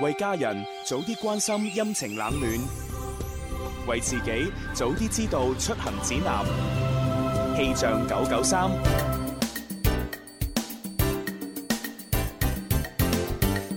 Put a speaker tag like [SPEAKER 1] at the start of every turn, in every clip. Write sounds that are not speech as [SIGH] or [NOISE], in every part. [SPEAKER 1] 為家人早啲關心陰晴冷暖，為自己早啲知道出行指南。氣象九九三，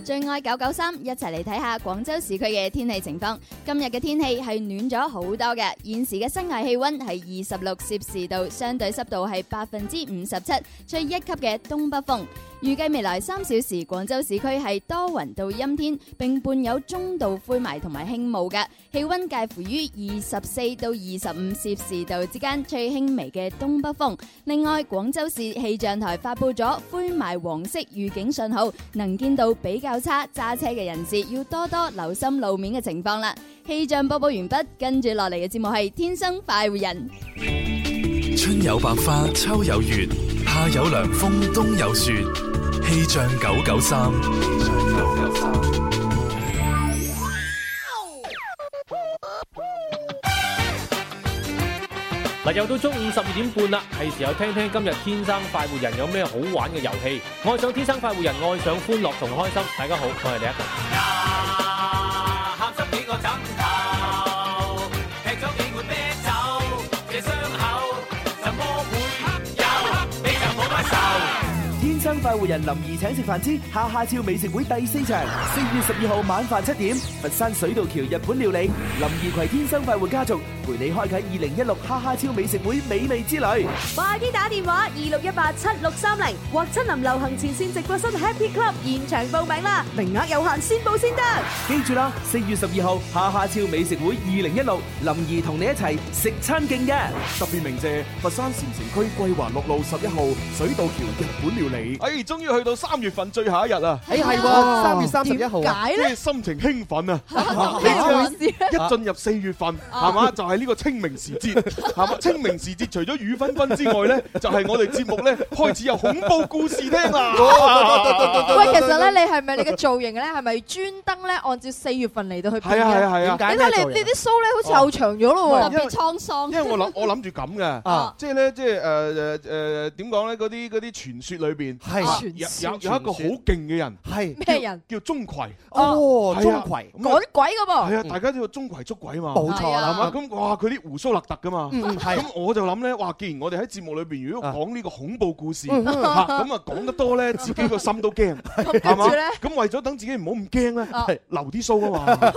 [SPEAKER 2] 最愛九九三，一齊嚟睇下廣州市區嘅天氣情況。今日嘅天氣係暖咗好多嘅，現時嘅室外氣溫係二十六攝氏度，相對濕度係百分之五十七，吹一級嘅東北風。預計未來三小時，廣州市區係多雲到陰天，並伴有中度灰霾同埋輕霧嘅，氣溫介乎於二十四到二十五攝氏度之間，吹輕微嘅東北風。另外，廣州市氣象台發布咗灰霾黃色預警信號，能見度比較差，揸車嘅人士要多多留心路面嘅情況啦。氣象播報完畢，跟住落嚟嘅節目係《天生快活人》，
[SPEAKER 3] 春有百花，秋有月，夏有涼風，冬有雪。氣象九九三，
[SPEAKER 4] 嗱，又到中午十二點半啦，係時候聽聽今日天生快活人有咩好玩嘅遊戲。愛上天生快活人，愛上歡樂同開心。大家好，我係李一個。
[SPEAKER 5] 喊濕幾個枕頭，踢咗幾罐啤酒，這傷口怎麼會有？你就冇乜受。
[SPEAKER 6] 天生快活人林兒請食飯之下下超美食會第四場，四月十二號晚飯七點，佛山水道橋日本料理，林兒攜天生快活家族陪你開啟二零一六下下超美食會美味之旅。
[SPEAKER 7] 快啲打電話二六一八七六三零或親臨流行前線直播室 Happy Club 現場報名啦，名額有限，先報先得。
[SPEAKER 6] 記住啦，四月十二號下下超美食會二零一六，林兒同你一齊食餐勁嘅。
[SPEAKER 8] 特別鳴謝佛山禪城區桂華六路十一號水道橋日本料理。哎，終於去到三月份最後一日啦！
[SPEAKER 9] 哎係喎三月三十一號啊點解呢
[SPEAKER 8] 心情興奮
[SPEAKER 9] [LAUGHS]
[SPEAKER 8] 啊！
[SPEAKER 9] 咩回事啊
[SPEAKER 8] 一進入四月份，
[SPEAKER 9] 啊
[SPEAKER 8] 係嘛就係呢個清明時
[SPEAKER 9] [LAUGHS]
[SPEAKER 8] 節，係嘛？清明時節除咗雨紛紛之外咧， [LAUGHS] 就係我哋節目咧開始有恐怖故事聽啦！
[SPEAKER 9] 哦
[SPEAKER 10] 喂，其實咧，你係咪你嘅造型咧，係咪專登咧按照四月份嚟到去變嘅？
[SPEAKER 8] [LAUGHS] 係啊係啊係啊
[SPEAKER 10] 你睇你你啲須咧，好似又長咗咯喎，
[SPEAKER 8] 特別
[SPEAKER 10] 滄桑。
[SPEAKER 8] 因為我諗我諗住咁嘅
[SPEAKER 10] 啊，
[SPEAKER 8] 即係咧，即係誒誒誒點講咧？嗰啲嗰啲傳說裏邊
[SPEAKER 9] 係
[SPEAKER 8] 啊
[SPEAKER 9] 傳
[SPEAKER 8] 有
[SPEAKER 9] 說
[SPEAKER 8] 有有一個好勁嘅人，
[SPEAKER 9] 係
[SPEAKER 10] 咩人？
[SPEAKER 8] 叫鍾馗。
[SPEAKER 9] 哦
[SPEAKER 8] 係啊
[SPEAKER 9] 鍾馗
[SPEAKER 8] 咁啊
[SPEAKER 10] 鬼㗎噃。
[SPEAKER 9] 哦
[SPEAKER 8] 係啊，大家都要鍾馗捉鬼嘛，
[SPEAKER 9] 冇錯啦
[SPEAKER 8] 係嘛？咁哇，佢啲胡鬚勒特噶嘛，
[SPEAKER 9] 啊嗯嗯係
[SPEAKER 8] 咁我就諗咧，哇！既然我哋喺節目裏邊如果講呢個恐怖故事，嚇
[SPEAKER 9] 嗯嗯
[SPEAKER 8] 咁啊講得多咧，自己個心都驚，係嘛？咁為咗等自己唔好咁驚
[SPEAKER 10] 啊
[SPEAKER 8] 咧，留啲鬚啊
[SPEAKER 9] [LAUGHS]
[SPEAKER 8] 嘛。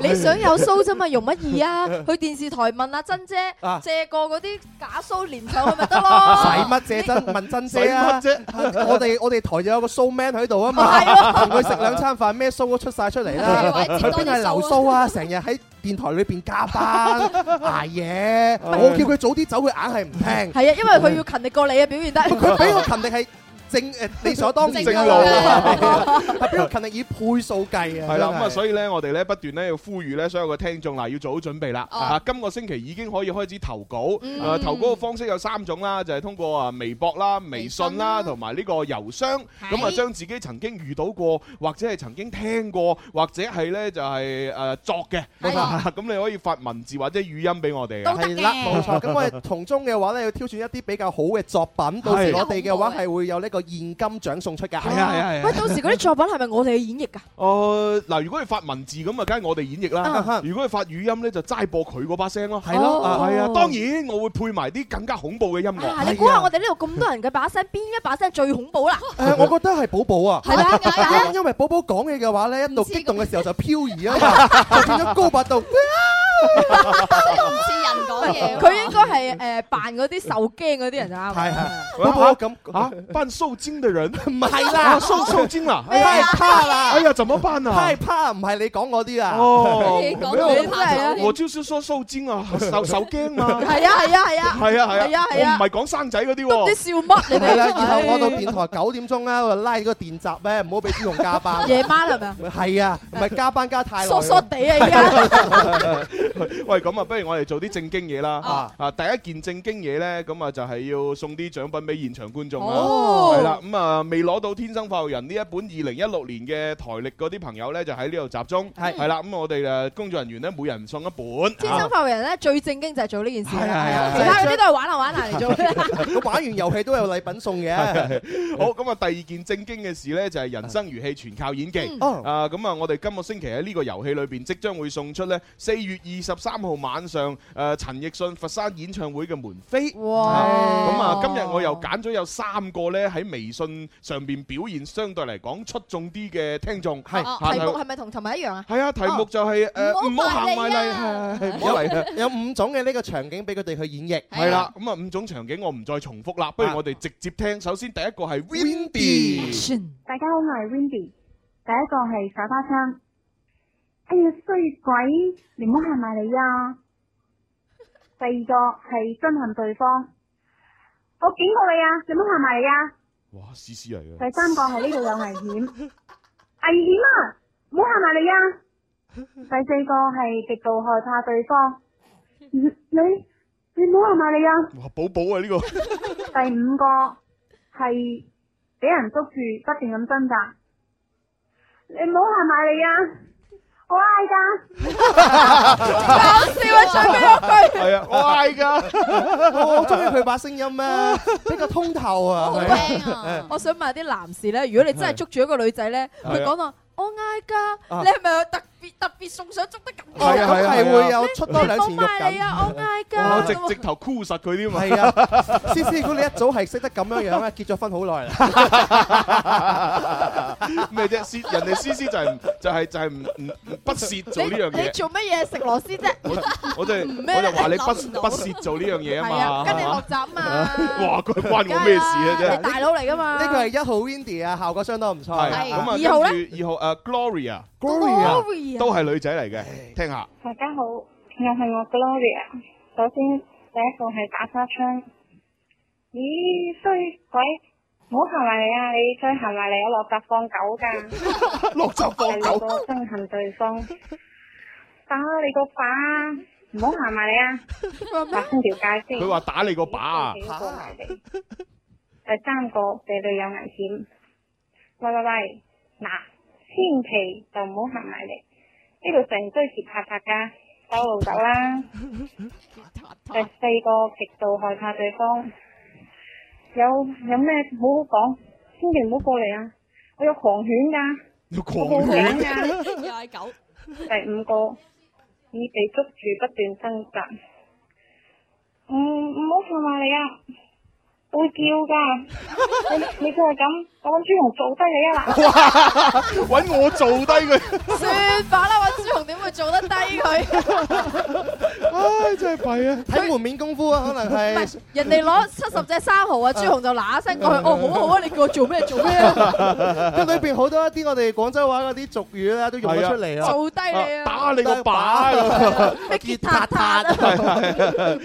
[SPEAKER 10] 你想有須啫嘛，容乜易啊？去電視台問阿珍姐
[SPEAKER 8] 啊
[SPEAKER 10] 借個嗰啲假須連上去咪得咯。
[SPEAKER 9] 使乜借真問真姐啊？
[SPEAKER 8] 使乜
[SPEAKER 9] 啫？我哋我哋台就有個 show man 喺度啊嘛，
[SPEAKER 10] 係喎
[SPEAKER 9] 同佢食兩餐飯，咩 show 都出晒出嚟啦。
[SPEAKER 10] 係喎
[SPEAKER 9] 佢邊係留 show 啊？成日喺電台裏邊加班捱夜，我叫佢早啲走，佢硬係唔聽。
[SPEAKER 10] 係啊，因為佢要勤力過你啊，表現
[SPEAKER 8] [LAUGHS]
[SPEAKER 10] 得。
[SPEAKER 9] 佢俾我勤力係正誒理所當然
[SPEAKER 10] 正路
[SPEAKER 9] 啊， [LAUGHS] 係俾我勤力以倍數計啊。
[SPEAKER 8] 係啦，咁
[SPEAKER 9] 真係
[SPEAKER 8] 啊，所以咧，我哋咧不斷咧要呼籲咧所有嘅聽眾嗱，要做好準備啦。
[SPEAKER 9] 哦
[SPEAKER 8] 啊，今個星期已經可以開始投稿。
[SPEAKER 9] 嗯
[SPEAKER 8] 啊，投稿嘅方式有三種啦，就係通過啊微博啦、微信啦，同埋呢個郵箱。
[SPEAKER 9] 係
[SPEAKER 8] 咁啊，將自己曾經遇到過，或者係曾經聽過，或者係咧就係誒作嘅。
[SPEAKER 9] 冇錯
[SPEAKER 8] [LAUGHS] 咁你可以發文字或者語音俾我哋嘅。啊
[SPEAKER 9] 係啦，冇錯。咁我哋從中嘅話咧，要挑選一啲比較好嘅作品，到時
[SPEAKER 8] 係
[SPEAKER 9] 我哋嘅話係會有呢個現金獎送出㗎。係
[SPEAKER 8] 啊係啊係啊喂到時
[SPEAKER 10] 嗰啲作品係咪我哋演繹㗎？
[SPEAKER 8] 誒哦嗱，如果係發文字咁啊，梗係我哋演繹啦
[SPEAKER 9] 啊。
[SPEAKER 8] 如果係發語音咧，就齋播佢嗰把聲咯。
[SPEAKER 9] 係咯哦
[SPEAKER 8] 係啊。當然我會配埋啲更加恐怖嘅音
[SPEAKER 10] 啊
[SPEAKER 8] 樂。哎
[SPEAKER 10] 你估下我哋呢度咁多人嘅把聲，邊一把聲最恐怖啦？
[SPEAKER 9] 誒，我覺得係寶寶啊，
[SPEAKER 10] 係啦點解啊
[SPEAKER 9] 因因為寶寶講嘢嘅話咧，一度激動嘅時候就漂
[SPEAKER 8] [LAUGHS]
[SPEAKER 9] 移啊嘛，就變咗高八度。
[SPEAKER 10] 佢應該係誒扮嗰啲受驚嗰啲人就啊
[SPEAKER 8] [LAUGHS]
[SPEAKER 10] 啱。
[SPEAKER 9] 係係，
[SPEAKER 8] 寶寶咁啊，扮受驚嘅人唔
[SPEAKER 9] 係啦
[SPEAKER 8] 受受驚
[SPEAKER 9] [LAUGHS]
[SPEAKER 8] 啦，哎
[SPEAKER 9] 太
[SPEAKER 8] 呀
[SPEAKER 9] 怕啦！
[SPEAKER 8] 哎呀，怎麼辦啊？
[SPEAKER 9] 太怕唔係你講嗰啲啊，
[SPEAKER 8] 哦，
[SPEAKER 9] 咩
[SPEAKER 8] 沒有
[SPEAKER 9] 我
[SPEAKER 8] 我就是說受驚啊，受受驚嘛。
[SPEAKER 10] 係啊係啊 [LAUGHS] 係啊
[SPEAKER 8] 係啊
[SPEAKER 10] 係啊係
[SPEAKER 8] 我唔
[SPEAKER 10] 啊
[SPEAKER 8] 係講生仔嗰啲
[SPEAKER 10] 都唔知
[SPEAKER 8] 喎。
[SPEAKER 10] 笑乜你哋。
[SPEAKER 9] 係啦，然後我到電台九點鐘咧，我就拉個電閘咧，唔好俾朱紅加班。
[SPEAKER 10] 夜晚係咪啊？
[SPEAKER 9] 係啊，唔係加班加太耐。
[SPEAKER 10] 傻傻地啊依家
[SPEAKER 8] [LAUGHS] 喂，咁啊，不如我哋做啲正經嘢啦
[SPEAKER 11] 啊。
[SPEAKER 8] 啊，第一件正經嘢咧，咁啊就係要送啲獎品俾現場觀眾啦。
[SPEAKER 11] 哦
[SPEAKER 8] 係啦，咁啊未攞到《天生發育人》呢一本二零一六年嘅台歷嗰啲朋友咧，就喺呢度集中。
[SPEAKER 11] 係
[SPEAKER 8] 係啦，咁我哋誒工作人員咧，每人送一
[SPEAKER 11] [LAUGHS]
[SPEAKER 8] 本。
[SPEAKER 10] 天生發育人咧最正經就係做呢件事
[SPEAKER 8] 係啊係
[SPEAKER 10] 啦
[SPEAKER 8] 啊，
[SPEAKER 10] 其他嗰啲都係玩下玩下嚟
[SPEAKER 8] [LAUGHS]
[SPEAKER 10] 做。
[SPEAKER 11] 咁玩完遊戲都有禮品送嘅。
[SPEAKER 8] 好，咁啊，第二件正經嘅事呢，就係人生如戲，全靠演技。
[SPEAKER 11] [LAUGHS] 哦
[SPEAKER 8] 啊，咁啊，我哋今個星期喺呢個遊戲裏邊，即將會送出呢四月二十三號晚上誒陳奕迅佛山演唱會嘅門飛。
[SPEAKER 10] 哇
[SPEAKER 8] 咁啊，今日我又揀咗有三個呢喺微信上邊表現相對嚟講出眾啲嘅聽眾。係
[SPEAKER 10] 哦題目係咪同尋日一樣啊？
[SPEAKER 8] 係啊，題目就係誒唔好行埋
[SPEAKER 10] 啊
[SPEAKER 8] 嚟，係係係唔好嚟啊
[SPEAKER 11] [LAUGHS] 有有五種嘅呢個場景俾佢哋去 [LAUGHS] 演繹。
[SPEAKER 8] 係啦，咁啊五種場景我唔再重複啦，不如我哋直接聽。首先第一個係 Windy。
[SPEAKER 12] 大家好，我係 Windy。第一個係耍花槍。哎呀，衰鬼，你唔好行埋嚟啊！第二個係憎恨對方。我警告你啊，你唔好行埋嚟啊！
[SPEAKER 8] 哇，思思嚟啊嘅。
[SPEAKER 12] 第三個係呢度有危險，危險啊！唔好行埋嚟啊！第四個係極度害怕對方。你你唔好行埋嚟啊！
[SPEAKER 8] 哇，寶寶啊呢個。
[SPEAKER 12] 第五個係俾人捉住，不斷咁掙扎。你唔好行埋嚟啊！我嗌噶。
[SPEAKER 10] 啊
[SPEAKER 8] 係啊，我嗌㗎，
[SPEAKER 11] 我中意佢把聲 [LAUGHS] 音啊，比較通透啊。
[SPEAKER 10] 好聽啊！我想問下啲男士咧，如果你真係捉住一個女仔咧，
[SPEAKER 11] 係啊
[SPEAKER 10] 佢講到我嗌㗎，
[SPEAKER 11] 啊
[SPEAKER 10] 你係咪有特別特別送上捉得咁
[SPEAKER 11] 係啊係啊係啊會有出多兩錢肉緊
[SPEAKER 10] 你放埋你啊！我嗌
[SPEAKER 8] 我
[SPEAKER 10] 㗎，
[SPEAKER 8] 直
[SPEAKER 10] [LAUGHS]
[SPEAKER 8] 直頭箍實佢添啊！
[SPEAKER 11] 係啊，思思，如果你一早係識得咁樣樣咧，結咗婚好 [LAUGHS] 耐啦。
[SPEAKER 8] 咩啫？思人哋思思就係唔就係就係唔唔唔不屑做呢樣
[SPEAKER 10] 你你
[SPEAKER 8] 嘢，
[SPEAKER 10] 做乜嘢食螺絲啫？
[SPEAKER 8] 我就
[SPEAKER 10] 唔咩
[SPEAKER 8] 我就話你
[SPEAKER 10] 諗唔
[SPEAKER 8] 不
[SPEAKER 10] 到
[SPEAKER 8] 不屑做呢樣嘢啊
[SPEAKER 10] 係啊，
[SPEAKER 8] 嘛，
[SPEAKER 10] 跟你學習啊嘛，
[SPEAKER 8] 哇！佢關我咩事啊？
[SPEAKER 10] 你
[SPEAKER 8] 真係。
[SPEAKER 10] 大佬嚟㗎嘛？
[SPEAKER 11] 呢個係一號 Windy 啊，效果相當唔錯。
[SPEAKER 8] 係咁啊，
[SPEAKER 10] 二號呢
[SPEAKER 8] 跟住二號誒 Gloria，Gloria
[SPEAKER 12] Gloria
[SPEAKER 8] 都係女仔嚟嘅，聽下。
[SPEAKER 12] 大家好，又係我 Gloria。首先第一個係打花槍。咦，衰鬼！唔好行埋嚟啊！你再行埋嚟，我落閘放狗噶。
[SPEAKER 8] [LAUGHS] 落閘放
[SPEAKER 12] 狗。個憎恨對方，打你個靶啊！唔好行埋
[SPEAKER 8] [LAUGHS]
[SPEAKER 12] 嚟啊！劃清條界先。
[SPEAKER 8] 佢話打你個靶啊！
[SPEAKER 12] 幾個過埋嚟。第三個俾你有危險。喂喂喂，嗱，千祈就唔好行埋嚟，呢度成堆鐵塔塔噶，走路走啦。第四個極度害怕對方，有有咩好好講，千祈唔好過嚟啊！我有狂犬㗎，
[SPEAKER 8] 有
[SPEAKER 12] 我
[SPEAKER 8] 狂
[SPEAKER 12] 好
[SPEAKER 8] 犬
[SPEAKER 12] 醒㗎。第五個以被捉住不斷掙扎，唔唔好行埋嚟啊！會叫㗎，你你再係咁，我揾朱紅做低你啊！
[SPEAKER 8] 哇！揾我做低佢，
[SPEAKER 10] 算法啦，尹朱紅點會做得低佢？
[SPEAKER 8] 唉，真係弊啊！
[SPEAKER 11] 睇門面功夫啊，可能係。
[SPEAKER 10] 人哋攞七十隻生蠔啊，朱紅就嗱一聲過去，哦好啊好啊，你叫我做咩做
[SPEAKER 11] [LAUGHS]
[SPEAKER 10] 咩啊？
[SPEAKER 11] 佢裏邊好多一啲我哋廣州話嗰啲俗語咧，都用咗出嚟
[SPEAKER 9] Dạ.
[SPEAKER 11] 啊！
[SPEAKER 10] 做低
[SPEAKER 8] Ờ,
[SPEAKER 10] 你啊！
[SPEAKER 8] 打你個啊靶，
[SPEAKER 10] 咩結塔塔啊？
[SPEAKER 11] 啊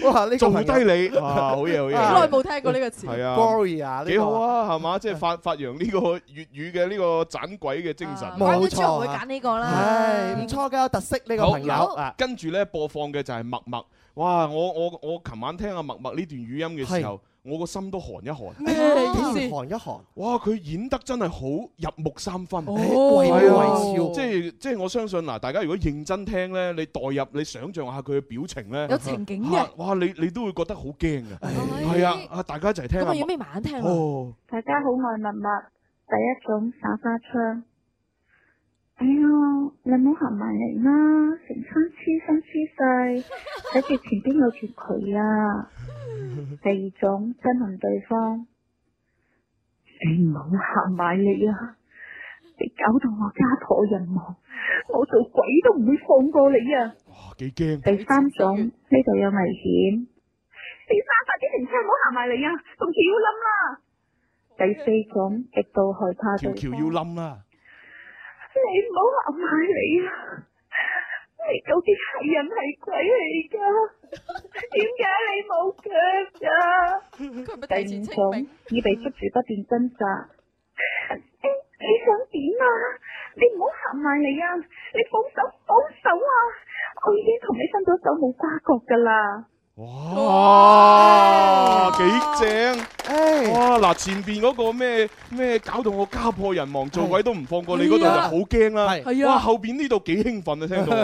[SPEAKER 11] [LAUGHS] 哇！呢個
[SPEAKER 8] 做
[SPEAKER 11] 朋
[SPEAKER 8] 低
[SPEAKER 11] 友
[SPEAKER 8] 你，哇！好嘢，好嘢。
[SPEAKER 10] 幾耐冇聽過呢個詞？
[SPEAKER 8] 係啊
[SPEAKER 11] Gloria 呢個
[SPEAKER 8] 幾好啊，係嘛？即係發發揚呢個粵語嘅呢個斬鬼嘅精神。
[SPEAKER 10] 怪唔得朱紅會揀呢個
[SPEAKER 11] 唉，
[SPEAKER 10] 啦。
[SPEAKER 11] 唔錯㗎，有特色呢個朋友啊！
[SPEAKER 8] 跟住咧播放嘅就係默默。哇！我我我琴晚聽阿默默呢段語音嘅時候，我個心都寒一寒。
[SPEAKER 10] 咩
[SPEAKER 11] 咦
[SPEAKER 10] 意思？
[SPEAKER 11] 寒一寒，
[SPEAKER 8] 哇！佢演得真係好入木三分，
[SPEAKER 10] 哦
[SPEAKER 11] 為
[SPEAKER 8] 係
[SPEAKER 11] 咩
[SPEAKER 8] 啊
[SPEAKER 11] 為笑
[SPEAKER 8] 即係即係我相信嗱，大家如果認真聽咧，你代入你想象下佢嘅表情咧，
[SPEAKER 10] 有情景嘅
[SPEAKER 8] 啊哇！你你都會覺得好驚嘅，係啊！啊，大家一齊聽
[SPEAKER 10] 咁
[SPEAKER 8] 下
[SPEAKER 10] 我要眯埋眼聽啦。
[SPEAKER 8] 哦，
[SPEAKER 12] 大家好，我係默默。第一種耍花槍，哎呀，你唔好行埋嚟啦，成身黐身黐細，睇住前邊有條佢啊。第二種憎恨對方，你唔好行埋嚟啊！你搞到我家破人亡，我做鬼都唔會放過你啊！
[SPEAKER 8] 哇幾驚！
[SPEAKER 12] 第三種呢度有危險，先生快啲停車，唔好行埋嚟啊！棟橋要冧啦！第四種極度害怕對
[SPEAKER 8] 條橋
[SPEAKER 12] 方，
[SPEAKER 8] 要冧啦！
[SPEAKER 12] 你唔好行埋嚟啊！你究竟係人係鬼嚟噶？點解你冇腳
[SPEAKER 10] 佢咪
[SPEAKER 12] 噶？
[SPEAKER 10] 提
[SPEAKER 12] 第
[SPEAKER 10] 前
[SPEAKER 12] 五
[SPEAKER 10] 清
[SPEAKER 12] 種
[SPEAKER 10] 明？
[SPEAKER 12] 已被捉住不斷掙扎。你你想點啊？你唔好行埋嚟啊！你放手放手啊！我已經同你分咗手冇瓜葛噶啦。
[SPEAKER 8] 哇，幾正！哇，嗱，前邊嗰個咩咩搞到我家破人亡，做鬼都唔放過你嗰度就
[SPEAKER 10] 係啊
[SPEAKER 8] 好驚啦。
[SPEAKER 10] 係啊
[SPEAKER 8] 哇，後邊呢度幾興奮啊，聽到。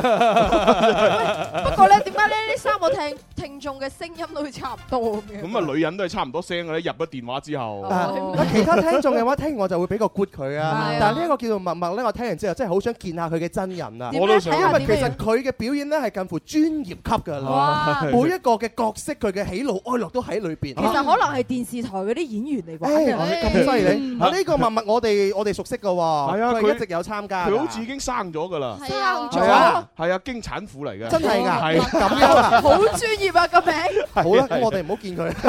[SPEAKER 10] 不過咧，點解咧呢三個聽聽眾嘅聲音都會差唔多咁嘅？
[SPEAKER 8] 咁啊，女人都係差唔多聲嘅咧，入咗電話之後。
[SPEAKER 10] 啊
[SPEAKER 9] 嗱，其他聽眾嘅話聽我就會俾個 good 佢
[SPEAKER 10] 係
[SPEAKER 9] 啊
[SPEAKER 10] 啊，
[SPEAKER 9] 但係呢一個叫做默默咧，我聽完之後真係好想見下佢嘅真人啊！
[SPEAKER 10] 點咧我都想睇下
[SPEAKER 9] 因為
[SPEAKER 10] 點
[SPEAKER 9] 其
[SPEAKER 10] 樣
[SPEAKER 9] 實佢嘅表演咧係近乎專業級㗎
[SPEAKER 10] 哇
[SPEAKER 9] 啦，每一個嘅角色佢嘅喜怒哀樂都喺裏邊。
[SPEAKER 10] 其實可能係電視台嗰啲演員嚟玩
[SPEAKER 9] 誒
[SPEAKER 10] 嘅。
[SPEAKER 9] 咁犀利！嗱，呢個默默我哋我哋熟悉㗎喎，
[SPEAKER 8] 係啊
[SPEAKER 9] 佢
[SPEAKER 8] 佢
[SPEAKER 9] 一直有參加㗎。
[SPEAKER 8] 佢好似已經生咗㗎啦。
[SPEAKER 10] 生
[SPEAKER 8] 係
[SPEAKER 10] 咗，
[SPEAKER 8] 啊，係啊，經產婦嚟嘅。
[SPEAKER 9] 真係㗎
[SPEAKER 8] 係
[SPEAKER 9] 咁樣啊
[SPEAKER 10] [LAUGHS] 好專業啊個名。
[SPEAKER 9] 好啦，咁我哋唔好見佢。
[SPEAKER 8] [LAUGHS]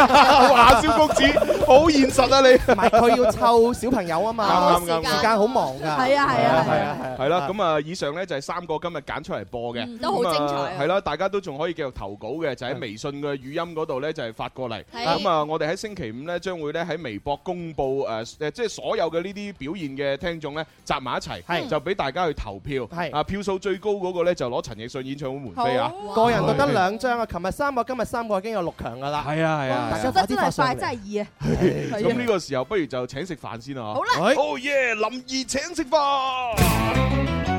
[SPEAKER 8] 哇，蕭公子好現實啊你。
[SPEAKER 9] 唔係佢要湊小朋友啊嘛，
[SPEAKER 8] 啱啱啱啱
[SPEAKER 9] 時間好忙㗎。
[SPEAKER 10] 係啊係啊係啊。
[SPEAKER 8] 係啦，咁啊，以上呢就係三個今日揀出嚟播嘅，
[SPEAKER 2] 都好精彩啊
[SPEAKER 8] 係啦，大家都仲可以繼續投稿嘅，就喺微信嘅語音嗰度呢，就係發過嚟。
[SPEAKER 2] 係
[SPEAKER 8] 咁啊，我哋喺星期五呢，將會呢喺微博公佈誒即係所有嘅呢啲表現嘅聽眾呢，集埋一齊，
[SPEAKER 9] 係
[SPEAKER 8] 就俾大家去投票。
[SPEAKER 9] 係
[SPEAKER 8] 啊，票數最高嗰個呢，就攞陳奕迅演唱會門飛啊！
[SPEAKER 9] 個人就得兩張啊，琴日三個，今日三個已經有六強㗎啦。
[SPEAKER 8] 係啊係啊
[SPEAKER 9] 大家
[SPEAKER 8] 係
[SPEAKER 9] 快
[SPEAKER 8] 啊，
[SPEAKER 9] 啲發上嚟。
[SPEAKER 10] 係啊！
[SPEAKER 8] 咁呢個時候不如就請食飯先啊！
[SPEAKER 10] 好啦
[SPEAKER 9] 哎
[SPEAKER 8] ，Oh yeah，林怡請食飯。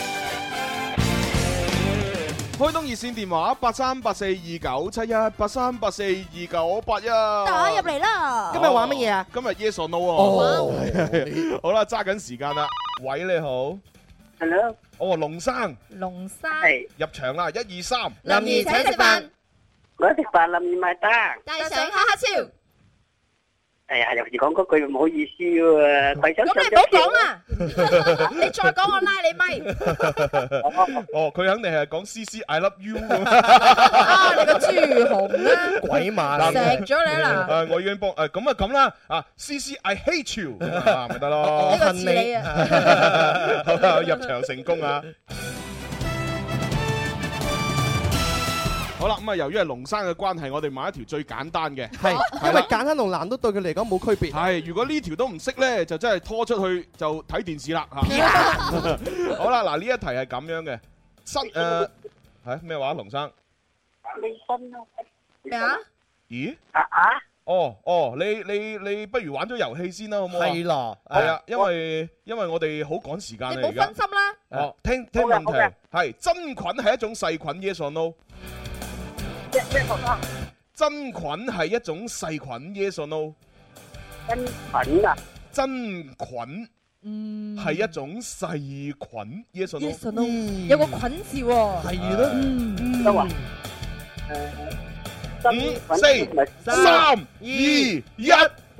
[SPEAKER 8] 開通熱線電話八三八四二九七一八三八四二九八一，
[SPEAKER 10] 打入嚟啦！
[SPEAKER 9] 今日玩乜嘢啊？
[SPEAKER 8] 今日 Yes or No
[SPEAKER 9] 哦
[SPEAKER 8] 啊！ [LAUGHS] 好啦，揸緊時間啦。喂，你好，Hello，哦，龍生
[SPEAKER 10] 龍生
[SPEAKER 8] 入場啦，一二三，
[SPEAKER 10] 怡請食飯，
[SPEAKER 6] 我食飯林二埋單，
[SPEAKER 10] 帶上哈哈超。
[SPEAKER 6] 哎呀，又是講嗰句唔好意思喎，貴州
[SPEAKER 10] 咁你唔好講啦，你再講我拉你咪。
[SPEAKER 8] 哦，佢肯定係講 C C I love
[SPEAKER 10] [LAUGHS]
[SPEAKER 8] you 咁
[SPEAKER 10] 啊，你個朱紅啦，
[SPEAKER 9] 鬼馬
[SPEAKER 8] 嗱
[SPEAKER 10] 食咗你啦！
[SPEAKER 8] [LAUGHS] 誒，我已經幫誒咁啊咁啦啊，C C I hate you 啊咪得咯
[SPEAKER 10] 呢。個似你啊！
[SPEAKER 8] [LAUGHS] 好啦，入場成功啊！好啦，咁啊，由於係龍山嘅關係，我哋買一條最簡單 [LAUGHS] 嘅。
[SPEAKER 9] 係，因為簡單同難都對佢嚟講冇區別。
[SPEAKER 8] 係，如果呢條都唔識呢，就真係拖出去就睇電 [LAUGHS] 視啦嚇。好啦，嗱呢一題係咁樣 [LAUGHS] 嘅，新誒係咩話，龍生？
[SPEAKER 6] 你分啦，
[SPEAKER 10] 咩啊？
[SPEAKER 8] 咦？
[SPEAKER 6] 啊啊，
[SPEAKER 8] 哦哦，你你你不如玩咗遊戲先啦，好唔好啊？
[SPEAKER 9] 係
[SPEAKER 8] [LAUGHS]
[SPEAKER 9] 啦，
[SPEAKER 8] 係啊，因為因為我哋好趕時間
[SPEAKER 10] [LAUGHS] 你
[SPEAKER 8] 啦，而
[SPEAKER 10] 冇
[SPEAKER 8] 家
[SPEAKER 10] 分。心啦！
[SPEAKER 8] 哦，聽聽
[SPEAKER 6] 好嘅
[SPEAKER 8] 問
[SPEAKER 6] 好啊嘅
[SPEAKER 8] 題係真菌係一種細菌，yes or no？
[SPEAKER 6] 咩咩學生
[SPEAKER 8] 真菌係一種細菌，yes or no？
[SPEAKER 6] 真品啊，
[SPEAKER 8] 真菌
[SPEAKER 10] 嗯
[SPEAKER 8] 係一種細菌，yes 嗯 or no？
[SPEAKER 10] yes or no？有個菌字喎。
[SPEAKER 9] 係咯。
[SPEAKER 6] 都話誒，真
[SPEAKER 8] 五
[SPEAKER 6] 品
[SPEAKER 8] 四
[SPEAKER 6] 同埋
[SPEAKER 8] 三二一，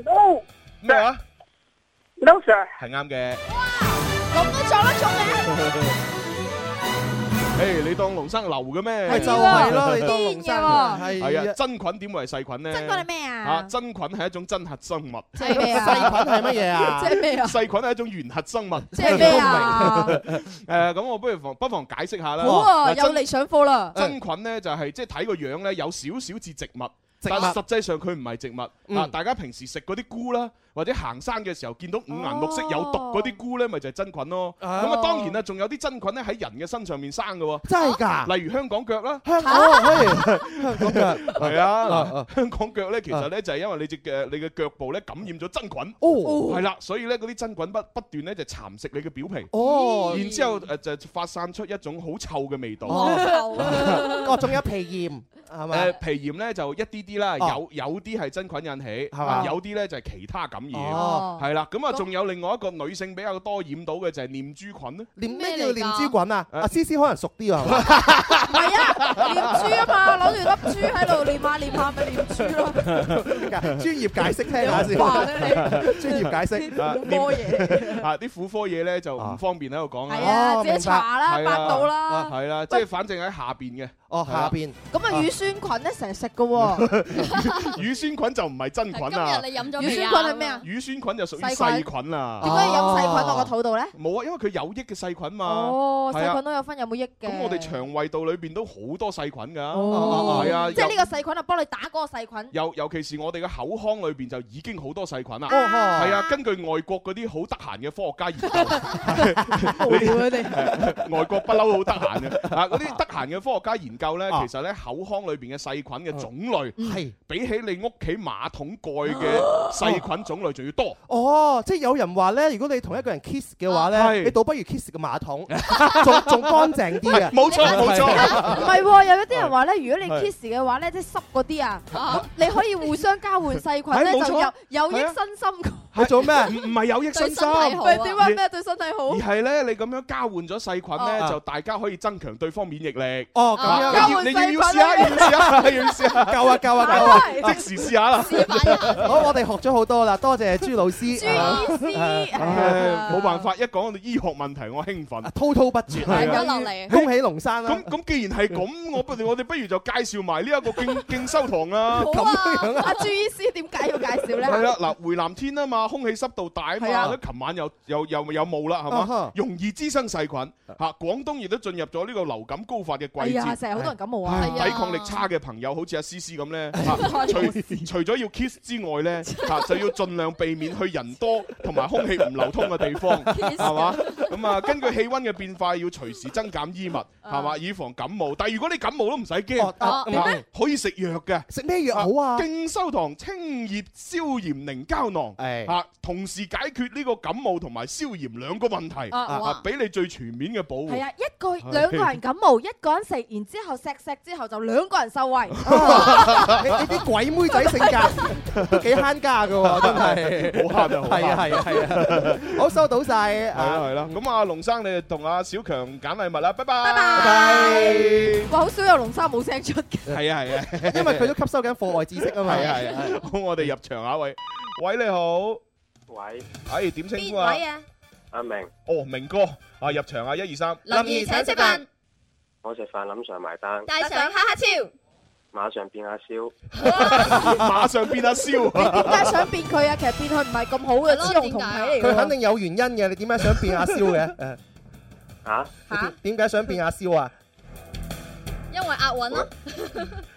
[SPEAKER 6] no
[SPEAKER 8] 咩話？
[SPEAKER 6] no sir，
[SPEAKER 8] 係啱嘅。
[SPEAKER 10] 咁都撞得中嘅，
[SPEAKER 8] 誒，你當龍生流嘅
[SPEAKER 9] 咪
[SPEAKER 8] 咩
[SPEAKER 9] 就？係咯，你當龍
[SPEAKER 10] 癲嘅
[SPEAKER 9] 生
[SPEAKER 10] 喎
[SPEAKER 8] 係啊，
[SPEAKER 9] 係
[SPEAKER 8] 真菌點會係細菌呢？
[SPEAKER 10] 真菌係咩
[SPEAKER 8] 啊，
[SPEAKER 10] 啊？
[SPEAKER 8] 真菌係一種真核生物，
[SPEAKER 10] 即係咩
[SPEAKER 9] 細
[SPEAKER 10] 啊？
[SPEAKER 9] 菌係乜嘢啊
[SPEAKER 10] 即？係咩啊？
[SPEAKER 8] 細菌係一種原核生物。
[SPEAKER 10] 即係咩啊？
[SPEAKER 8] 誒，咁我不如妨不妨解釋下啦。
[SPEAKER 10] 好啊，
[SPEAKER 8] 嗱真
[SPEAKER 10] 有嚟上課啦！
[SPEAKER 8] 真菌咧就係即係睇個樣咧有少少似植物，
[SPEAKER 9] 植物
[SPEAKER 8] 但實際上佢唔係植物
[SPEAKER 9] 嗯
[SPEAKER 8] 啊！大家平時食嗰啲菇啦，或者行山嘅時候見到五顏六色有毒嗰啲菇咧，咪就係真菌咯。咁
[SPEAKER 9] 哦
[SPEAKER 8] 啊，當然啦，仲有啲真菌咧喺人嘅身上面生嘅
[SPEAKER 9] 真係㗎？，
[SPEAKER 8] 喎，例如香港腳啦 [LAUGHS]
[SPEAKER 9] 香港啊，嘿，香港嘅，
[SPEAKER 8] 係啊
[SPEAKER 9] 啊，
[SPEAKER 8] 香港腳咧其實咧就係因為你隻腳你嘅腳部咧感染咗真菌，
[SPEAKER 9] 哦
[SPEAKER 8] 係啦，所以咧嗰啲真菌不不斷咧就蠶食你嘅表皮，
[SPEAKER 9] 哦，
[SPEAKER 8] 然呃之後誒就發散出一種好臭嘅味道。
[SPEAKER 9] [LAUGHS] 哦，哦，仲有皮炎，哦係嘛
[SPEAKER 8] 誒呃皮炎咧就一啲啲啦，
[SPEAKER 9] 哦
[SPEAKER 8] 有有啲係真菌引起，
[SPEAKER 9] 係嘛
[SPEAKER 8] 啊有啲咧就係其他感染，
[SPEAKER 9] 哦
[SPEAKER 8] 係啦。咁啊，仲有另外一個女性比較多染到嘅就係念珠菌
[SPEAKER 10] [LAUGHS]
[SPEAKER 8] 咧。
[SPEAKER 9] 念咩叫念珠菌啊？阿思思可能熟啲啊，
[SPEAKER 8] [LAUGHS]
[SPEAKER 9] 係嘛
[SPEAKER 10] 念珠啊嘛，攞住粒珠喺度念下念下咪念珠咯。
[SPEAKER 9] 專業解釋聽下先，
[SPEAKER 10] 話
[SPEAKER 9] 專業解釋
[SPEAKER 8] 啊
[SPEAKER 9] 念
[SPEAKER 8] 嘢啊，啲婦科嘢咧就唔方便喺度講啦。
[SPEAKER 10] 係啊哦自己明白查啦
[SPEAKER 8] 係啊
[SPEAKER 10] 百度啦
[SPEAKER 8] 啊係啦，即係反正喺下
[SPEAKER 10] [LAUGHS]
[SPEAKER 8] 邊嘅。
[SPEAKER 9] 哦，
[SPEAKER 8] 下
[SPEAKER 9] 邊。
[SPEAKER 10] 咁啊，乳酸菌咧成日食
[SPEAKER 8] [LAUGHS]
[SPEAKER 10] 噶喎，
[SPEAKER 8] 乳酸菌就唔係真菌啊。
[SPEAKER 10] 今日你飲咗未啊乳酸菌係咩啊
[SPEAKER 8] 乳酸菌就屬於
[SPEAKER 10] 細菌哦
[SPEAKER 8] 細菌啊。
[SPEAKER 10] 點解要飲細菌落個肚度咧？
[SPEAKER 8] 冇啊，因為佢有益嘅細菌嘛。
[SPEAKER 10] 哦，
[SPEAKER 8] 係啊
[SPEAKER 10] 細菌都有分有冇益嘅。
[SPEAKER 8] 咁我哋腸胃道裏邊都好多細菌㗎，
[SPEAKER 10] 哦
[SPEAKER 8] 係啊，
[SPEAKER 10] 即係
[SPEAKER 8] 尤
[SPEAKER 10] 呢個細菌啊，幫你打嗰個細菌。
[SPEAKER 8] 尤尤其是我哋嘅口腔裏邊就已經好多細菌啦，
[SPEAKER 9] 哦
[SPEAKER 10] 啊
[SPEAKER 8] 係啊，根據外國嗰啲好得閒嘅科學家研究，
[SPEAKER 10] 無聊啊
[SPEAKER 8] 哋外國不嬲好得閒 [LAUGHS] 嘅啊，嗰啲得閒嘅科學家研究咧，
[SPEAKER 9] 啊
[SPEAKER 8] 其實咧口腔裏邊嘅細菌嘅種類
[SPEAKER 9] 係
[SPEAKER 8] 比起你屋企馬桶蓋嘅細菌種類仲要多。
[SPEAKER 9] 哦，即係有人話咧，如果你同一個人 kiss 嘅話咧，
[SPEAKER 8] 係
[SPEAKER 9] 你倒不如 kiss 個馬桶，仲仲乾淨啲啊嘅。
[SPEAKER 8] 冇錯冇錯
[SPEAKER 10] 唔係喎，有一啲人話咧，如果
[SPEAKER 9] 係
[SPEAKER 10] 你 kiss 嘅話咧，即係濕嗰啲啊，咁你可以互相交換細菌
[SPEAKER 9] 係
[SPEAKER 10] 咧，
[SPEAKER 9] 冇
[SPEAKER 10] 就
[SPEAKER 9] 錯
[SPEAKER 10] 有有益
[SPEAKER 8] 係啊
[SPEAKER 10] 身心。
[SPEAKER 9] 係做咩？啊
[SPEAKER 8] 唔唔係有益身心，
[SPEAKER 10] 咪點啊？咩對身體好
[SPEAKER 8] 而？係咧，你咁樣交換咗細菌咧，
[SPEAKER 9] 哦
[SPEAKER 8] 就大家可以增強對方免疫力。
[SPEAKER 9] 哦咁樣
[SPEAKER 8] 你要你要唔要試下，要唔要試下，要唔要 [LAUGHS] 試下，
[SPEAKER 9] 夠啊夠啊夠啊！
[SPEAKER 8] 即時試下啦。
[SPEAKER 9] 好，我哋學咗好多啦，多謝朱老師。啊
[SPEAKER 10] 朱醫師
[SPEAKER 8] 唉冇辦法，一啊講到醫學問題，我興奮，
[SPEAKER 9] 滔滔不絕。
[SPEAKER 8] 係啊
[SPEAKER 10] 落嚟
[SPEAKER 9] 恭喜龍山啦
[SPEAKER 8] 咁！咁既然係咁，我不如我哋不如就介紹埋呢一個競競修堂 [LAUGHS] 啦。
[SPEAKER 10] 好啊！阿朱醫師點解要介紹咧？
[SPEAKER 8] 係啦，嗱，回南天啊嘛，空氣濕度大啊
[SPEAKER 10] 啊係啊
[SPEAKER 8] 嘛，琴晚又又又有霧啦，係
[SPEAKER 9] 啊哈
[SPEAKER 8] 嘛，容易滋生細菌嚇。廣東亦都進入咗呢個流感高發嘅
[SPEAKER 10] 哎
[SPEAKER 8] 季
[SPEAKER 10] 呀，
[SPEAKER 8] 節
[SPEAKER 10] 成。日好多人感冒啊！
[SPEAKER 8] 唉抵抗力差嘅朋友，好似阿思思咁咧，嚇 [LAUGHS] 除除咗要 kiss 之外咧，嚇就要盡量避免去人多同埋空氣唔流通嘅地方，
[SPEAKER 13] Kiss
[SPEAKER 8] 係嘛？咁啊，根據氣温嘅變化，要隨時增減衣物，係嘛？以防感冒。但係如果你感冒都唔使驚，
[SPEAKER 9] 哦
[SPEAKER 8] 係嘛
[SPEAKER 9] 點咧
[SPEAKER 8] 可以食藥嘅。
[SPEAKER 9] 食咩藥好啊？
[SPEAKER 8] 敬修堂清熱消炎凝膠囊，
[SPEAKER 9] 係
[SPEAKER 8] 嚇同時解決呢個感冒同埋消炎兩個問題，
[SPEAKER 10] 啊哇
[SPEAKER 8] 啊俾你最全面嘅保護。
[SPEAKER 10] 係啊，一個兩個人感冒，一個人食，然之後錫錫之後就兩個人受惠。
[SPEAKER 9] 啊你你啲鬼妹仔性格都幾慳家
[SPEAKER 8] [LAUGHS]
[SPEAKER 9] 㗎喎，真係
[SPEAKER 8] 好慳啊好慳
[SPEAKER 9] 係啊係啊係啊！好收到晒
[SPEAKER 8] 係啦
[SPEAKER 9] 啊！
[SPEAKER 8] 係啦，咁啊龍生你同阿小強揀禮物啦，拜拜。
[SPEAKER 10] 拜拜。哇，好少有龍沙冇聲出嘅。
[SPEAKER 8] 係啊係啊，
[SPEAKER 9] 因為佢都吸收緊課外知識啊嘛。
[SPEAKER 8] 係啊係啊。好，我哋入場啊，喂喂你好，
[SPEAKER 6] 喂，
[SPEAKER 8] 哎點稱呼啊？
[SPEAKER 6] 啊？阿明，
[SPEAKER 8] 哦，明哥啊，入場啊，一二三，
[SPEAKER 6] 林怡請食飯，我食飯諗上埋單，
[SPEAKER 2] 帶上哈哈超，
[SPEAKER 6] 馬上變阿蕭，
[SPEAKER 8] 馬上變阿蕭。
[SPEAKER 10] 你點解想變佢啊？其實變佢唔係咁好嘅，雌雄同體嚟
[SPEAKER 9] 佢肯
[SPEAKER 10] 嘅。
[SPEAKER 9] 定有原因嘅，你點解想變阿蕭嘅？誒
[SPEAKER 6] 啊？
[SPEAKER 9] 點解想變阿蕭啊？
[SPEAKER 2] 因為押韻咯。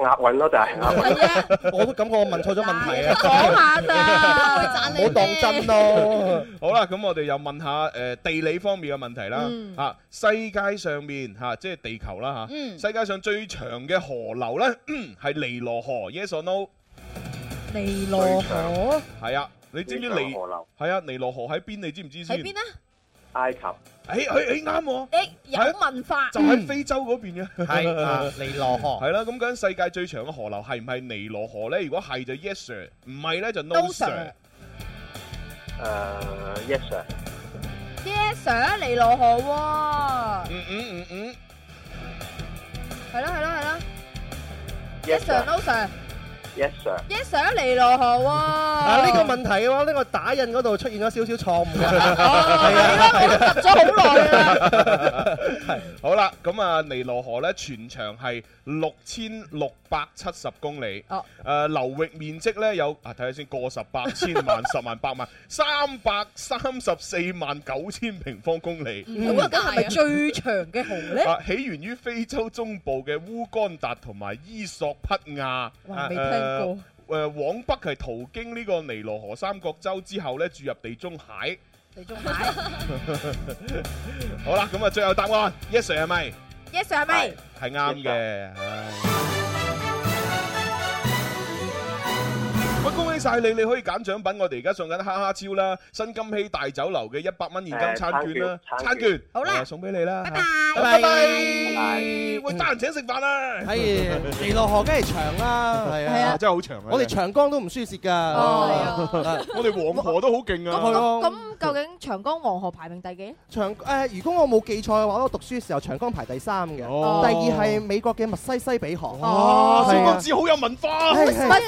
[SPEAKER 6] 押韻咯，就係押韻。
[SPEAKER 9] 我都感覺我問錯咗問題啊！
[SPEAKER 2] 講
[SPEAKER 10] Dạ.
[SPEAKER 2] 下咋
[SPEAKER 9] 唔好當真咯。
[SPEAKER 8] 好啦，咁我哋又問下誒地理方面嘅問題啦
[SPEAKER 9] 嗯。
[SPEAKER 8] 嚇，世界上面嚇，即係地球啦
[SPEAKER 2] 嗯
[SPEAKER 8] 嚇，世界上最長嘅河流咧 [CLEARS THROAT] 係尼羅河，yes or no？
[SPEAKER 10] 尼羅
[SPEAKER 9] [LAUGHS]
[SPEAKER 10] 河
[SPEAKER 8] 係啊，你知唔知尼
[SPEAKER 6] 尼羅河流？
[SPEAKER 8] 係啊，尼羅河喺邊？你知唔知先？
[SPEAKER 2] 喺邊啊？
[SPEAKER 6] 埃及
[SPEAKER 8] 誒誒誒啱
[SPEAKER 10] 嗯
[SPEAKER 8] 喎，
[SPEAKER 2] 你有文化，
[SPEAKER 8] 就喺非洲嗰邊嘅。
[SPEAKER 9] [LAUGHS] 係
[SPEAKER 8] [LAUGHS]
[SPEAKER 9] 啊尼羅河
[SPEAKER 8] 係啦，咁究竟世界最長嘅河流係唔係尼羅河咧？如果係就 yes sir，唔係咧就 no
[SPEAKER 10] No
[SPEAKER 8] sir
[SPEAKER 10] sir。
[SPEAKER 6] 誒，yes sir，
[SPEAKER 10] Yes sir，尼羅河喎。
[SPEAKER 8] 嗯嗯嗯嗯
[SPEAKER 10] 係咯係咯係咯。
[SPEAKER 6] Yes,
[SPEAKER 10] Yes
[SPEAKER 6] sir.
[SPEAKER 10] sir no sir。
[SPEAKER 6] ，yes sir，
[SPEAKER 10] Yes sir，尼羅河喎。
[SPEAKER 9] 啊！
[SPEAKER 10] 啊
[SPEAKER 9] 呢個問題嘅話，呢個打印嗰度出現咗少少錯誤嘅。
[SPEAKER 10] Ờ, dạ. 揼咗好耐啦。 [LAUGHS]
[SPEAKER 8] 好啦，咁啊，尼羅河咧全長係六千六百七十公里，誒、
[SPEAKER 10] 哦
[SPEAKER 8] 流域面積咧有啊，睇下先，過十百千
[SPEAKER 10] [LAUGHS]
[SPEAKER 8] 萬十萬百萬三百三十四萬九千平方公里。
[SPEAKER 10] 咁啊，梗係咪最長嘅河咧？
[SPEAKER 8] 啊，起源於非洲中部嘅烏干達同埋伊索匹亞。
[SPEAKER 10] 哇未聽過
[SPEAKER 8] 誒、呃往北係途經呢個尼羅河三角洲之後咧，注入地中海。
[SPEAKER 10] 地中海。
[SPEAKER 8] 好啦，咁啊，最後答案，yes sir 係咪？
[SPEAKER 10] Yes sir 係咪？
[SPEAKER 8] 係啱嘅，唉。喂，恭喜晒你，你可以揀獎品。我哋而家送緊哈哈超啦，新金禧大酒樓嘅一百蚊現金餐券啦，
[SPEAKER 5] 誒餐券
[SPEAKER 8] 餐券
[SPEAKER 5] 好啦
[SPEAKER 8] 係啊送俾你啦。
[SPEAKER 10] À.
[SPEAKER 5] 拜
[SPEAKER 8] 拜拜
[SPEAKER 5] 拜
[SPEAKER 8] 喂，得閒請食飯啊！
[SPEAKER 9] [LAUGHS] 係尼羅河梗係長啦，係
[SPEAKER 8] 係啊
[SPEAKER 9] 啊，
[SPEAKER 8] 真係好長啊
[SPEAKER 9] 我哋長江都唔輸蝕㗎，啊
[SPEAKER 10] 哦
[SPEAKER 8] 我哋黃河都好勁
[SPEAKER 9] 係
[SPEAKER 8] 啊！
[SPEAKER 9] 咯。
[SPEAKER 10] 咁究竟長江黃河排名第幾？
[SPEAKER 9] 長誒，如果我冇記錯嘅話，我讀書嘅時候長江排第三嘅，第
[SPEAKER 10] 哦
[SPEAKER 9] 二係美國嘅密西西比河。
[SPEAKER 8] 哇，
[SPEAKER 9] 係
[SPEAKER 8] 小
[SPEAKER 9] 啊
[SPEAKER 8] 公子好有文化啊。
[SPEAKER 9] 係係
[SPEAKER 10] 乜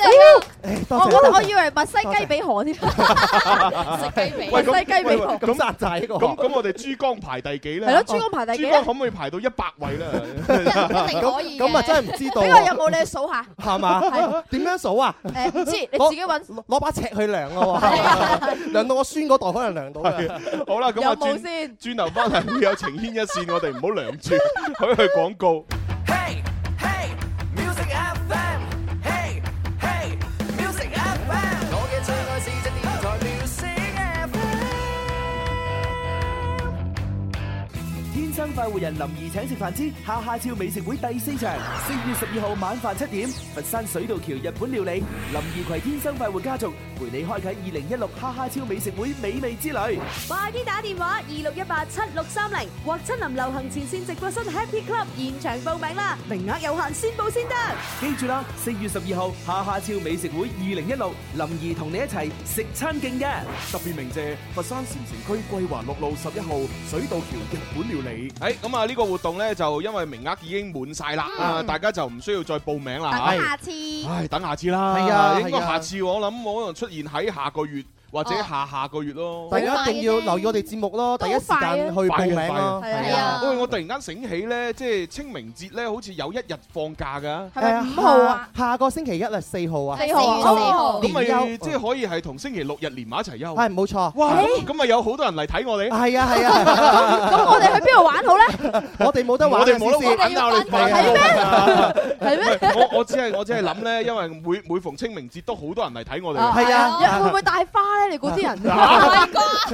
[SPEAKER 10] 我
[SPEAKER 9] 誒多謝
[SPEAKER 10] 覺得
[SPEAKER 9] 多謝
[SPEAKER 10] 我以為墨西雞比河添，
[SPEAKER 8] 喂咁
[SPEAKER 10] 墨西雞比
[SPEAKER 8] 喂喂
[SPEAKER 10] 河。
[SPEAKER 8] 咁扎仔咁咁，我哋珠江排第幾咧？
[SPEAKER 10] 係咯珠江排第幾
[SPEAKER 8] 珠
[SPEAKER 10] 咧
[SPEAKER 8] 江可唔可以排到一百位咧？
[SPEAKER 10] 一定可以嘅
[SPEAKER 9] 咁咁啊真係唔知道
[SPEAKER 10] 呢個有冇你去數下？
[SPEAKER 9] 係
[SPEAKER 10] 係
[SPEAKER 9] 嘛？點樣數啊？
[SPEAKER 10] 誒唔知你
[SPEAKER 9] 攞
[SPEAKER 10] 自己揾。
[SPEAKER 9] 攞把尺去量咯喎，量到我孫嗰代可能量到嘅。
[SPEAKER 8] 好啦，咁啊
[SPEAKER 9] 有冇
[SPEAKER 8] 轉轉頭翻嚟會有情牽一線，我哋唔好梁
[SPEAKER 9] [LAUGHS]
[SPEAKER 8] 住，去去廣告。
[SPEAKER 5] Music FM, hey hey, Music FM，我嘅最愛是只電台 Music FM。
[SPEAKER 14] 天生快活人林怡請食飯之哈哈超美食會第四場，四月十二號晚飯七點，佛山水道橋日本料理，林怡攜天生快活家族陪你開啟二零一六哈哈超美食會美味之旅。
[SPEAKER 7] 快啲打電話二六一八七六三零或親臨流行前線直播室 Happy Club 現場報名啦，名額有限，先報先得。
[SPEAKER 14] 記住啦，四月十二號哈哈超美食會二零一六，林怡同你一齊食餐勁嘅。
[SPEAKER 15] 特別鳴謝佛山禪城區桂華六路十一號水道橋日本料理。
[SPEAKER 8] 誒咁啊！呢個活動咧就因為名額已經滿晒啦，
[SPEAKER 9] 嗯
[SPEAKER 8] 啊大家就唔需要再報名啦。
[SPEAKER 2] 等下
[SPEAKER 8] 唉
[SPEAKER 2] 次。
[SPEAKER 8] 唉，等下次啦。
[SPEAKER 9] 係啊
[SPEAKER 8] 應該
[SPEAKER 9] 係啊哦
[SPEAKER 8] 下次我諗我可能出現喺下個月或者下下個月咯。
[SPEAKER 9] 大家一定要留意我哋節目咯，第一時間去報名咯。
[SPEAKER 8] 係啊！喂，我突然間醒起咧，即係清明節咧，好似有一日放假㗎。
[SPEAKER 9] 誒
[SPEAKER 10] 五號啊？
[SPEAKER 9] 哎下下個星期一啊，四號啊，
[SPEAKER 10] 四號啊四號
[SPEAKER 9] 哦
[SPEAKER 8] 咁咪
[SPEAKER 9] 連休
[SPEAKER 8] 即係可以係同星期六日連埋一齊休。
[SPEAKER 9] 係冇錯。
[SPEAKER 8] 哇！咁咪有好多人嚟睇我哋。
[SPEAKER 9] 係啊
[SPEAKER 10] [LAUGHS]
[SPEAKER 9] 係啊，
[SPEAKER 10] 咁我哋去邊度玩好咧？
[SPEAKER 9] 我哋冇得玩啊，
[SPEAKER 8] 我哋冇得 [LAUGHS] 玩啊！我哋
[SPEAKER 9] 係啊
[SPEAKER 8] 係咩？我我只 [LAUGHS] 係我只係諗咧，因為每每逢清明節都好多人嚟睇我哋。
[SPEAKER 10] 係啊，會唔會帶花咧？你嗰啲人
[SPEAKER 8] 啊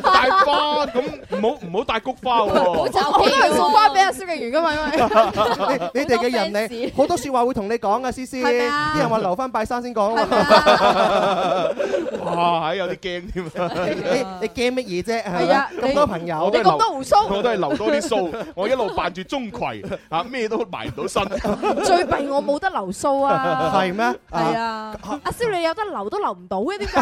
[SPEAKER 8] 大花咁唔好唔 [LAUGHS] 好帶菊花
[SPEAKER 10] 好
[SPEAKER 8] 喎。
[SPEAKER 10] 我都係送花俾阿蕭敬元噶嘛，因為
[SPEAKER 9] 你你哋嘅人嚟，好多説話會同你講啊，思思。
[SPEAKER 10] 係咪啊
[SPEAKER 9] 啲人話留翻拜山先講啊嘛。
[SPEAKER 8] 哇！係有啲驚添。
[SPEAKER 10] Dạ.
[SPEAKER 9] 你你驚乜嘢啫？係
[SPEAKER 8] 係
[SPEAKER 9] 咪
[SPEAKER 8] 啊
[SPEAKER 9] 咁多朋友，
[SPEAKER 8] 我都係留我都係留多啲鬚。我一路扮住鍾馗啊，咩都埋唔到 [LAUGHS] 身。
[SPEAKER 10] 最弊我冇得留數啊！
[SPEAKER 9] 係咩？
[SPEAKER 10] 係啊，阿蕭你有得留都留唔到嘅，點解？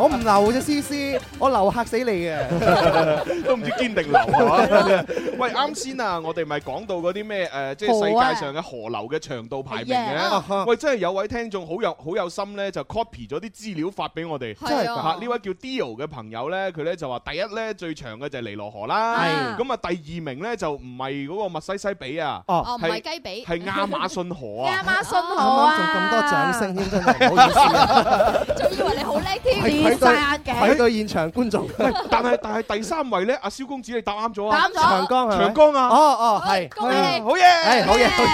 [SPEAKER 9] 我唔留啫，思思，我留嚇死你啊嘅。
[SPEAKER 8] 都唔知堅定流 [LAUGHS] 啊！喂，啱先啊，我哋咪講到嗰啲咩誒，即係世界上嘅河啊流嘅長度排名
[SPEAKER 9] 係
[SPEAKER 8] 嘅。
[SPEAKER 9] 啊
[SPEAKER 8] 喂，真係有位聽眾好有好有心咧，就 copy 咗啲資料發俾我哋。
[SPEAKER 9] 真係㗎
[SPEAKER 2] 哦
[SPEAKER 8] 嚇啊呢位叫 Dio 嘅朋友咧，佢咧就話第一咧最長嘅就係尼羅河啦。
[SPEAKER 2] 係
[SPEAKER 8] 咁啊，第二名咧就唔係嗰個密西西比啊，
[SPEAKER 2] 哦唔係雞髀
[SPEAKER 8] 係亞馬遜河
[SPEAKER 10] [LAUGHS]
[SPEAKER 8] 啊。
[SPEAKER 10] 亞馬遜
[SPEAKER 9] 啱
[SPEAKER 10] 河
[SPEAKER 9] 啱
[SPEAKER 10] 啊！
[SPEAKER 9] 仲咁多掌聲添，真係唔好意思啊。
[SPEAKER 10] 仲以為你好叻添，
[SPEAKER 9] 愧
[SPEAKER 10] 跌晒
[SPEAKER 9] 對
[SPEAKER 10] 眼
[SPEAKER 9] 愧
[SPEAKER 10] 鏡。
[SPEAKER 9] 對現場觀眾。
[SPEAKER 8] [LAUGHS] 喂但係但係第三位咧，阿蕭公子你答啱咗啊！
[SPEAKER 10] 答啱咗長
[SPEAKER 9] 江係咪
[SPEAKER 8] 長江啊！
[SPEAKER 9] 哦哦，係。
[SPEAKER 8] 恭喜你好嘢
[SPEAKER 9] 係好嘢，好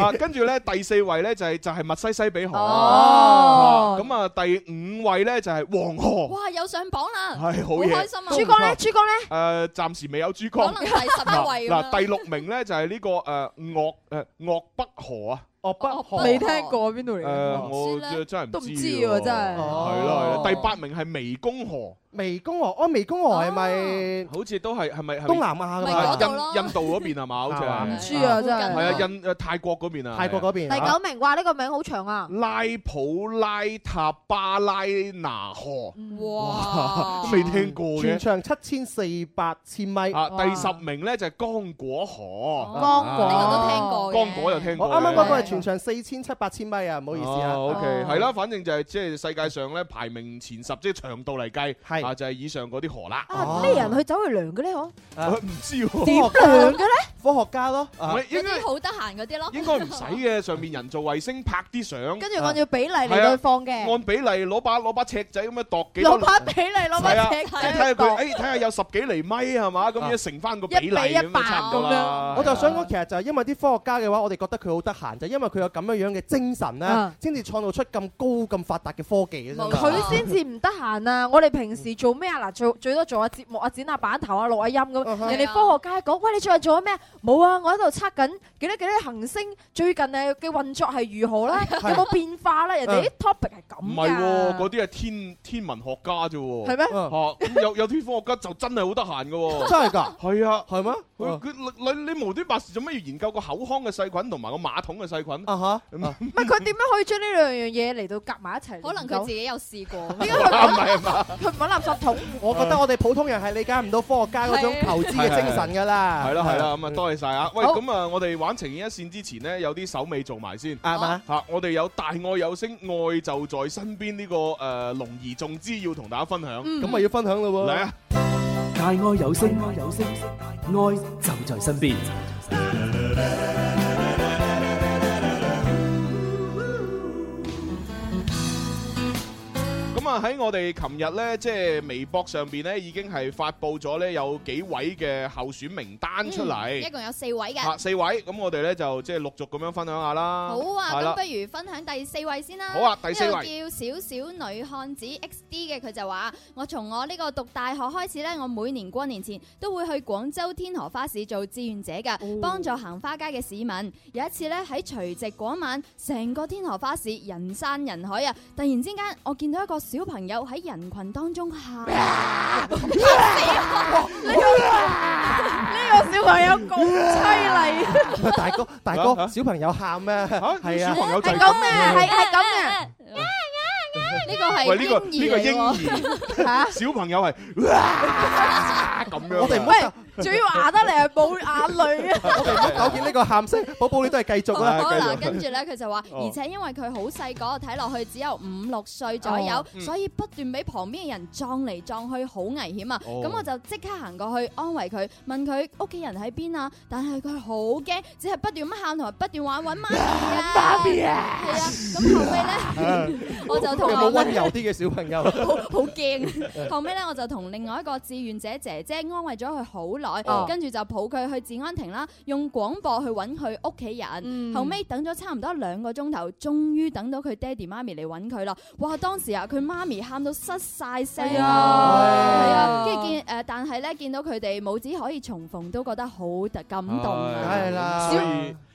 [SPEAKER 9] 嘢。
[SPEAKER 8] 啊，跟住咧第四位咧就係就係密西西比河，
[SPEAKER 2] 哦
[SPEAKER 8] 啊咁啊第五位咧就係黃河，
[SPEAKER 2] 哇，有上榜啦，
[SPEAKER 8] 係好
[SPEAKER 2] 好
[SPEAKER 8] 嘢。
[SPEAKER 2] 開心啊！
[SPEAKER 10] 珠江咧，珠江
[SPEAKER 8] 誒
[SPEAKER 10] 咧，
[SPEAKER 8] 暫時未有珠江，啊
[SPEAKER 2] 可能係十一位咁啊
[SPEAKER 8] 嗱
[SPEAKER 2] 樣
[SPEAKER 8] 嗱第六名咧就係呢個誒岳誒岳北河啊。
[SPEAKER 9] 岳北河
[SPEAKER 10] 未聽過邊度嚟
[SPEAKER 8] 誒，
[SPEAKER 10] 嘅？
[SPEAKER 8] 我真真係唔
[SPEAKER 10] 都唔知
[SPEAKER 8] 喎
[SPEAKER 10] 喎真係
[SPEAKER 8] 係
[SPEAKER 9] 哦
[SPEAKER 8] 啦，係啦第八名係湄公河，
[SPEAKER 9] 湄公河，哦，湄公河係咪？
[SPEAKER 8] 好似都係係咪係咪啊
[SPEAKER 9] 東南亞㗎嘛咪嗰度咯
[SPEAKER 8] 印印度嗰邊係啊 [LAUGHS] 嘛？好似係
[SPEAKER 9] 唔
[SPEAKER 10] 知啊真係
[SPEAKER 8] 係啊，印誒泰國嗰邊啊，
[SPEAKER 9] 泰國嗰邊
[SPEAKER 10] 第九名，哇！呢個名好長啊！
[SPEAKER 8] 拉普拉塔巴拉拿河，
[SPEAKER 10] 哇
[SPEAKER 9] 哦
[SPEAKER 8] 都未聽過嘅
[SPEAKER 9] 全。長七千四百千米。
[SPEAKER 8] 啊，第十名咧就係剛果河，
[SPEAKER 9] 剛果
[SPEAKER 8] 啊
[SPEAKER 9] 呢個都聽過嘅
[SPEAKER 8] 剛果又聽過
[SPEAKER 9] 哦我
[SPEAKER 8] 嘅。
[SPEAKER 9] 啱啱嗰個係全長四千七百千米啊，唔好意思啊。
[SPEAKER 8] 哦，OK，係啦，反正就係即係世界上咧排名前十，即係長度嚟計，係啊，就係以上嗰啲河啦。
[SPEAKER 10] 啊，咩人去走去量嘅咧？嗬，
[SPEAKER 8] [LAUGHS] 啊唔知
[SPEAKER 9] 科
[SPEAKER 8] 喎，
[SPEAKER 9] 學
[SPEAKER 10] 點量
[SPEAKER 9] 家
[SPEAKER 10] 嘅咧？
[SPEAKER 9] 科學家咯，
[SPEAKER 8] 唔係
[SPEAKER 2] 嗰
[SPEAKER 8] 應
[SPEAKER 2] 啲好得閒嗰啲咯，
[SPEAKER 8] 應該唔使嘅，上面人造衛星拍啲相，
[SPEAKER 10] 跟住按照比例嚟
[SPEAKER 8] 係啊
[SPEAKER 10] 到放嘅。
[SPEAKER 8] 按比例攞把攞把尺仔咁樣度幾多
[SPEAKER 10] 攞把比例，攞把
[SPEAKER 8] 係啊，
[SPEAKER 10] 尺
[SPEAKER 8] 即係睇
[SPEAKER 10] 仔
[SPEAKER 8] 下
[SPEAKER 10] 度
[SPEAKER 8] 佢，誒睇下有十幾厘米係嘛，咁樣乘翻個比例
[SPEAKER 10] 一比一
[SPEAKER 8] 咁就差唔多啦。
[SPEAKER 9] 我就想講，其實就係因為啲科學家嘅話，我哋覺得佢好得閒，就因為佢有咁樣樣嘅精神咧
[SPEAKER 10] 啊，
[SPEAKER 9] 先至創造出咁高咁發達嘅科技嘅啫嘛。
[SPEAKER 10] 佢先至唔得閒啊！我哋平時做咩啊？嗱，最最多做下節目啊，剪下版頭啊，錄下音咁。人哋科學家講：喂，你最近做咗咩啊？冇啊，我喺度測緊幾多幾多行星最近誒嘅運作係如何啦，有
[SPEAKER 8] 係
[SPEAKER 10] 冇變化啦？人哋啲 topic 係
[SPEAKER 8] 唔
[SPEAKER 10] 咁
[SPEAKER 8] 係喎，
[SPEAKER 10] 㗎。
[SPEAKER 8] 嗰啲係天天文學家啫喎。
[SPEAKER 10] 係咩
[SPEAKER 8] 嚇咁有有天科學家就真係好得閒嘅
[SPEAKER 9] [LAUGHS]
[SPEAKER 8] 喎。
[SPEAKER 9] 啊真係㗎
[SPEAKER 8] 係啊。
[SPEAKER 9] 係咩？
[SPEAKER 8] 佢佢你你你無端白事做咩要研究個口腔嘅細菌同埋個馬桶嘅細菌？
[SPEAKER 9] 啊
[SPEAKER 8] 嚇！
[SPEAKER 10] 唔係佢點樣可以將呢兩樣嘢嚟到夾埋一齊？
[SPEAKER 2] 可能佢自己有試過。
[SPEAKER 8] [LAUGHS]
[SPEAKER 10] 點解佢
[SPEAKER 8] 唔係啊嘛？
[SPEAKER 10] 佢唔揾垃圾桶？
[SPEAKER 9] 我覺得我哋普通人係理解唔到科學家嗰種求知嘅精神㗎啦。
[SPEAKER 8] 係啦係啦，咁啊多謝晒啊！喂，
[SPEAKER 9] 好
[SPEAKER 8] 咁啊，我哋玩情演一線之前呢，有啲手尾做埋先，
[SPEAKER 9] 啱
[SPEAKER 2] 哦
[SPEAKER 9] 啊
[SPEAKER 8] 嚇！我哋有大愛有聲，愛就在身邊呢個誒龍兒重之要同大家分享，
[SPEAKER 9] 咁咪要分享咯
[SPEAKER 8] 嗯
[SPEAKER 9] 喎。
[SPEAKER 8] 嚟啊！
[SPEAKER 14] 大愛有聲，愛有聲，愛就在身邊。
[SPEAKER 8] 咁啊喺我哋琴日呢，即係微博上邊呢，已經係發布咗呢有幾位嘅候選名單出
[SPEAKER 2] 嗯一
[SPEAKER 8] 嚟，啊
[SPEAKER 2] 共有四位
[SPEAKER 8] 嚇
[SPEAKER 2] 嘅。
[SPEAKER 8] 四位，咁我哋呢，就即係陸續咁樣分享下啦。
[SPEAKER 2] 好啊，
[SPEAKER 8] 係
[SPEAKER 2] 咁
[SPEAKER 8] 啦
[SPEAKER 2] 不如分享第四位先啦。
[SPEAKER 8] 好啊第四位
[SPEAKER 2] 呢度叫小小女漢子 X D 嘅，佢就話：我從我呢個讀大學開始呢，我每年過年前都會去廣州天河花市做志願者
[SPEAKER 8] 哦
[SPEAKER 2] 㗎，幫助行花街嘅市民。有一次呢，喺除夕嗰晚，成個天河花市人山人海啊！突然之間，我見到一個小朋友喺人群當中喊。
[SPEAKER 10] 呢個小朋友咁犀
[SPEAKER 8] [LAUGHS]
[SPEAKER 10] 利。
[SPEAKER 9] 喂大哥大
[SPEAKER 8] 啊
[SPEAKER 9] 哥，小朋友喊咩？係
[SPEAKER 8] 小
[SPEAKER 9] 啊，
[SPEAKER 8] 朋友就
[SPEAKER 10] 係咁
[SPEAKER 2] à,
[SPEAKER 10] 嘅，係係咁嘅。
[SPEAKER 2] 呢個係
[SPEAKER 8] 喂，呢個
[SPEAKER 2] 嬰
[SPEAKER 8] 呢
[SPEAKER 2] 兒
[SPEAKER 8] 個
[SPEAKER 2] 嚟喎 [LAUGHS]
[SPEAKER 8] 嬰
[SPEAKER 10] 嚇
[SPEAKER 8] 兒，小朋友係哇咁樣㗎。
[SPEAKER 9] 我哋唔好
[SPEAKER 10] 喂，仲要牙得嚟係冇眼淚啊！
[SPEAKER 9] 我哋唔好糾結呢個喊聲，寶寶你都係繼續啦。
[SPEAKER 2] 哦好啦，
[SPEAKER 9] 繼續
[SPEAKER 2] 跟住咧佢就話，
[SPEAKER 9] 哦
[SPEAKER 2] 而且因為佢好細個，睇落去只有五六歲左右
[SPEAKER 9] 哦，嗯
[SPEAKER 2] 所以不斷俾旁邊嘅人撞嚟撞去，好危險啊！
[SPEAKER 9] 哦
[SPEAKER 2] 咁我就即刻行過去安慰佢，問佢屋企人喺邊啊？但係佢好驚，只係不斷咁喊同埋不斷玩 [LAUGHS] 揾媽咪啊！媽咪啊！係啊！咁後尾咧，我就同
[SPEAKER 9] 有
[SPEAKER 2] 我
[SPEAKER 9] 冇温柔啲嘅小朋友？
[SPEAKER 2] 好好驚。後尾咧，我就同另外一個志願者姐姐安慰咗佢好
[SPEAKER 9] 哦
[SPEAKER 2] 耐，跟住就抱佢去治安亭啦，用廣播去揾佢屋企人。
[SPEAKER 10] 嗯
[SPEAKER 2] 後尾等咗差唔多兩個鐘頭，終於等到佢爹哋媽咪嚟揾佢啦。哇！當時啊，佢媽咪喊到失晒聲
[SPEAKER 9] 哎
[SPEAKER 10] 係
[SPEAKER 2] 啊，
[SPEAKER 10] 啊
[SPEAKER 2] 係啊，跟住見誒，但係咧見到佢哋母子可以重逢，都覺得好特感動啊！
[SPEAKER 8] 唉
[SPEAKER 9] 係啦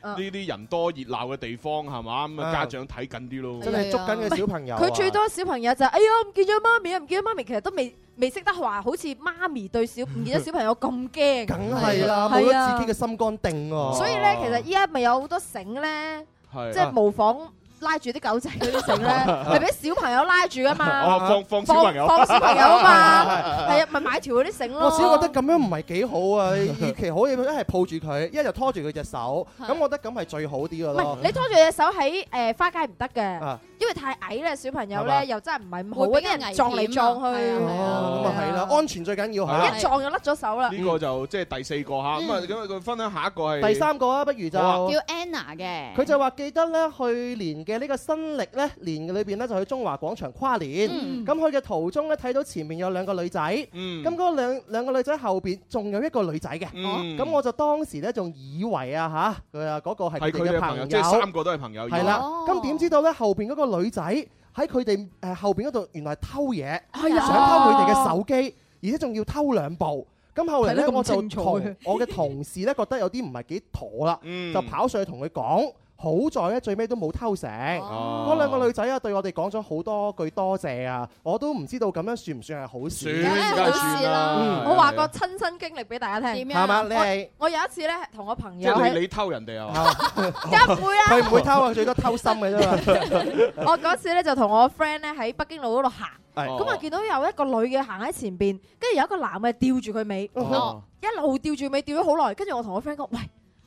[SPEAKER 8] 所以呢啲人多熱鬧嘅地方係嘛，咁啊家長睇緊啲
[SPEAKER 10] 哎
[SPEAKER 8] 咯。
[SPEAKER 9] 真係捉緊嘅小朋友啊。
[SPEAKER 10] 佢最多小朋友就係哎呀唔見咗媽咪啊，唔見咗媽咪，其實都未未識得話，好似媽咪對小唔
[SPEAKER 9] [LAUGHS]
[SPEAKER 10] 見咗小朋友咁驚。
[SPEAKER 9] 梗係啦，冇
[SPEAKER 10] 係啊
[SPEAKER 9] 咗自己嘅心肝定喎。
[SPEAKER 10] 所以咧，其實依家咪有好多繩咧，
[SPEAKER 8] 係
[SPEAKER 10] 即係模仿。拉住啲狗仔嗰啲繩
[SPEAKER 9] [LAUGHS]
[SPEAKER 10] 咧，係俾小朋友拉住噶嘛？
[SPEAKER 9] 哦放 [LAUGHS] 放
[SPEAKER 8] 小朋友
[SPEAKER 10] 放小朋友啊
[SPEAKER 9] [LAUGHS]
[SPEAKER 10] 嘛，
[SPEAKER 9] 係
[SPEAKER 10] 係啊，咪買條嗰啲繩咯。
[SPEAKER 9] 我只係覺得咁樣唔係幾好
[SPEAKER 10] [LAUGHS]
[SPEAKER 9] 啊！與其好，一係抱住佢，一係就拖住佢隻手，
[SPEAKER 10] 係
[SPEAKER 9] 咁我覺得咁係最好啲噶
[SPEAKER 10] 唔
[SPEAKER 9] 咯
[SPEAKER 10] 係。你拖住隻手喺誒花街唔得
[SPEAKER 9] 啊
[SPEAKER 10] 嘅，因為太矮咧，小朋友
[SPEAKER 9] 係嘛
[SPEAKER 10] 咧又真係唔係咁好
[SPEAKER 2] 會
[SPEAKER 10] 啊，
[SPEAKER 2] 比
[SPEAKER 10] 啲
[SPEAKER 2] 較危
[SPEAKER 10] 人撞嚟撞去，
[SPEAKER 2] 險啊
[SPEAKER 9] 哦咁啊係啦，安全最緊要係
[SPEAKER 8] 啊
[SPEAKER 9] 啦。
[SPEAKER 10] 一撞就甩咗手啦。
[SPEAKER 8] 呢個就即係第四個嚇，咁啊
[SPEAKER 10] 嗯
[SPEAKER 8] 咁啊佢分享下一個係
[SPEAKER 9] 第三個啊，不如就
[SPEAKER 8] 好
[SPEAKER 2] 叫 Anna 嘅，
[SPEAKER 9] 佢就話記得咧，去年嘅呢個新歷咧年嘅裏邊咧就去中華廣場跨年。
[SPEAKER 2] 嗯
[SPEAKER 9] 咁去嘅途中咧睇到前面有兩個女仔，
[SPEAKER 8] 嗯
[SPEAKER 9] 咁嗰兩兩個女仔後邊仲有一個女仔嘅。
[SPEAKER 8] 嗯
[SPEAKER 9] 咁我就當時咧仲以為啊嚇，佢啊嗰個
[SPEAKER 8] 係
[SPEAKER 9] 係佢
[SPEAKER 8] 佢
[SPEAKER 9] 哋
[SPEAKER 8] 嘅
[SPEAKER 9] 嘅
[SPEAKER 8] 朋
[SPEAKER 9] 朋
[SPEAKER 8] 友，
[SPEAKER 9] 友，
[SPEAKER 8] 即係三個都係朋友。
[SPEAKER 9] 係啦。咁點知道咧後邊嗰個女仔喺佢哋誒後邊嗰度原來係偷嘢，
[SPEAKER 10] 係啊
[SPEAKER 9] 想偷佢哋嘅手機，而且仲要偷兩部。咁後嚟
[SPEAKER 10] 睇
[SPEAKER 9] 咧，
[SPEAKER 10] 得咁
[SPEAKER 9] 我就
[SPEAKER 10] 清楚
[SPEAKER 9] 同
[SPEAKER 10] 嘅
[SPEAKER 9] 我嘅同事咧覺得有啲唔係幾妥啦，
[SPEAKER 8] 嗯
[SPEAKER 9] 就跑上去同佢講。好在咧，最尾都冇偷成。
[SPEAKER 8] 哦
[SPEAKER 9] 嗰兩個女仔啊，對我哋講咗好多句多謝啊，我都唔知道咁樣算唔算係好事？
[SPEAKER 8] 算梗係算啦
[SPEAKER 9] 嗯
[SPEAKER 10] 我話個親身經歷俾大家聽，
[SPEAKER 9] 點樣啊係嘛你係
[SPEAKER 10] 我我有一次咧，同我朋
[SPEAKER 8] 即
[SPEAKER 10] 友
[SPEAKER 8] 係你
[SPEAKER 10] 喺
[SPEAKER 8] 你偷人哋啊？
[SPEAKER 10] 梗唔會啦，
[SPEAKER 9] 佢唔會偷啊，佢最多偷心嘅啫嘛。
[SPEAKER 10] 我嗰次咧就同我 friend 咧喺北京路嗰度行，
[SPEAKER 9] 係
[SPEAKER 8] 哦
[SPEAKER 10] 咁啊見到有一個女嘅行喺前邊，跟住有一個男嘅吊住佢尾，
[SPEAKER 8] Ờ.
[SPEAKER 9] 哦
[SPEAKER 10] 一路吊住尾吊咗好耐，跟住我同我 friend 講：喂，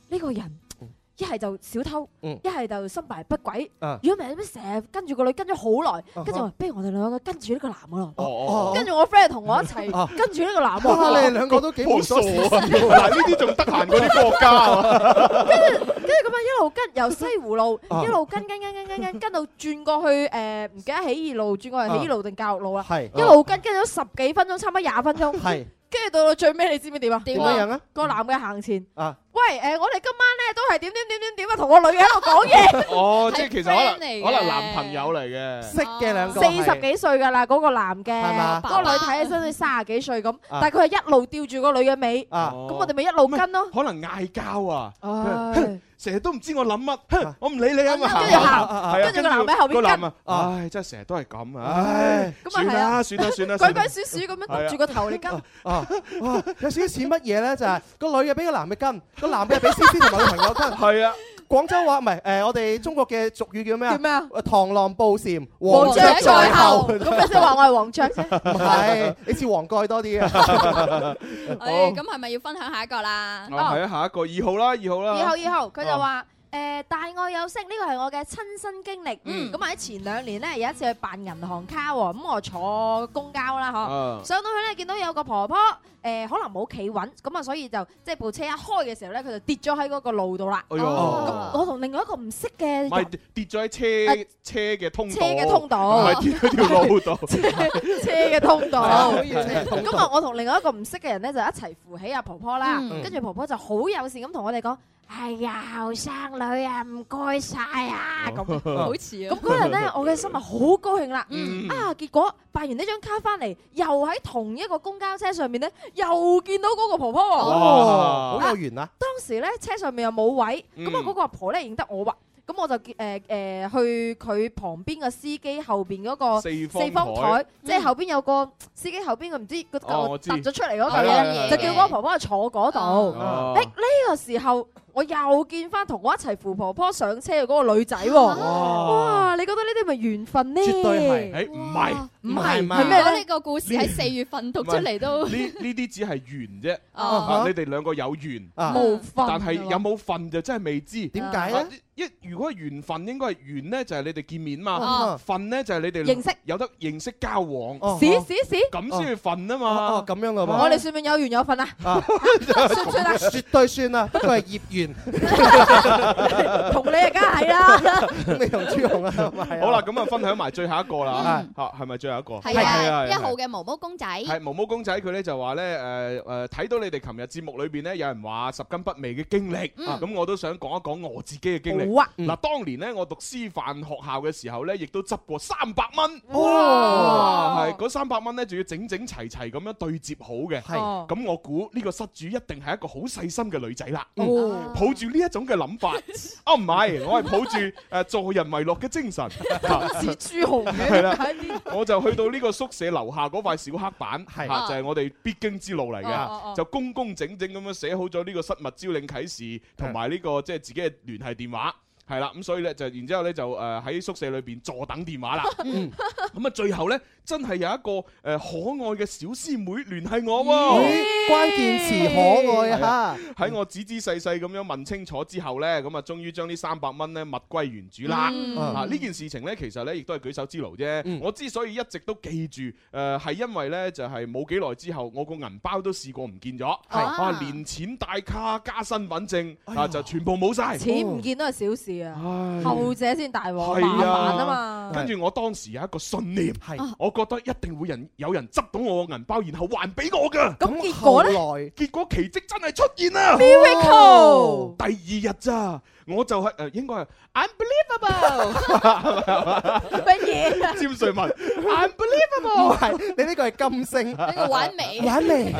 [SPEAKER 10] 呢個人一係就小偷，
[SPEAKER 9] 嗯
[SPEAKER 10] 一係就心懷不軌
[SPEAKER 9] 啊。
[SPEAKER 10] 如果唔係，咁成日跟住個女跟咗好耐，跟住我話不如我哋兩個跟住呢個男嘅咯。
[SPEAKER 8] 哦
[SPEAKER 10] 跟住我 friend 同我一齊
[SPEAKER 9] 啊
[SPEAKER 10] 跟住呢個男
[SPEAKER 9] 哇！你哋
[SPEAKER 10] 喎。
[SPEAKER 9] 兩個都幾
[SPEAKER 8] 好
[SPEAKER 9] 無
[SPEAKER 8] 傻 [LAUGHS]
[SPEAKER 9] 所
[SPEAKER 8] 啊！
[SPEAKER 9] 事事
[SPEAKER 8] 嗱，呢啲仲得閒過啲科學家啊！
[SPEAKER 10] 跟住咁樣一路跟，由西湖路
[SPEAKER 9] 啊
[SPEAKER 10] 一路跟跟跟跟跟跟跟到轉過去誒，唔記得起義路轉過去起義路定教育路啦。
[SPEAKER 9] 係
[SPEAKER 10] 一路跟跟咗十幾分鐘，差唔多廿分鐘。
[SPEAKER 9] 係
[SPEAKER 10] 跟住到到最尾，你知唔知點啊？
[SPEAKER 2] 點
[SPEAKER 9] 啊點樣樣啊？
[SPEAKER 10] 個男嘅行前，
[SPEAKER 9] 啊！
[SPEAKER 10] 喂，喂，誒，我哋今晚咧都係點點點點點啊，同我女嘅喺度講嘢。
[SPEAKER 8] 哦，即係其實可
[SPEAKER 10] friend 嚟
[SPEAKER 8] 能
[SPEAKER 10] 嘅
[SPEAKER 8] 可能男朋友嚟嘅，
[SPEAKER 9] 識嘅兩
[SPEAKER 10] 四十幾歲㗎啦，嗰個男嘅
[SPEAKER 8] 嘛，
[SPEAKER 10] 嗰個女睇
[SPEAKER 9] 哦
[SPEAKER 10] 起身好似三十幾歲咁，
[SPEAKER 8] 啊
[SPEAKER 10] 但係佢係一路吊住個女嘅尾，
[SPEAKER 8] 啊
[SPEAKER 9] Ờ.
[SPEAKER 10] 咁我哋咪一路跟咯。
[SPEAKER 8] 可能嗌交啊，
[SPEAKER 10] 唉
[SPEAKER 8] 哼成日都唔知我諗乜，哼我唔理你啊嘛，
[SPEAKER 10] 跟住
[SPEAKER 8] 行
[SPEAKER 10] 行
[SPEAKER 8] 啊係啊
[SPEAKER 10] 跟住個男喺後邊
[SPEAKER 8] 個男
[SPEAKER 10] 跟
[SPEAKER 8] 啊，唉，真係成日都係咁啊，唉，
[SPEAKER 10] 咪
[SPEAKER 8] 算
[SPEAKER 10] 係
[SPEAKER 8] 啦
[SPEAKER 10] 啊
[SPEAKER 8] 算啦
[SPEAKER 10] [LAUGHS]
[SPEAKER 8] 算啦，算啦
[SPEAKER 10] 鬼鬼祟祟咁樣揼住個頭嚟跟。
[SPEAKER 9] 啊，哇有少少似乜嘢咧？就係個女嘅俾個男嘅跟，個男嘅俾 C C 同埋女朋友跟。
[SPEAKER 8] 係啊。
[SPEAKER 9] 廣州話唔係誒，我哋中國嘅俗語叫咩啊？
[SPEAKER 10] 叫咩啊？
[SPEAKER 9] 螳螂捕蟬，
[SPEAKER 10] 黃雀在後，咁你即係話我係黃雀
[SPEAKER 9] 唔
[SPEAKER 10] 啫。
[SPEAKER 9] 係，你似黃蓋多啲啊！
[SPEAKER 2] 誒，咁係咪要分享下一個啦？
[SPEAKER 10] 哦
[SPEAKER 8] 啊
[SPEAKER 9] 哦
[SPEAKER 8] 係啊，下一個二號啦，二號啦，
[SPEAKER 10] 二號二號，佢就
[SPEAKER 8] 啊
[SPEAKER 10] 話。誒，大愛有聲呢個係我嘅親身經歷。
[SPEAKER 8] 嗯
[SPEAKER 10] 咁啊喺前兩年呢，有一次去辦銀行卡喎，咁我坐公交啦，
[SPEAKER 5] 啊
[SPEAKER 10] 嗬，上到去呢，見到有個婆婆，誒可能冇企穩，咁啊所以就即係部車一開嘅時候呢，佢就跌咗喺嗰個路度啦。
[SPEAKER 8] 哎呦
[SPEAKER 10] 哦咁我同另外一個唔識嘅
[SPEAKER 8] 唔係跌跌咗喺車車嘅通道，
[SPEAKER 10] 車嘅通道
[SPEAKER 8] 唔啊係跌喺條路
[SPEAKER 10] [LAUGHS]
[SPEAKER 8] 度，
[SPEAKER 10] 車嘅通道。
[SPEAKER 8] 係
[SPEAKER 10] 咁啊，我同另外一個唔識嘅人咧就一齊扶起阿婆婆啦
[SPEAKER 5] 嗯，
[SPEAKER 10] 跟住婆婆就好友善咁同我哋講：係啊，後生女啊，唔該晒啊！咁
[SPEAKER 2] 哦
[SPEAKER 5] 好似啊
[SPEAKER 10] 咁嗰
[SPEAKER 5] [LAUGHS]
[SPEAKER 10] 日咧，我嘅心啊好高興啦！
[SPEAKER 5] 嗯
[SPEAKER 10] 啊，結果辦完呢張卡翻嚟，又喺同一個公交車上面咧，又見到嗰個婆婆喎。
[SPEAKER 5] 哦
[SPEAKER 9] 哇，好有緣啊！
[SPEAKER 10] 當時咧車上面又冇位，咁啊
[SPEAKER 9] 嗯
[SPEAKER 10] 嗰個阿婆咧認得我喎。咁我就誒誒、呃去佢旁邊個司機後邊嗰個
[SPEAKER 5] 四方台嗯
[SPEAKER 10] 台，即係後邊有個司機後邊個唔知嗰
[SPEAKER 5] 哦我
[SPEAKER 10] 嚿
[SPEAKER 5] 知
[SPEAKER 10] 凸咗出嚟嗰
[SPEAKER 2] Ờ,
[SPEAKER 10] 嚿
[SPEAKER 5] 係啊係啊
[SPEAKER 10] 嘢，就叫嗰個婆婆坐嗰度。
[SPEAKER 8] 啊
[SPEAKER 10] 誒
[SPEAKER 5] 哦
[SPEAKER 10] 呢個時候我又見翻同我一齊扶婆婆上車嘅嗰個女仔喎。
[SPEAKER 9] Ờ.
[SPEAKER 10] 哇！你覺得呢啲咪緣分呢？
[SPEAKER 8] 絕對係，誒哎唔係
[SPEAKER 10] 唔係
[SPEAKER 8] 係
[SPEAKER 10] 係咩
[SPEAKER 2] 我
[SPEAKER 10] 咧
[SPEAKER 2] 呢？個故事喺四月份讀出嚟都
[SPEAKER 8] 呢呢啲只係緣啫，
[SPEAKER 2] 啊
[SPEAKER 8] 啊你哋兩個有緣，
[SPEAKER 9] Ờ.
[SPEAKER 2] 啊冇份
[SPEAKER 8] 但係有冇份就真係未知。
[SPEAKER 9] 點解咧
[SPEAKER 8] 啊？一如果係緣分，應該係緣呢，就係你哋見面嘛；
[SPEAKER 9] 啊
[SPEAKER 8] 份呢，就係你哋
[SPEAKER 10] 認識
[SPEAKER 8] 有得認識交往。
[SPEAKER 9] 哦
[SPEAKER 10] 是是是，
[SPEAKER 8] 咁先至份啊嘛。
[SPEAKER 9] 哦，咁樣咯喎，
[SPEAKER 10] 我哋算唔算有緣
[SPEAKER 8] [LAUGHS]
[SPEAKER 10] 有份啊？
[SPEAKER 9] 算
[SPEAKER 10] 唔算啊
[SPEAKER 9] 絕對算啊，不過係業
[SPEAKER 8] [LAUGHS]
[SPEAKER 9] 緣。
[SPEAKER 10] 同你啊，梗係啦。
[SPEAKER 9] 咁你同朱紅啊，係啊
[SPEAKER 8] 好啦，咁啊，分享埋最後一個啦啊
[SPEAKER 2] 嗯。
[SPEAKER 8] 嚇，係咪最後一個？
[SPEAKER 2] 係啊，一號嘅毛毛公仔，
[SPEAKER 8] 係毛毛公仔佢咧就話咧誒誒睇到你哋琴日節目裏邊咧有人話十斤不昧嘅經歷，啊
[SPEAKER 2] 嗯
[SPEAKER 8] 咁我都想講一講我自己嘅經歷。
[SPEAKER 10] 好啊
[SPEAKER 8] 嗱，當年咧我讀師範學校嘅時候咧，亦都執過三百蚊。
[SPEAKER 5] 哇
[SPEAKER 8] 哇係嗰三百蚊咧，仲要整整齊齊咁樣對接好嘅。
[SPEAKER 5] 係哦
[SPEAKER 8] 咁我估呢個失主一定係一個好細心嘅女仔啦。
[SPEAKER 2] Ờ.
[SPEAKER 9] 嗯
[SPEAKER 5] 哦
[SPEAKER 8] 抱住呢一種嘅
[SPEAKER 5] [LAUGHS]
[SPEAKER 8] 諗法，啊唔係，我係抱住誒助人為樂嘅
[SPEAKER 5] [LAUGHS]
[SPEAKER 8] 精神。
[SPEAKER 5] 似
[SPEAKER 10] 朱紅嘅
[SPEAKER 8] 係啦
[SPEAKER 10] 點解呢
[SPEAKER 8] 我就去到呢個宿舍樓下嗰塊小黑板，
[SPEAKER 5] 係
[SPEAKER 8] 啊就係我哋必經之路嚟
[SPEAKER 2] Ờ,
[SPEAKER 5] 哦哦
[SPEAKER 8] 嘅，
[SPEAKER 5] 哦
[SPEAKER 8] 就工工整整咁樣寫好咗呢個失物招領啟事同埋呢個即係自己嘅聯繫電話。係啦，咁所以咧就，然之後咧就誒喺宿舍裏邊坐等電話啦。
[SPEAKER 5] 嗯
[SPEAKER 8] 咁啊，最後咧真係有一個誒呃可愛嘅小師妹聯繫我
[SPEAKER 9] 咦
[SPEAKER 8] 喎。
[SPEAKER 9] 關鍵詞可愛
[SPEAKER 8] 嗯係
[SPEAKER 9] 啊！
[SPEAKER 8] 喺我仔仔細細咁樣問清楚之後呢，咁啊，終於將呢三百蚊呢物歸原主啦。
[SPEAKER 5] 嗯
[SPEAKER 8] 啊，呢件事情呢，其實呢亦都係舉手之勞啫。我之所以一直都記住，誒係因為呢就係冇幾耐之後，我個銀包都試過唔見咗，
[SPEAKER 10] 係
[SPEAKER 2] À.
[SPEAKER 8] 啊，連錢帶卡加身份證啊，就全部冇晒。
[SPEAKER 10] 錢唔見都係小事啊，後者先大鑊，麻
[SPEAKER 8] 係
[SPEAKER 10] 煩啊嘛。
[SPEAKER 8] 跟住我當時有一個信念，我覺得一定會人有人執到我個銀包，然後還俾我㗎。
[SPEAKER 10] 咁結果呢
[SPEAKER 9] 後來
[SPEAKER 8] 結果奇蹟真係出現啦
[SPEAKER 5] Miracle！
[SPEAKER 8] 第二日咋，我就係呃誒應該係
[SPEAKER 5] Unbelievable！
[SPEAKER 10] 乜嘢啊
[SPEAKER 8] 詹瑞文。
[SPEAKER 9] [LAUGHS] 唔
[SPEAKER 5] Unbelievable！
[SPEAKER 9] 係，哦你呢個係金星，呢
[SPEAKER 5] 個玩味
[SPEAKER 9] 玩味。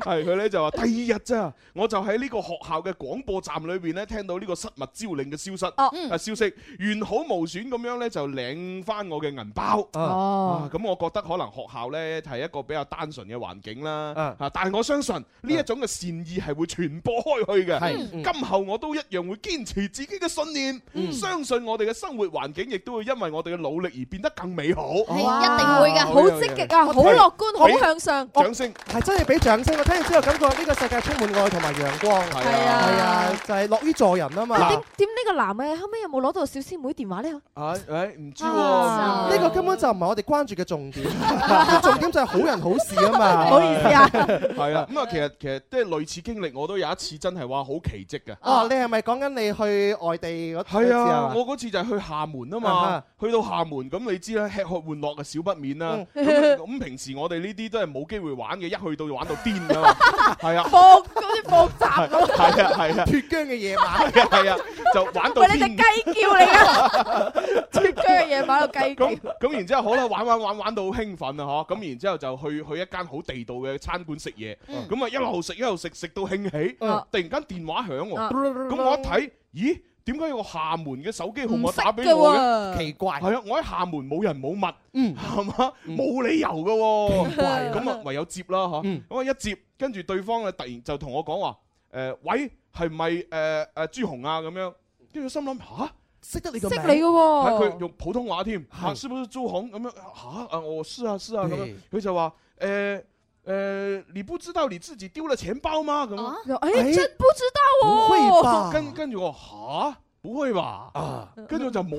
[SPEAKER 8] 係佢咧就話第二日咋，我就喺呢個學校嘅廣播站裏邊咧聽到呢個失物招領嘅消失，
[SPEAKER 10] 哦嗯
[SPEAKER 8] 啊消息完好無損咁樣咧就領翻我嘅銀包。
[SPEAKER 5] 哦
[SPEAKER 8] 啊咁我覺得可能學校咧係一個比較單純嘅環境啦，啊，但係我相信呢一種嘅善意係會傳播開去
[SPEAKER 5] 係嗯
[SPEAKER 8] 嘅。今後我都一樣會堅持自己嘅信念，
[SPEAKER 5] 嗯
[SPEAKER 8] 相信我哋嘅生活環境亦都會因為我哋嘅努力而變得更美好。
[SPEAKER 2] 哦
[SPEAKER 10] 哇一定會嘅
[SPEAKER 2] Ờ,
[SPEAKER 10] 好積極啊好樂觀好向上
[SPEAKER 8] 掌聲。
[SPEAKER 9] 係真係俾掌聲，我聽完之後感覺呢個世界充滿愛同埋陽光。
[SPEAKER 8] 係
[SPEAKER 9] 啊，係啊，就係樂於助人啊嘛。
[SPEAKER 10] 點點呢個男嘅後尾有冇攞到小師妹電話呢？
[SPEAKER 8] 啊，誒唔知
[SPEAKER 10] 啊
[SPEAKER 9] 呢個根本就唔係我哋關注嘅重點， [LAUGHS] 重點就係好人好事啊嘛。
[SPEAKER 10] 唔好意思 [LAUGHS] 啊
[SPEAKER 8] 係啊，咁啊，其實其實即係類似經歷，我都有一次真係話好奇蹟嘅。
[SPEAKER 9] 哦，你係咪講緊你去外地嗰嗰
[SPEAKER 8] 係
[SPEAKER 9] 次
[SPEAKER 8] 啊
[SPEAKER 9] 啊，？
[SPEAKER 8] 我嗰次就係去廈門啊
[SPEAKER 9] 啊
[SPEAKER 8] 嘛
[SPEAKER 9] 哈，
[SPEAKER 8] 去到廈門咁你知啦，吃喝玩樂嘅少不免啦。
[SPEAKER 9] 嗯
[SPEAKER 8] 咁咁平時我哋呢啲都係冇機會玩嘅，一去到就玩到癲啊嘛，係啊。
[SPEAKER 10] 放嗰啲放咁
[SPEAKER 8] 係係啊係啊，
[SPEAKER 9] 脱缰嘅夜晚，
[SPEAKER 8] 係啊係啊，就玩到
[SPEAKER 10] [LAUGHS] 喂，你隻啊
[SPEAKER 8] 天
[SPEAKER 10] 雞叫嚟噶，脱缰嘅夜晚喺度雞叫。
[SPEAKER 8] 咁然之後好啦，玩玩玩玩到好興奮啊！嗬，咁然之後就去去一間好地道嘅餐館食嘢，
[SPEAKER 10] 嗯
[SPEAKER 8] 咁啊一路食一路食，食到興起，
[SPEAKER 10] 嗯
[SPEAKER 8] 突然間電話響喎，
[SPEAKER 10] 啊
[SPEAKER 8] 咁我一睇，咦？點解有個廈門嘅手機號
[SPEAKER 10] 唔
[SPEAKER 8] 碼
[SPEAKER 10] 識
[SPEAKER 8] 打俾我
[SPEAKER 10] 嘅喎
[SPEAKER 8] 嘅？
[SPEAKER 10] 奇
[SPEAKER 9] 怪
[SPEAKER 8] 係啊，我喺廈門冇人冇物，
[SPEAKER 9] 嗯，
[SPEAKER 8] 係嘛？冇理由嘅喎，
[SPEAKER 9] 奇怪啊
[SPEAKER 8] 咁啊唯有接啦嗬。
[SPEAKER 10] 嗯
[SPEAKER 8] 咁啊一接，跟住對方啊突然就同我講話，誒喂，係咪誒誒朱紅啊咁樣？跟住心諗吓，
[SPEAKER 9] 識得你
[SPEAKER 10] 個名識你嘅喎
[SPEAKER 8] 係佢用普通話添，啊是不是朱紅咁樣吓？啊，我是啊是啊咁樣
[SPEAKER 9] 對，
[SPEAKER 8] 佢就話誒誒，你不知道你自己丟了錢包嗎？咁
[SPEAKER 2] ờ,
[SPEAKER 8] 樣。
[SPEAKER 10] 哎，真不知道哦。
[SPEAKER 8] 跟跟住我話吓，不會吧？啊，跟住我就摸。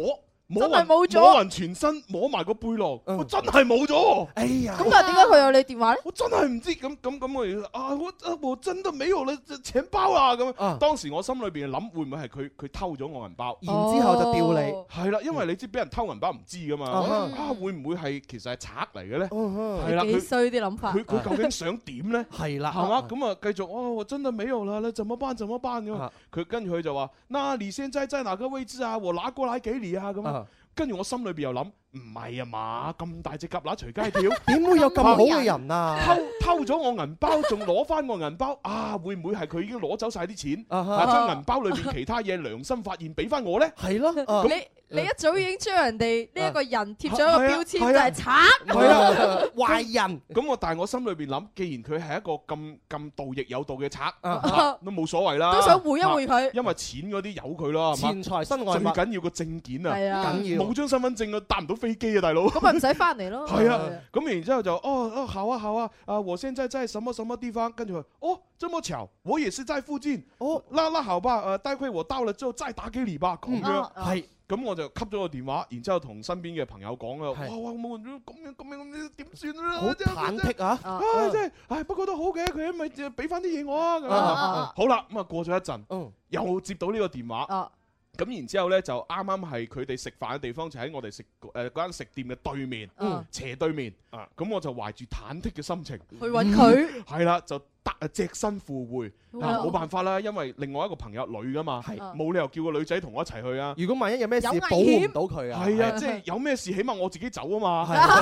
[SPEAKER 8] 摸
[SPEAKER 10] 真係
[SPEAKER 8] 勻
[SPEAKER 10] 冇咗
[SPEAKER 8] 摸勻全身，摸埋個背囊，我真係冇咗。
[SPEAKER 9] 哎呀
[SPEAKER 10] 咁但係點解佢有你電話咧？
[SPEAKER 8] 我真係唔知咁咁咁我哋啊，我啊我真的沒有了錢包啊咁樣。當時我心裏邊諗，會唔會係佢佢偷咗我銀包？
[SPEAKER 9] 然之後就吊你哦
[SPEAKER 8] 係啦，因為你知俾人偷銀包唔知噶嘛。
[SPEAKER 9] 啊哈
[SPEAKER 8] 啊，會唔會係其實係賊嚟嘅咧？
[SPEAKER 9] 係
[SPEAKER 8] 啦，
[SPEAKER 10] 嗯幾啊
[SPEAKER 8] 佢
[SPEAKER 10] 衰啲諗法。
[SPEAKER 8] 佢佢究竟想點咧？
[SPEAKER 9] 係啦
[SPEAKER 8] 係嘛？咁啊，繼續哦，我真的沒有啦，你怎麼辦？怎麼辦咁啊？佢跟住佢就話：嗱，你現在在哪個位置啊？我拿過來給你啊咁啊
[SPEAKER 9] 啊。
[SPEAKER 8] 跟住我心裏邊又諗：唔係啊嘛，咁大隻蛤乸隨街跳，
[SPEAKER 9] 點會有咁好嘅人啊？
[SPEAKER 8] 偷偷咗我銀包，仲攞翻我銀包啊！會唔會係佢已經攞走晒啲錢，
[SPEAKER 9] 哈
[SPEAKER 8] 啊將銀包裏邊其他嘢良心發現俾翻我咧？
[SPEAKER 9] 係咯，
[SPEAKER 10] 你你一早已經將人哋呢一個人貼咗一個標籤，就
[SPEAKER 8] 係啊
[SPEAKER 10] 係
[SPEAKER 8] 係
[SPEAKER 10] 賊。
[SPEAKER 8] 係啊，
[SPEAKER 9] 壞人。
[SPEAKER 8] 咁我但係我心裏邊諗，既然佢係一個咁咁道亦有道嘅賊，
[SPEAKER 10] 啊
[SPEAKER 8] 啊都冇所謂啦，
[SPEAKER 10] 都想回一回佢
[SPEAKER 8] 啊因為錢嗰啲由佢啦，係嘛
[SPEAKER 9] 錢財身外物
[SPEAKER 8] 最緊要個證件啊，
[SPEAKER 10] 係啊緊
[SPEAKER 9] 要
[SPEAKER 8] 冇張身份證啊，搭唔到飛機啊，大佬。 [LAUGHS]
[SPEAKER 10] 咁咪唔使翻嚟咯。
[SPEAKER 8] 係啊，咁然之後就哦哦好啊好啊，啊我現在在什麼什麼地方，跟住佢哦這麼巧，我也是在附近，哦那那好吧，誒待會我到了之後再打給你吧，咁
[SPEAKER 9] 嗯
[SPEAKER 8] 樣啊
[SPEAKER 9] 哦係。
[SPEAKER 8] 咁我就吸咗個電話，然之後同身邊嘅朋友講啦，
[SPEAKER 9] 係
[SPEAKER 8] 哇哇冇人咁樣咁樣咁樣點算啊？
[SPEAKER 9] 好忐忑啊
[SPEAKER 8] 啊
[SPEAKER 9] 啊
[SPEAKER 8] 真係，唉不過都好嘅，佢咪就俾翻啲嘢我啊咁
[SPEAKER 9] 啊
[SPEAKER 2] ờ,
[SPEAKER 9] 啊啊
[SPEAKER 8] 樣。好啦，咁啊過咗一陣
[SPEAKER 9] 嗯，
[SPEAKER 8] 又接到呢個電
[SPEAKER 10] 啊
[SPEAKER 8] 話。咁然之後呢，就啱啱係佢哋食飯嘅地方，就喺我哋食誒嗰間食店嘅對面
[SPEAKER 10] 嗯，
[SPEAKER 8] 斜對面。
[SPEAKER 9] 啊
[SPEAKER 8] 咁我就懷住忐忑嘅心情去
[SPEAKER 10] 搵佢
[SPEAKER 8] 係啦，就搭隻身赴會，
[SPEAKER 10] 哇
[SPEAKER 8] 啊冇辦法啦，因為另外一個朋友女噶嘛，冇理由叫個女仔同我一齊去啊。
[SPEAKER 9] 如果萬一有咩事
[SPEAKER 8] 有危險
[SPEAKER 9] 保護唔到佢啊，
[SPEAKER 8] 係啊，即係有咩事，起碼我自己走啊 [LAUGHS] 嘛，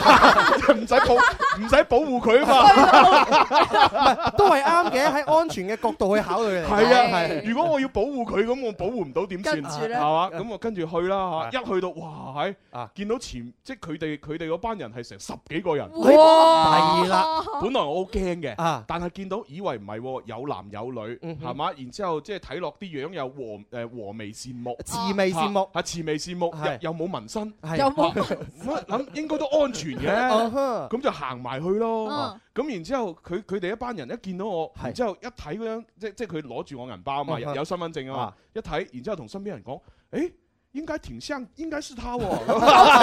[SPEAKER 8] 唔使保唔使保護佢啊嘛，
[SPEAKER 9] 都係啱嘅，喺安全嘅角度去考慮
[SPEAKER 8] [LAUGHS]
[SPEAKER 9] 嚟。
[SPEAKER 8] 係啊，
[SPEAKER 9] 係
[SPEAKER 8] 如果我要保護佢，咁我保護唔到點算？啊
[SPEAKER 9] 跟住呢
[SPEAKER 8] 係嘛？咁我跟住去啦嚇，
[SPEAKER 9] 係
[SPEAKER 8] 一去到哇係，
[SPEAKER 9] 啊
[SPEAKER 8] 見到前即係佢哋佢哋嗰班人係成十幾個人，
[SPEAKER 9] 哇係啦
[SPEAKER 8] 本來我好驚嘅
[SPEAKER 9] 啊，嗯
[SPEAKER 8] 但係見到以為唔係喎，有男有女
[SPEAKER 9] 哼
[SPEAKER 8] 係嘛？然之後即係睇落啲樣又和誒和眉善目，
[SPEAKER 9] 慈眉善目
[SPEAKER 8] 啊啊慈眉善目，又又啊冇哦紋
[SPEAKER 9] [LAUGHS]
[SPEAKER 8] 身，
[SPEAKER 9] 係又冇紋
[SPEAKER 8] 咁諗應該都安全
[SPEAKER 9] 啊
[SPEAKER 8] 嘅
[SPEAKER 9] 哈，
[SPEAKER 8] 咁就行埋去
[SPEAKER 2] ờ. 哦
[SPEAKER 8] 咯
[SPEAKER 9] 啊。
[SPEAKER 8] 咁然之後，佢佢哋一班人一見到我，然之後一睇嗰張，即即係佢攞住我銀包啊嘛，
[SPEAKER 9] 嗯
[SPEAKER 8] 有有身份證啊嘛
[SPEAKER 9] 啊，
[SPEAKER 8] 一睇，然之後同身邊人講，誒。應該挺像，應該是他喎。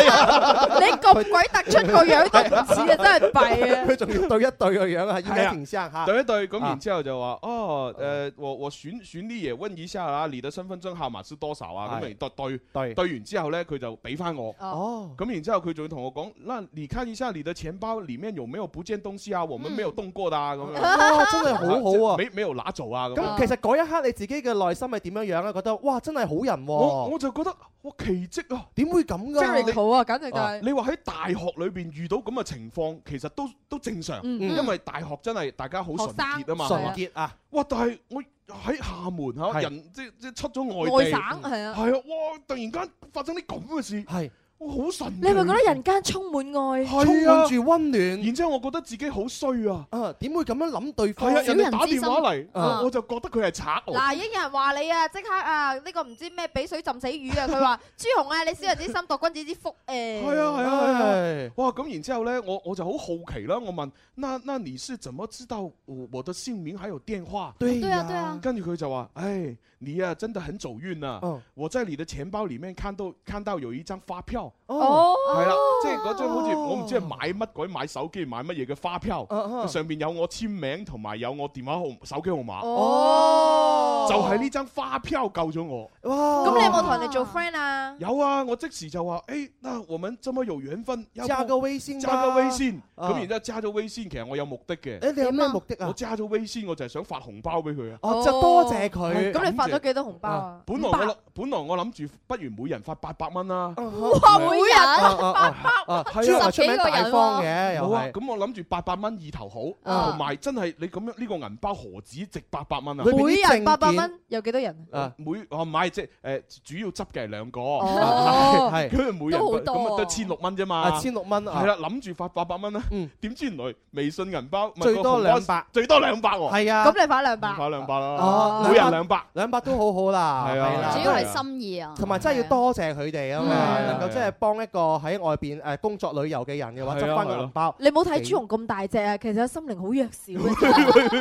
[SPEAKER 9] [LAUGHS]
[SPEAKER 10] 你咁鬼突出個樣都唔似啊，真係弊啊！
[SPEAKER 9] 佢仲要對一對個樣啊，依家停生嚇。
[SPEAKER 8] 對一對，咁
[SPEAKER 9] 啊
[SPEAKER 8] 然之後就話哦，誒，我我選選啲嘢問一下啦，你的身份證號碼是多少啊？咁
[SPEAKER 9] 係
[SPEAKER 8] 然對對對對完之後咧，佢就俾翻我。
[SPEAKER 9] 哦，
[SPEAKER 8] 咁然之後佢仲要同我講，嗱，你看一下你的錢包裡面有沒有不見東西啊？我們沒有動過的啊，咁樣。
[SPEAKER 9] 哇哦嗯 [LAUGHS] 真係好好啊
[SPEAKER 8] 沒沒有拿走啊，咁
[SPEAKER 9] 咁
[SPEAKER 8] 樣。
[SPEAKER 9] 其實嗰一刻你自己嘅內心係點樣樣咧？覺得哇，真係好人喎！
[SPEAKER 8] 我我就覺得哇奇蹟啊！
[SPEAKER 9] 點會咁㗎
[SPEAKER 10] Jericho 啊簡直就係
[SPEAKER 8] 你話喺大學裏邊遇到咁嘅情況，其實都都正常，
[SPEAKER 10] 嗯
[SPEAKER 8] 因為大學真係大家好純潔啊嘛，
[SPEAKER 9] 純潔啊！
[SPEAKER 8] 哇！但係我喺廈門嚇，
[SPEAKER 9] 係
[SPEAKER 8] 人即即出咗外地，
[SPEAKER 10] 外省係啊
[SPEAKER 8] 係啊！哇！突然間發生啲咁嘅事，
[SPEAKER 9] 係
[SPEAKER 8] 哇！好神奇，
[SPEAKER 10] 你係咪覺得人間充滿愛，
[SPEAKER 8] 充滿住
[SPEAKER 9] 温暖？
[SPEAKER 8] 然之後我覺得自己好衰啊！
[SPEAKER 9] 啊，點會咁樣諗
[SPEAKER 8] 係
[SPEAKER 9] 對
[SPEAKER 10] 哦
[SPEAKER 9] 方
[SPEAKER 8] 啊，
[SPEAKER 9] 小
[SPEAKER 8] 人哋
[SPEAKER 9] 人
[SPEAKER 8] 打
[SPEAKER 9] 之
[SPEAKER 8] 電
[SPEAKER 9] 心
[SPEAKER 8] 話嚟，
[SPEAKER 9] 啊
[SPEAKER 8] 我我就覺得佢係賊喎。
[SPEAKER 16] 嗱，已經有人話你
[SPEAKER 10] à,
[SPEAKER 16] 啊，即刻啊，呢個唔知咩俾水浸死魚啊！佢話朱紅啊，你小人之心度君子之腹
[SPEAKER 10] à.
[SPEAKER 16] 誒。
[SPEAKER 8] 係啊係啊係啊！哇！咁然之後咧，我我就好好奇啦，我問：那那你是怎麼知道我我的姓名還有電話？
[SPEAKER 9] 對對啊呀對啊
[SPEAKER 8] 跟住佢就話：唉，你啊真的很走運啊
[SPEAKER 9] 嗯！
[SPEAKER 8] 我在你的錢包裡面看到看到有一張發票。
[SPEAKER 9] 哦
[SPEAKER 8] 係啦，即係嗰張好似我唔知係買乜鬼買手機買乜嘢嘅發票
[SPEAKER 9] 啊啊，哦
[SPEAKER 8] 上邊有我簽名同埋有我電話號手機號碼。
[SPEAKER 9] Ồ,
[SPEAKER 8] 就係呢張花票救咗我。
[SPEAKER 9] 哇！
[SPEAKER 10] 咁你有冇同人哋做 friend à. 啊？
[SPEAKER 8] 有啊，我即時就話：，誒，那我們這麼有緣分，要不
[SPEAKER 9] 加個微信吧
[SPEAKER 8] 加個微信。
[SPEAKER 9] 啊
[SPEAKER 8] 咁然之後加咗微信，其實我有目的嘅。
[SPEAKER 9] 誒你有咩目的
[SPEAKER 8] 啊？我加咗微信，我就係想發紅包俾佢啊。
[SPEAKER 9] 哦就多謝佢
[SPEAKER 8] 係
[SPEAKER 10] 咁你發咗
[SPEAKER 8] 感謝
[SPEAKER 10] 幾多紅包啊？
[SPEAKER 8] 本來我諗，本來我諗住，不如每人發八百蚊啦。
[SPEAKER 10] 哇每人
[SPEAKER 9] 八百
[SPEAKER 8] 係啊
[SPEAKER 9] 朱紅係出名大方嘅，又
[SPEAKER 8] 好啊
[SPEAKER 9] 係。
[SPEAKER 8] 咁我諗住八百蚊意頭
[SPEAKER 9] 啊
[SPEAKER 8] 好，同埋真係你咁樣呢個銀包何止值八百蚊啊？
[SPEAKER 10] 每人八百蚊，有幾多人？
[SPEAKER 8] 啊，每哦唔係即係誒主要執嘅係兩個， [LAUGHS]
[SPEAKER 10] 哦
[SPEAKER 9] Ờ.
[SPEAKER 8] 係咁啊每人
[SPEAKER 10] 都好多
[SPEAKER 8] 咁啊得千六蚊啫嘛，
[SPEAKER 9] 啊16蚊啊
[SPEAKER 8] 係啦，諗住發八百蚊啦，點知原來微信銀包唔係
[SPEAKER 9] 最
[SPEAKER 8] 個
[SPEAKER 9] 多
[SPEAKER 8] 紅
[SPEAKER 9] 兩
[SPEAKER 8] 包
[SPEAKER 9] 百
[SPEAKER 8] 最多兩百喎，
[SPEAKER 9] 係啊
[SPEAKER 10] 咁你發兩百，
[SPEAKER 8] 發兩百啦
[SPEAKER 9] 哦，
[SPEAKER 8] 每人兩
[SPEAKER 9] 兩
[SPEAKER 8] 百，
[SPEAKER 9] 兩百都好好啦，
[SPEAKER 8] 係啊
[SPEAKER 9] 係啦
[SPEAKER 2] 主要係心意啊。
[SPEAKER 9] 同埋真係要多謝佢哋啊
[SPEAKER 10] 嗯
[SPEAKER 9] 嘛，
[SPEAKER 10] 係
[SPEAKER 9] 能夠即係幫一個喺外邊誒工作旅遊嘅人嘅話，執翻個銀包。
[SPEAKER 10] 你冇睇朱紅咁大隻啊，其實心靈好弱小啊。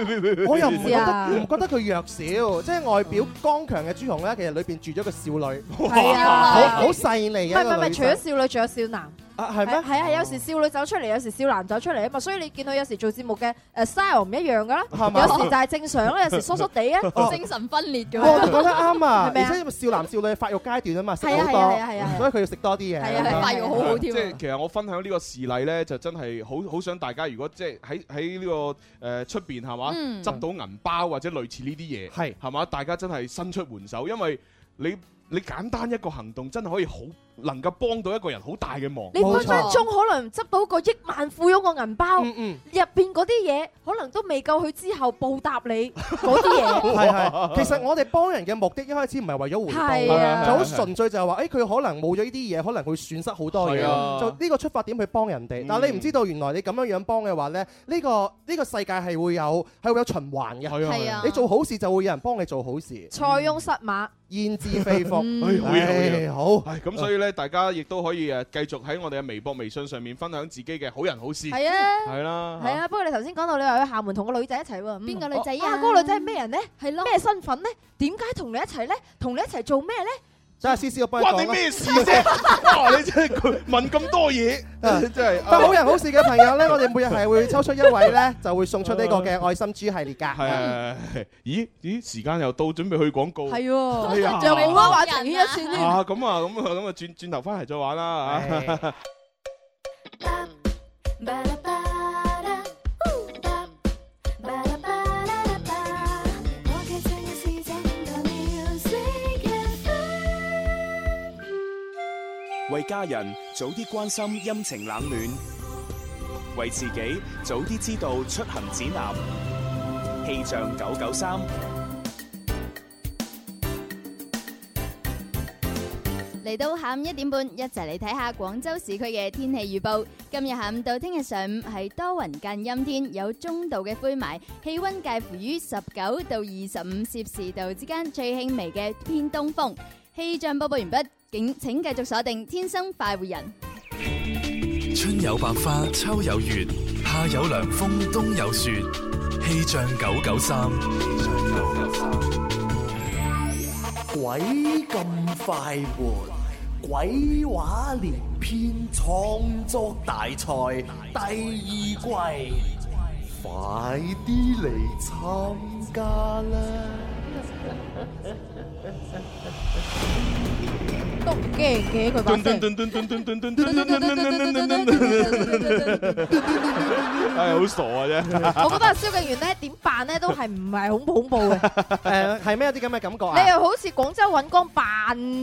[SPEAKER 9] 我又唔覺
[SPEAKER 10] 知
[SPEAKER 9] 得
[SPEAKER 10] 啊
[SPEAKER 9] 唔覺得佢弱小，即係外表剛強嘅朱紅咧，其實裏邊住咗個少女， [LAUGHS]
[SPEAKER 10] 係啊
[SPEAKER 9] 好好細膩嘅
[SPEAKER 10] 唔
[SPEAKER 9] 一
[SPEAKER 10] 係唔係唔
[SPEAKER 9] 個
[SPEAKER 10] 係，
[SPEAKER 9] 女
[SPEAKER 10] 除
[SPEAKER 9] 仔
[SPEAKER 10] 咗。少女，仲有少男。
[SPEAKER 9] 啊係咩
[SPEAKER 10] 係係啊，有時少女走出嚟，有時少男走出嚟啊嘛，所以你見到有時做節目嘅誒 style 唔一樣㗎啦，
[SPEAKER 9] 係嘛
[SPEAKER 10] 有時就係正常啦，有時疏疏地啊
[SPEAKER 9] 哦，
[SPEAKER 10] 精神分裂咁
[SPEAKER 9] 我覺得啱啊，
[SPEAKER 10] 係咪
[SPEAKER 9] 而
[SPEAKER 10] 啊
[SPEAKER 9] 且因為少男少女發育階段啊嘛，食
[SPEAKER 10] 係啊
[SPEAKER 9] 好
[SPEAKER 10] 係啊係啊係啊
[SPEAKER 9] 多，所以佢要食多啲嘢。
[SPEAKER 10] 係啊係啊發育好好添啊
[SPEAKER 8] 即 [LAUGHS] 係其實我分享呢個事例咧，就真係好好想大家如果即係喺喺呢個誒出邊係嘛，
[SPEAKER 2] Ừ.
[SPEAKER 9] 嗯
[SPEAKER 8] 執到銀包或者類似呢啲嘢，
[SPEAKER 9] 係
[SPEAKER 8] 係嘛，大家真係伸出援手，因為你你簡單一個行動真係可以好能夠幫到一個人好大嘅忙。
[SPEAKER 10] 你分分鐘可能執到個億萬富翁個銀
[SPEAKER 9] 嗯
[SPEAKER 10] 包，入邊嗰啲嘢可能都未夠佢之後報答你嗰啲嘢。
[SPEAKER 9] 係係，其實我哋幫人嘅目的一開始唔係為咗回報，
[SPEAKER 10] 係啊
[SPEAKER 9] 就好純粹就係話，誒佢可能冇咗呢啲嘢，可能會損失好多嘢，
[SPEAKER 8] 係啊
[SPEAKER 9] 就呢個出發點去幫人
[SPEAKER 10] 嗯
[SPEAKER 9] 哋。但係你唔知道原來你咁樣樣幫嘅話咧，呢個呢個世界係會有係會有循環
[SPEAKER 8] 係
[SPEAKER 9] 嘅。
[SPEAKER 8] 啊係啊
[SPEAKER 9] 你做好事就會有人幫你做好事，
[SPEAKER 10] 塞翁失馬，
[SPEAKER 9] 焉知非
[SPEAKER 8] 哎
[SPEAKER 10] 嗯
[SPEAKER 9] 福。
[SPEAKER 8] 好嘢好嘢
[SPEAKER 9] 唉好，
[SPEAKER 8] 唉咁所以咧，大家亦都可以呃誒繼續喺我哋嘅微博、微信上面分享自己嘅好人好事。
[SPEAKER 10] 係啊
[SPEAKER 8] 係啦，
[SPEAKER 10] 係啊！不過你頭先講到你話去廈門同個女仔一齊喎，邊
[SPEAKER 2] 個女仔啊
[SPEAKER 10] 嗰個女仔係咩人呢？係咯，咩身份呢？點解同你一齊呢？同你一齊做咩呢？
[SPEAKER 9] 真係思思，我幫你講
[SPEAKER 8] 關
[SPEAKER 9] 啦
[SPEAKER 8] 你咩事啫？啊 [LAUGHS] 啊哇！你真係佢問咁多嘢， [LAUGHS] 真係。
[SPEAKER 9] [LAUGHS] 但好人好事嘅朋友咧，我哋每日係會抽出一位咧，就會送出呢個嘅愛心豬系列㗎。
[SPEAKER 8] 係係咦咦，時間又到，準備去廣告。
[SPEAKER 10] 係
[SPEAKER 8] 哎呀
[SPEAKER 10] 喎，仲有冇
[SPEAKER 2] Dạ,
[SPEAKER 10] 啊？話情牽一
[SPEAKER 8] 啊，
[SPEAKER 10] 線
[SPEAKER 8] 咁啊，咁啊，咁啊，轉轉頭翻嚟再玩啦啊！
[SPEAKER 12] 为家人早啲关心阴晴冷暖，为自己早啲知道出行指南。气象九九三，
[SPEAKER 2] 嚟到下午一點半，一齊嚟睇下廣州市區嘅天氣預報。今日下午到聽日上午係多雲間陰天，有中度嘅灰霾，氣温介乎於十九到二十五攝氏度之間，最輕微嘅偏東風。氣象播報完畢，請請繼續鎖定《天生快活人》。
[SPEAKER 17] 春有百花，秋有月，夏有涼風，冬有雪。氣象九九三，
[SPEAKER 1] 鬼咁快活，鬼話連篇創作大賽第二季，快啲嚟參加啦！
[SPEAKER 10] 都唔驚嘅佢把聲。
[SPEAKER 8] 哎，好傻啊啫！
[SPEAKER 10] 我覺得阿蕭敬元咧點辦咧都係唔係恐怖恐怖
[SPEAKER 8] [LAUGHS]
[SPEAKER 10] 嘅，
[SPEAKER 9] 誒係咩有啲咁嘅感覺
[SPEAKER 10] 你
[SPEAKER 9] 啊？
[SPEAKER 10] 又好似廣州尹光扮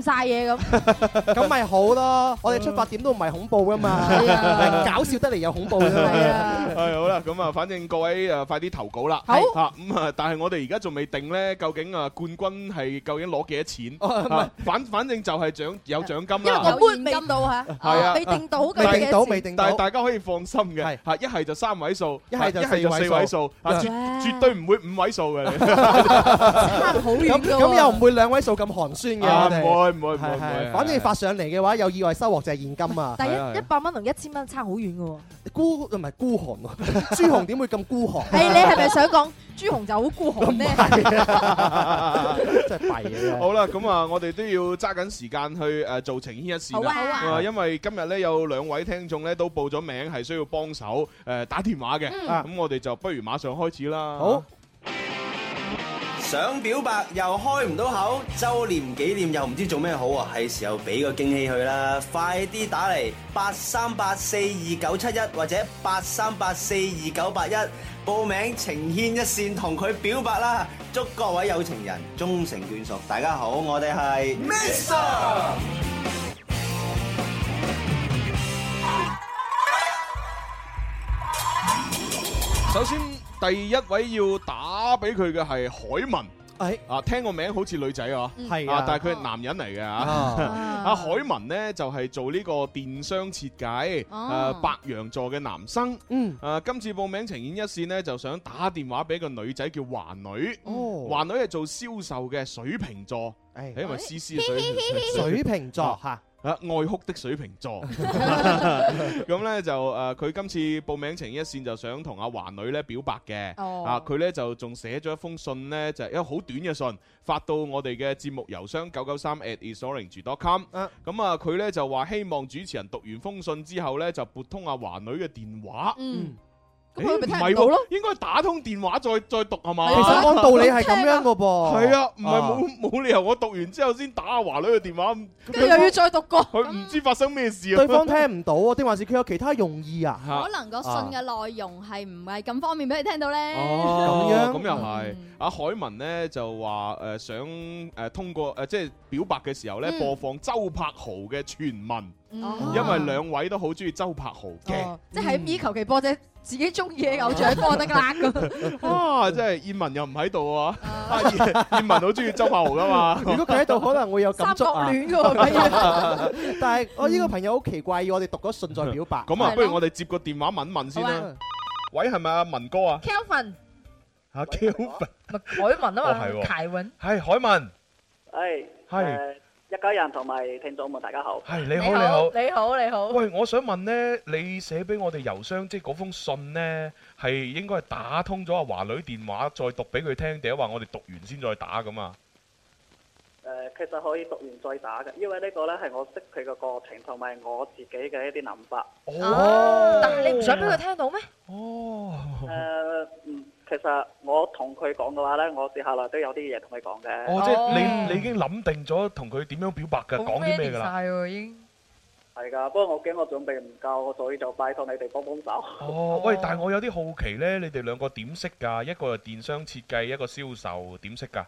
[SPEAKER 10] 晒
[SPEAKER 8] [LAUGHS]
[SPEAKER 10] 嘢咁，
[SPEAKER 9] 咁咪好咯，我哋出發點都唔係恐怖噶嘛，係搞笑得嚟又恐怖啫 [LAUGHS]
[SPEAKER 8] 啊
[SPEAKER 9] 嘛。
[SPEAKER 8] 係好啦，咁啊，反正各位誒快啲投稿啦。
[SPEAKER 9] 好
[SPEAKER 8] 嚇咁啊，但係我哋而家仲未定咧，究竟啊冠軍係究竟攞幾多
[SPEAKER 9] 哦唔
[SPEAKER 8] 錢？
[SPEAKER 9] 係
[SPEAKER 8] 啊反現反正就係獎有獎金
[SPEAKER 10] 因為個
[SPEAKER 8] 啦。
[SPEAKER 10] 官未到嚇，
[SPEAKER 8] 係啊，
[SPEAKER 10] 未定到嘅，
[SPEAKER 8] 但係
[SPEAKER 10] 嘅事
[SPEAKER 8] 但係大家可以放心嘅，嚇一係就三位數，
[SPEAKER 9] 一係就
[SPEAKER 8] 嚇一係
[SPEAKER 9] 四
[SPEAKER 8] 四
[SPEAKER 9] 位
[SPEAKER 8] 位
[SPEAKER 9] 數
[SPEAKER 8] 數，嚇絕
[SPEAKER 10] 哇
[SPEAKER 8] 絕對唔會五位數嘅。
[SPEAKER 9] 咁咁又唔會兩位數咁寒酸嘅，
[SPEAKER 8] 啊
[SPEAKER 9] 我哋
[SPEAKER 8] 唔會唔會唔會
[SPEAKER 9] 係
[SPEAKER 8] 唔會
[SPEAKER 9] 係
[SPEAKER 8] 係
[SPEAKER 9] 反正發上嚟嘅話，有意外收穫就係現金啊！
[SPEAKER 10] 但一一百蚊同一千蚊差好遠嘅喎。
[SPEAKER 9] 孤唔係孤寒喎， [LAUGHS] 朱紅點會咁孤寒？
[SPEAKER 10] 誒，你係咪想講朱紅就好孤寒咧？
[SPEAKER 9] 真係弊嘅。
[SPEAKER 8] 好啦，咁啊，我哋都要揸緊時間去誒做情牽一線
[SPEAKER 10] 好啊
[SPEAKER 8] 啦。
[SPEAKER 10] 好啊
[SPEAKER 8] 因為今日咧有兩位聽眾咧都報咗名，係需要幫手呃誒打電話嘅。
[SPEAKER 10] 嗯
[SPEAKER 8] 咁我哋就不如馬上開始啦。
[SPEAKER 9] 好。
[SPEAKER 18] 想表白又開唔到口，周年紀念又唔知做咩好啊！係時候俾個驚喜佢啦，快啲打嚟八三八四二九七一或者八三八四二九八一報名情牽一線，同佢表白啦！祝各位有情人終成眷屬。大家好，我哋係
[SPEAKER 5] Mr.
[SPEAKER 8] 首先第一位要打俾佢嘅係海文。啊，聽個名好似女仔啊，
[SPEAKER 9] 嗯係啊
[SPEAKER 8] 啊，但係佢係男人嚟嘅嚇。
[SPEAKER 10] 嗯
[SPEAKER 9] 啊
[SPEAKER 8] 阿海文呢，就係做呢個電商設計，
[SPEAKER 9] 哦
[SPEAKER 8] 誒白羊座嘅男生。
[SPEAKER 9] 嗯，
[SPEAKER 8] 誒今次報名呈現一線呢，就想打電話俾個女仔叫華女。
[SPEAKER 9] 哦
[SPEAKER 8] 華女係做銷售嘅水瓶座，
[SPEAKER 9] 誒
[SPEAKER 8] 因為 C C 水瓶座
[SPEAKER 9] 水瓶座嚇。
[SPEAKER 8] 啊！愛哭的水瓶 [LAUGHS] 座，咁呢就誒，佢今次報名情一線就想同阿華女呢表白嘅，
[SPEAKER 5] 哦
[SPEAKER 8] 啊佢呢就仲寫咗一封信呢，就係一個好短嘅信，發到我哋嘅節目郵箱九九三 at e isorange.com，咁啊佢呢就話希望主持人讀完封信之後呢，就撥通阿華女嘅電話，
[SPEAKER 10] 嗯，
[SPEAKER 8] 咁佢咪聽到咯，應該打通電話再再讀係嘛？
[SPEAKER 10] 哦
[SPEAKER 9] 其實按道理係咁樣嘅噃。
[SPEAKER 8] 係啊，唔係冇冇理由我讀完之後先打阿華女嘅電話，
[SPEAKER 10] 跟住又要再讀過，
[SPEAKER 8] 佢唔知發生咩事啊！
[SPEAKER 9] 對方聽唔到啊，定還是佢有其他用意啊？
[SPEAKER 8] 嚇
[SPEAKER 2] 可能個信嘅內容係唔係咁方便俾佢聽到咧？
[SPEAKER 8] 哦，
[SPEAKER 9] 咁樣
[SPEAKER 8] 咁又係。阿海文呢就話誒想誒通過呃誒即係表白嘅時候呢
[SPEAKER 2] 嗯
[SPEAKER 8] 播放周柏豪嘅傳聞，
[SPEAKER 10] 哦
[SPEAKER 8] 因為兩位都好中意周柏豪嘅。
[SPEAKER 10] 即係咁以求其播只自己中意嘅偶像歌得㗎啦
[SPEAKER 8] [LAUGHS]
[SPEAKER 10] 咁。
[SPEAKER 8] 啊，即係燕文又唔喺度啊！ [LAUGHS] 啊燕燕文好中意周柏豪噶嘛？
[SPEAKER 9] 如果佢喺度，可能會有感觸
[SPEAKER 10] 三
[SPEAKER 9] 啊。
[SPEAKER 10] 角戀㗎喎
[SPEAKER 9] 但係哦我呢個朋友好奇怪，要我哋讀咗信再表
[SPEAKER 8] [LAUGHS]
[SPEAKER 9] 白。
[SPEAKER 8] 咁啊，不如我哋接個電話問一問先
[SPEAKER 9] 好
[SPEAKER 8] 啦
[SPEAKER 9] 啊。
[SPEAKER 8] 喂，係咪阿文哥啊？
[SPEAKER 10] Kelvin，
[SPEAKER 8] 阿 Kelvin，
[SPEAKER 10] 海文啊
[SPEAKER 8] 哦係
[SPEAKER 10] 嘛，
[SPEAKER 8] 喎
[SPEAKER 10] 柴韻。
[SPEAKER 8] 係海文，
[SPEAKER 6] 係
[SPEAKER 8] 係
[SPEAKER 6] 誒一家人同埋聽眾們，大家好。
[SPEAKER 8] 係你好你好。
[SPEAKER 10] 你好，你好。
[SPEAKER 8] 喂，我想問咧，你寫俾我哋郵箱即係嗰封信咧，係應該係打通咗阿華女電話，再讀俾佢聽，定係話我哋讀完先再打咁啊？
[SPEAKER 6] 誒、其實可以讀完再打嘅，因為呢個咧係我識佢嘅過程同埋我自己嘅一啲諗法。
[SPEAKER 10] 哦，但係你唔想俾佢聽到咩？
[SPEAKER 8] 哦
[SPEAKER 6] 誒、嗯，其實我同佢講嘅話咧，我接下來都有啲嘢同佢講嘅。
[SPEAKER 8] 哦，即係你你已經諗定咗同佢點樣表白㗎，講啲咩㗎啦？
[SPEAKER 10] 喎已經。
[SPEAKER 6] 係㗎，不過我驚我準備唔夠，所以就拜託你哋幫幫手。
[SPEAKER 8] 哦，喂，但係我有啲好奇咧，你哋兩個點識㗎？一個係電商設計，一個銷售，點識㗎？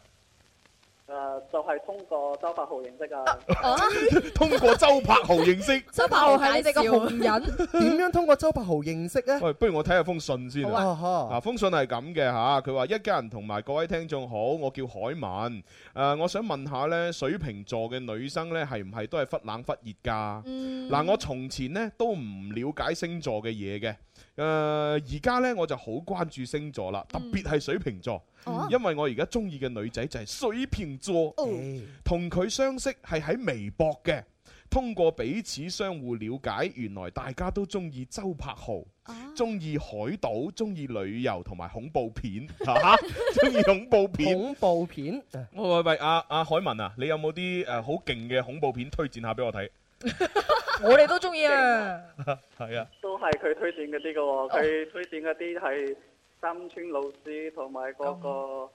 [SPEAKER 6] 誒、就係、通過周柏豪認識啊㗎。
[SPEAKER 10] Ờ.
[SPEAKER 8] 通過周柏豪認識。
[SPEAKER 10] 周柏
[SPEAKER 6] 豪係你哋個紅
[SPEAKER 8] 人，點樣通過周柏豪認識咧？喂，不如我睇下封信先
[SPEAKER 9] 好啊
[SPEAKER 8] 啊！啊，封信係咁嘅吓，佢話一家人同埋各位聽眾好，我叫海文。誒、我想問下呢，水瓶座嘅女生呢，係唔係都係忽冷忽熱㗎？嗱、
[SPEAKER 5] 嗯
[SPEAKER 8] 我從前呢都唔了解星座嘅嘢嘅。誒而家呢，我就好關注星座啦，特別係水瓶座，
[SPEAKER 5] 嗯哦
[SPEAKER 8] 因為我而家中意嘅女仔就係水瓶座，同佢、相識係喺微博嘅，通過彼此相互了解，原來大家都中意周柏豪，中意、海島，中意旅遊同埋恐怖
[SPEAKER 9] [LAUGHS]
[SPEAKER 8] 片，嚇中意恐怖片。
[SPEAKER 9] 恐怖片。
[SPEAKER 8] [LAUGHS] 喂喂喂，阿、阿、海文啊，你有冇啲誒好勁嘅恐怖片推薦下俾我睇？
[SPEAKER 10] 我哋都中意啊。
[SPEAKER 8] 係啊，
[SPEAKER 6] 都係佢推薦嗰啲嘅喎，佢推薦嗰啲係三村老師同埋嗰個誒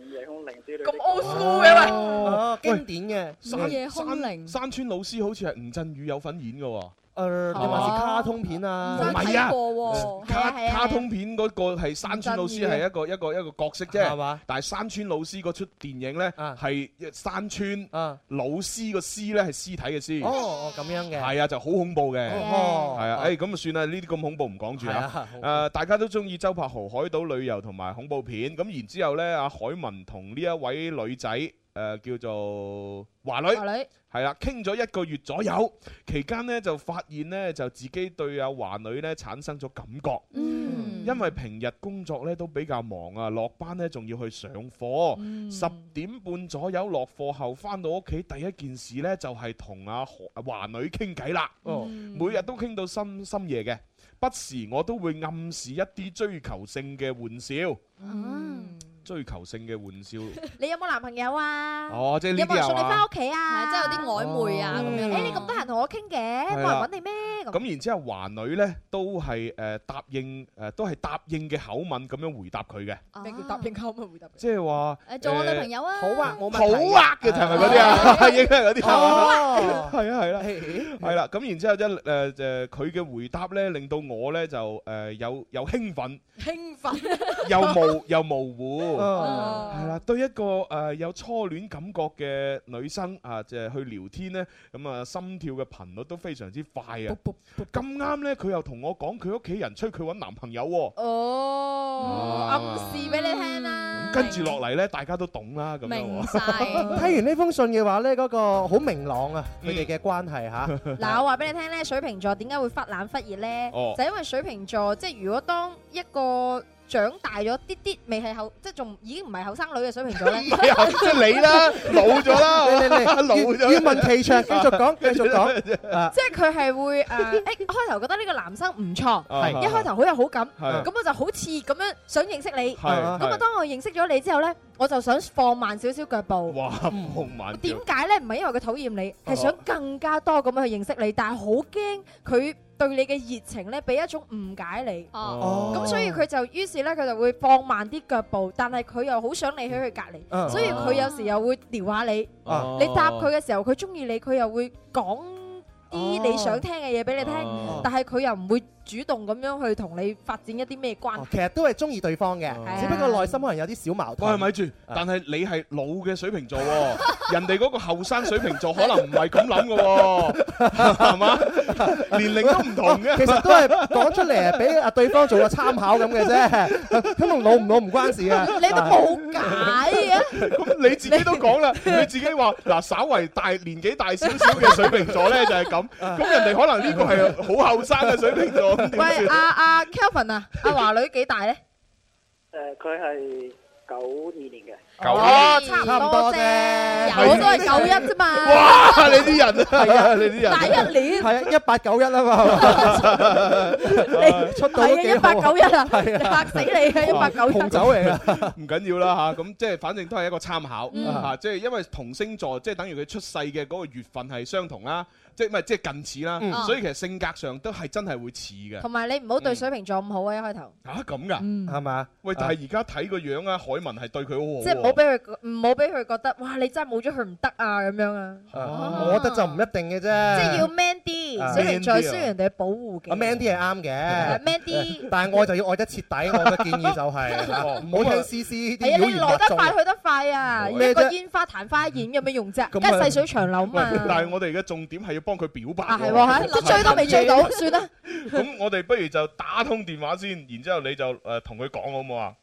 [SPEAKER 6] 午夜凶鈴之類。咁
[SPEAKER 10] old
[SPEAKER 9] 哦，經典嘅嗯
[SPEAKER 8] 山山山村老師好似係吳鎮宇有份演嘅喎。
[SPEAKER 9] 誒，呃定還是卡通片啊？
[SPEAKER 8] 哦唔係啊
[SPEAKER 10] 唔係
[SPEAKER 8] 卡
[SPEAKER 10] 啊係啊
[SPEAKER 8] 卡通片嗰個係山村老師係一個一個一個角色啫，
[SPEAKER 9] 係嘛？啊
[SPEAKER 8] 但係山村老師嗰出電影呢，係山村老師個師呢係屍體嘅屍。
[SPEAKER 9] 哦，咁樣嘅。
[SPEAKER 8] 係啊，就好恐怖嘅，
[SPEAKER 9] 哦
[SPEAKER 8] 係啊，誒咁啊算啦，呢啲咁恐怖唔講住
[SPEAKER 9] 係啊
[SPEAKER 8] 啦。誒，大家都中意周柏豪海島旅遊同埋恐怖片，咁然之後呢，阿海文同呢一位女仔誒叫做華女。
[SPEAKER 10] 女
[SPEAKER 8] 係啦，傾咗一個月左右，期間呢，就發現呢，就自己對阿華女呢產生咗感覺，
[SPEAKER 10] 嗯
[SPEAKER 8] 因為平日工作呢都比較忙啊，落班呢仲要去上課，十、點半左右落課後翻到屋企，第一件事呢就係同阿何華女傾偈啦，
[SPEAKER 10] 嗯 Ừ.
[SPEAKER 9] 哦
[SPEAKER 8] 每日都傾到深深夜嘅，不時我都會暗示一啲追求性嘅玩笑，
[SPEAKER 10] Ừ.
[SPEAKER 8] 追求性嘅玩笑，
[SPEAKER 10] 你有冇男朋友啊？
[SPEAKER 8] 哦即係呢啲
[SPEAKER 10] 有冇人送你
[SPEAKER 8] 係嘛
[SPEAKER 10] 翻屋企啊？
[SPEAKER 2] 係即係有啲曖昧啊咁樣
[SPEAKER 10] 誒，你咁得閒同我傾嘅，
[SPEAKER 8] 係
[SPEAKER 10] 冇
[SPEAKER 8] 啦
[SPEAKER 10] 人揾你咩？咁
[SPEAKER 8] 咁然之後，華女咧都係誒答應誒，都係答應嘅口吻咁樣回答佢嘅，
[SPEAKER 10] 咩叫答應溝咪回答？
[SPEAKER 8] 即係話
[SPEAKER 10] 誒做我女朋友啊好啊冇問題
[SPEAKER 8] 好啊嘅係咪嗰啲啊？ [LAUGHS] 應該係嗰啲
[SPEAKER 10] 哦
[SPEAKER 8] 係啊係啦，係啦。咁然之後一誒誒，佢嘅回答咧令到我咧就誒有有興奮，
[SPEAKER 10] 興奮，
[SPEAKER 8] 又模又模
[SPEAKER 10] [LAUGHS]
[SPEAKER 8] 糊，
[SPEAKER 10] 哦
[SPEAKER 8] 係啦。對一個誒有初戀感覺嘅女生啊，即係去聊天咧，咁啊心跳嘅頻率都非常之快啊。咁啱咧，佢又同我講佢屋企人催佢揾男朋友喎。
[SPEAKER 10] 哦，
[SPEAKER 8] 啊
[SPEAKER 10] 暗示俾你聽啦。
[SPEAKER 8] 跟住落嚟咧，大家都懂啦，咁樣
[SPEAKER 10] 明
[SPEAKER 8] 喎。
[SPEAKER 9] 睇完呢封信嘅話呢嗰個好明朗啊，佢哋嘅關係嚇。
[SPEAKER 8] 嗯
[SPEAKER 10] 嗱，我話俾你聽咧，水瓶座點解會忽冷忽熱咧？
[SPEAKER 9] 哦
[SPEAKER 10] 就因為水瓶座，即係如果當一個長大咗啲啲，未係後，即係仲已經唔係後生女嘅水瓶
[SPEAKER 8] [LAUGHS]
[SPEAKER 10] 座咧，
[SPEAKER 8] [LAUGHS] 唔係後即係
[SPEAKER 10] [LAUGHS]
[SPEAKER 8] 你啦老咗啦 [LAUGHS]
[SPEAKER 9] 你你你
[SPEAKER 8] 老咗
[SPEAKER 9] 願聞其詳，繼續
[SPEAKER 8] [LAUGHS]
[SPEAKER 9] 講，繼
[SPEAKER 10] [LAUGHS]
[SPEAKER 9] 續講。啊
[SPEAKER 10] 即係佢係會誒，呃誒開頭覺得呢個男生唔
[SPEAKER 8] 啊
[SPEAKER 10] 錯，
[SPEAKER 9] 係
[SPEAKER 10] 一開頭好有好感，
[SPEAKER 9] 係
[SPEAKER 10] 咁我就好似咁樣想認識你，
[SPEAKER 8] 係
[SPEAKER 10] 咁啊
[SPEAKER 8] 係
[SPEAKER 10] 當我認識咗你之後咧，我就想放慢少少腳步。
[SPEAKER 8] 哇，好慢
[SPEAKER 10] 點解咧？唔係因為佢討厭你，係想更加多咁樣去認識你，但係好驚佢對你嘅熱情咧，俾一種誤解你。
[SPEAKER 16] 哦
[SPEAKER 10] 咁所以佢就於是咧，佢就會放慢啲腳步，但係佢又好想你喺佢隔離，
[SPEAKER 16] 嗯
[SPEAKER 10] 所以佢有時又會撩下你。
[SPEAKER 16] 哦
[SPEAKER 10] 你答佢嘅時候，佢中意你，佢又會講啲你想聽嘅嘢俾你聽，但係佢又唔會主動咁樣去同你發展一啲咩關係。
[SPEAKER 9] 其實都係中意對方嘅，只不過內心可能有啲小矛
[SPEAKER 8] 喂，
[SPEAKER 9] 盾。
[SPEAKER 8] 咪住！
[SPEAKER 10] 啊
[SPEAKER 8] 但係你係老嘅水瓶座喎， [LAUGHS] 人哋嗰個後生水瓶座可能唔係咁諗嘅喎， [LAUGHS] 係嘛？年齡都唔同
[SPEAKER 10] [LAUGHS]
[SPEAKER 8] 嘅。
[SPEAKER 9] [LAUGHS] 其實都係講出嚟，俾啊對方做個參考咁嘅啫。咁同老唔老唔關事
[SPEAKER 8] [LAUGHS]
[SPEAKER 9] 啊。
[SPEAKER 10] 你都冇解
[SPEAKER 16] [LAUGHS]
[SPEAKER 10] 嘅。
[SPEAKER 8] 咁你自己都講啦，你自己話嗱，稍為大年紀大少少嘅水瓶座咧就係咁，
[SPEAKER 10] [LAUGHS]
[SPEAKER 8] 咁人哋可能呢個係好後生嘅水瓶座，咁點
[SPEAKER 10] 啊
[SPEAKER 8] 啊
[SPEAKER 10] 喂，
[SPEAKER 8] 算？
[SPEAKER 10] 阿阿 Kelvin 啊，阿華女幾大咧？
[SPEAKER 19] 誒，佢係九二年嘅。
[SPEAKER 8] 九
[SPEAKER 10] 哦差唔多啫，有都係九一啫嘛。
[SPEAKER 8] [LAUGHS] 哇！你啲人
[SPEAKER 9] 係啊，你
[SPEAKER 8] 啲人
[SPEAKER 10] 大一年
[SPEAKER 9] 係啊，一八九
[SPEAKER 10] [LAUGHS]
[SPEAKER 9] 一啊嘛，出到都幾好啊
[SPEAKER 10] 係啊191啊 [LAUGHS]
[SPEAKER 9] 係
[SPEAKER 10] 你嚇死你啊191
[SPEAKER 9] 紅酒嚟㗎。
[SPEAKER 8] [LAUGHS] 唔緊要啦嚇，咁即係反正都係一個參考
[SPEAKER 10] 嗯
[SPEAKER 8] 嚇，即係因為同星座即係等於佢出世嘅嗰個月份係相同啦，即係唔係即係近似
[SPEAKER 10] 嗯哦
[SPEAKER 8] 啦，所以其實性格上都係真係會似嘅。
[SPEAKER 10] 同埋你唔好對水瓶座咁好啊，一開頭。
[SPEAKER 8] 嚇咁噶，
[SPEAKER 9] 係嘛？
[SPEAKER 8] 喂，但係而家睇個樣啊，海文係對佢好好喎。
[SPEAKER 10] 即係唔好俾佢，唔好俾佢覺得，哇！你真係冇咗佢唔得啊咁樣啊，
[SPEAKER 9] 啊我覺得就唔一定嘅啫。
[SPEAKER 10] 即係要
[SPEAKER 9] 啊
[SPEAKER 10] man 啲，
[SPEAKER 9] 啊
[SPEAKER 10] 水瓶座
[SPEAKER 9] man 啲啊
[SPEAKER 10] 需要人哋去保護嘅。
[SPEAKER 9] man 啲係啱
[SPEAKER 10] [LAUGHS]
[SPEAKER 9] 嘅
[SPEAKER 10] ，man 啲
[SPEAKER 9] 但係愛就要愛得徹底。我嘅建議就
[SPEAKER 10] [LAUGHS]
[SPEAKER 9] 係唔好聽 C C 啲
[SPEAKER 10] 哦係啊，
[SPEAKER 9] 妖
[SPEAKER 10] 你
[SPEAKER 9] 言
[SPEAKER 10] 來
[SPEAKER 9] 惑
[SPEAKER 10] 得
[SPEAKER 9] 眾
[SPEAKER 10] 快去得快啊！
[SPEAKER 9] 咩
[SPEAKER 10] 一個
[SPEAKER 9] 啫
[SPEAKER 10] 煙花曇花一現有咩用啫？
[SPEAKER 8] 咁
[SPEAKER 10] 梗
[SPEAKER 8] 啊
[SPEAKER 10] 係細水長流嘛。
[SPEAKER 8] 喂但係我哋而家重點係要幫佢表白喎。
[SPEAKER 10] 啊係喎，嚇都追都未追到，算啦。
[SPEAKER 8] 咁我哋不如就打通電話先，然之後你就誒同佢講好唔好啊？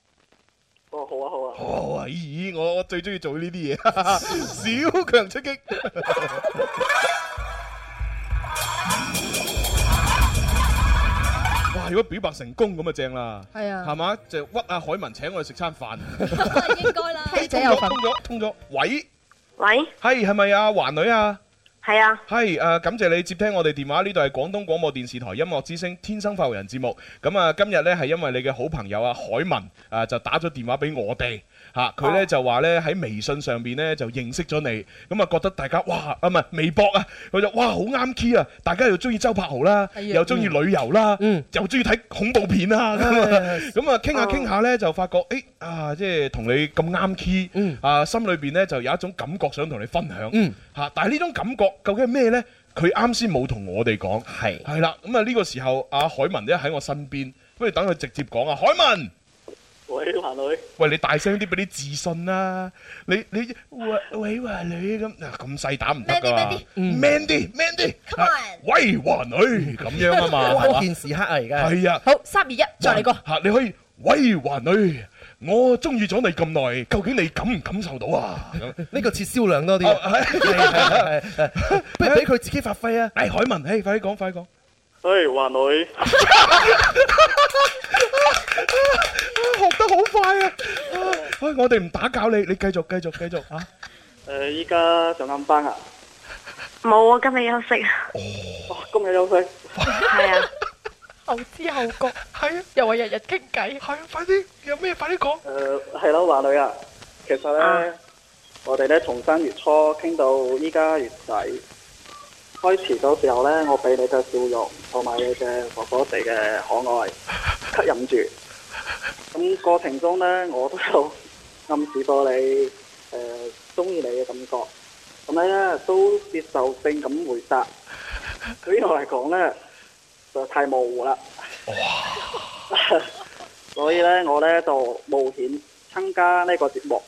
[SPEAKER 19] 哦，好啊，好啊。
[SPEAKER 8] 哦，咦，我我最中意做呢啲嘢， [LAUGHS] 小強出擊。 [LAUGHS] 哇！如果表白成功咁啊正啦，
[SPEAKER 10] 係啊
[SPEAKER 8] 係嘛？就屈阿海文請我哋食餐飯，
[SPEAKER 10] 應該啦。聽者
[SPEAKER 8] 通
[SPEAKER 10] 有
[SPEAKER 8] 咗
[SPEAKER 10] 份
[SPEAKER 8] 通。咗通咗，喂
[SPEAKER 19] 喂，
[SPEAKER 8] 係係咪啊華女啊？
[SPEAKER 19] 係啊，
[SPEAKER 8] 係誒，感謝你接聽我哋電話，呢度係廣東廣播電視台音樂之聲《天生快活人》節目。咁啊，今日呢係因為你嘅好朋友啊海文啊就打咗電話俾我哋嚇，佢呢就話呢喺微信上邊呢就認識咗你，咁啊覺得大家哇啊唔係微博啊，佢就哇好啱 key 啊！大家又中意周柏豪啦，
[SPEAKER 5] 哎呀
[SPEAKER 8] 又中意旅遊啦，
[SPEAKER 9] 嗯
[SPEAKER 8] 又中意睇恐怖片啦，咁啊咁啊傾下傾下呢，就發覺誒啊，即係同你咁啱 key，啊心裏邊呢就有一種感覺想同你分享。
[SPEAKER 9] 嗯
[SPEAKER 8] 嚇，但係呢種感覺究竟係咩呢？佢啱先冇同我哋講，係係啦，咁啊呢個時候阿海文咧喺我身邊，不如等佢直接講啊，海文，
[SPEAKER 19] 喂，華女，
[SPEAKER 8] 喂你大聲啲俾啲自信啦，你你喂喂華女咁嗱咁細膽唔得噶嘛，man 啲 man 啲，啊喂華女咁樣啊嘛，
[SPEAKER 9] 關鍵
[SPEAKER 8] 時刻啊而家係啊，
[SPEAKER 10] 好，三二一，再嚟個。
[SPEAKER 8] 嚇你可以喂華女，我中意咗你咁耐，究竟你感唔感受到啊？
[SPEAKER 9] 呢個切銷量多啲
[SPEAKER 8] 哦
[SPEAKER 9] 啊。
[SPEAKER 8] [LAUGHS]
[SPEAKER 9] 係係係係 [LAUGHS] 不如俾佢自己發揮啊！
[SPEAKER 8] 誒海文，誒快啲講快啲講。
[SPEAKER 6] 哎
[SPEAKER 19] 喂，華女，
[SPEAKER 8] 啊學得好快啊！喂，我哋唔打攪你，你繼續繼續繼續啊！
[SPEAKER 19] 誒，依家上緊班啊？冇啊，今日休息。哦，今日休息。係啊。
[SPEAKER 10] [LAUGHS] 後知後覺，係啊，又話日日傾偈，
[SPEAKER 8] 係啊，快啲有咩快啲講。
[SPEAKER 6] 呃
[SPEAKER 19] 誒，係咯，華女啊，其實咧，我哋咧從三月初傾到依家月底，開
[SPEAKER 6] 開始嗰時候咧，我俾你嘅笑容同埋你嘅婆婆哋嘅可愛 [LAUGHS] 吸引住。咁過程中咧，我都有暗示過你誒中意你嘅感覺。咁咧都接受性咁回答。對於我嚟講咧，就太模糊啦。所以咧，我咧就冒險參加呢個節目。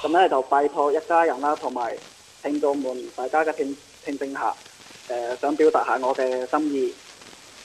[SPEAKER 6] 咁咧就拜託一家人啦，同埋聽眾們大家嘅聽聽證下，誒、呃想表達下我嘅心意。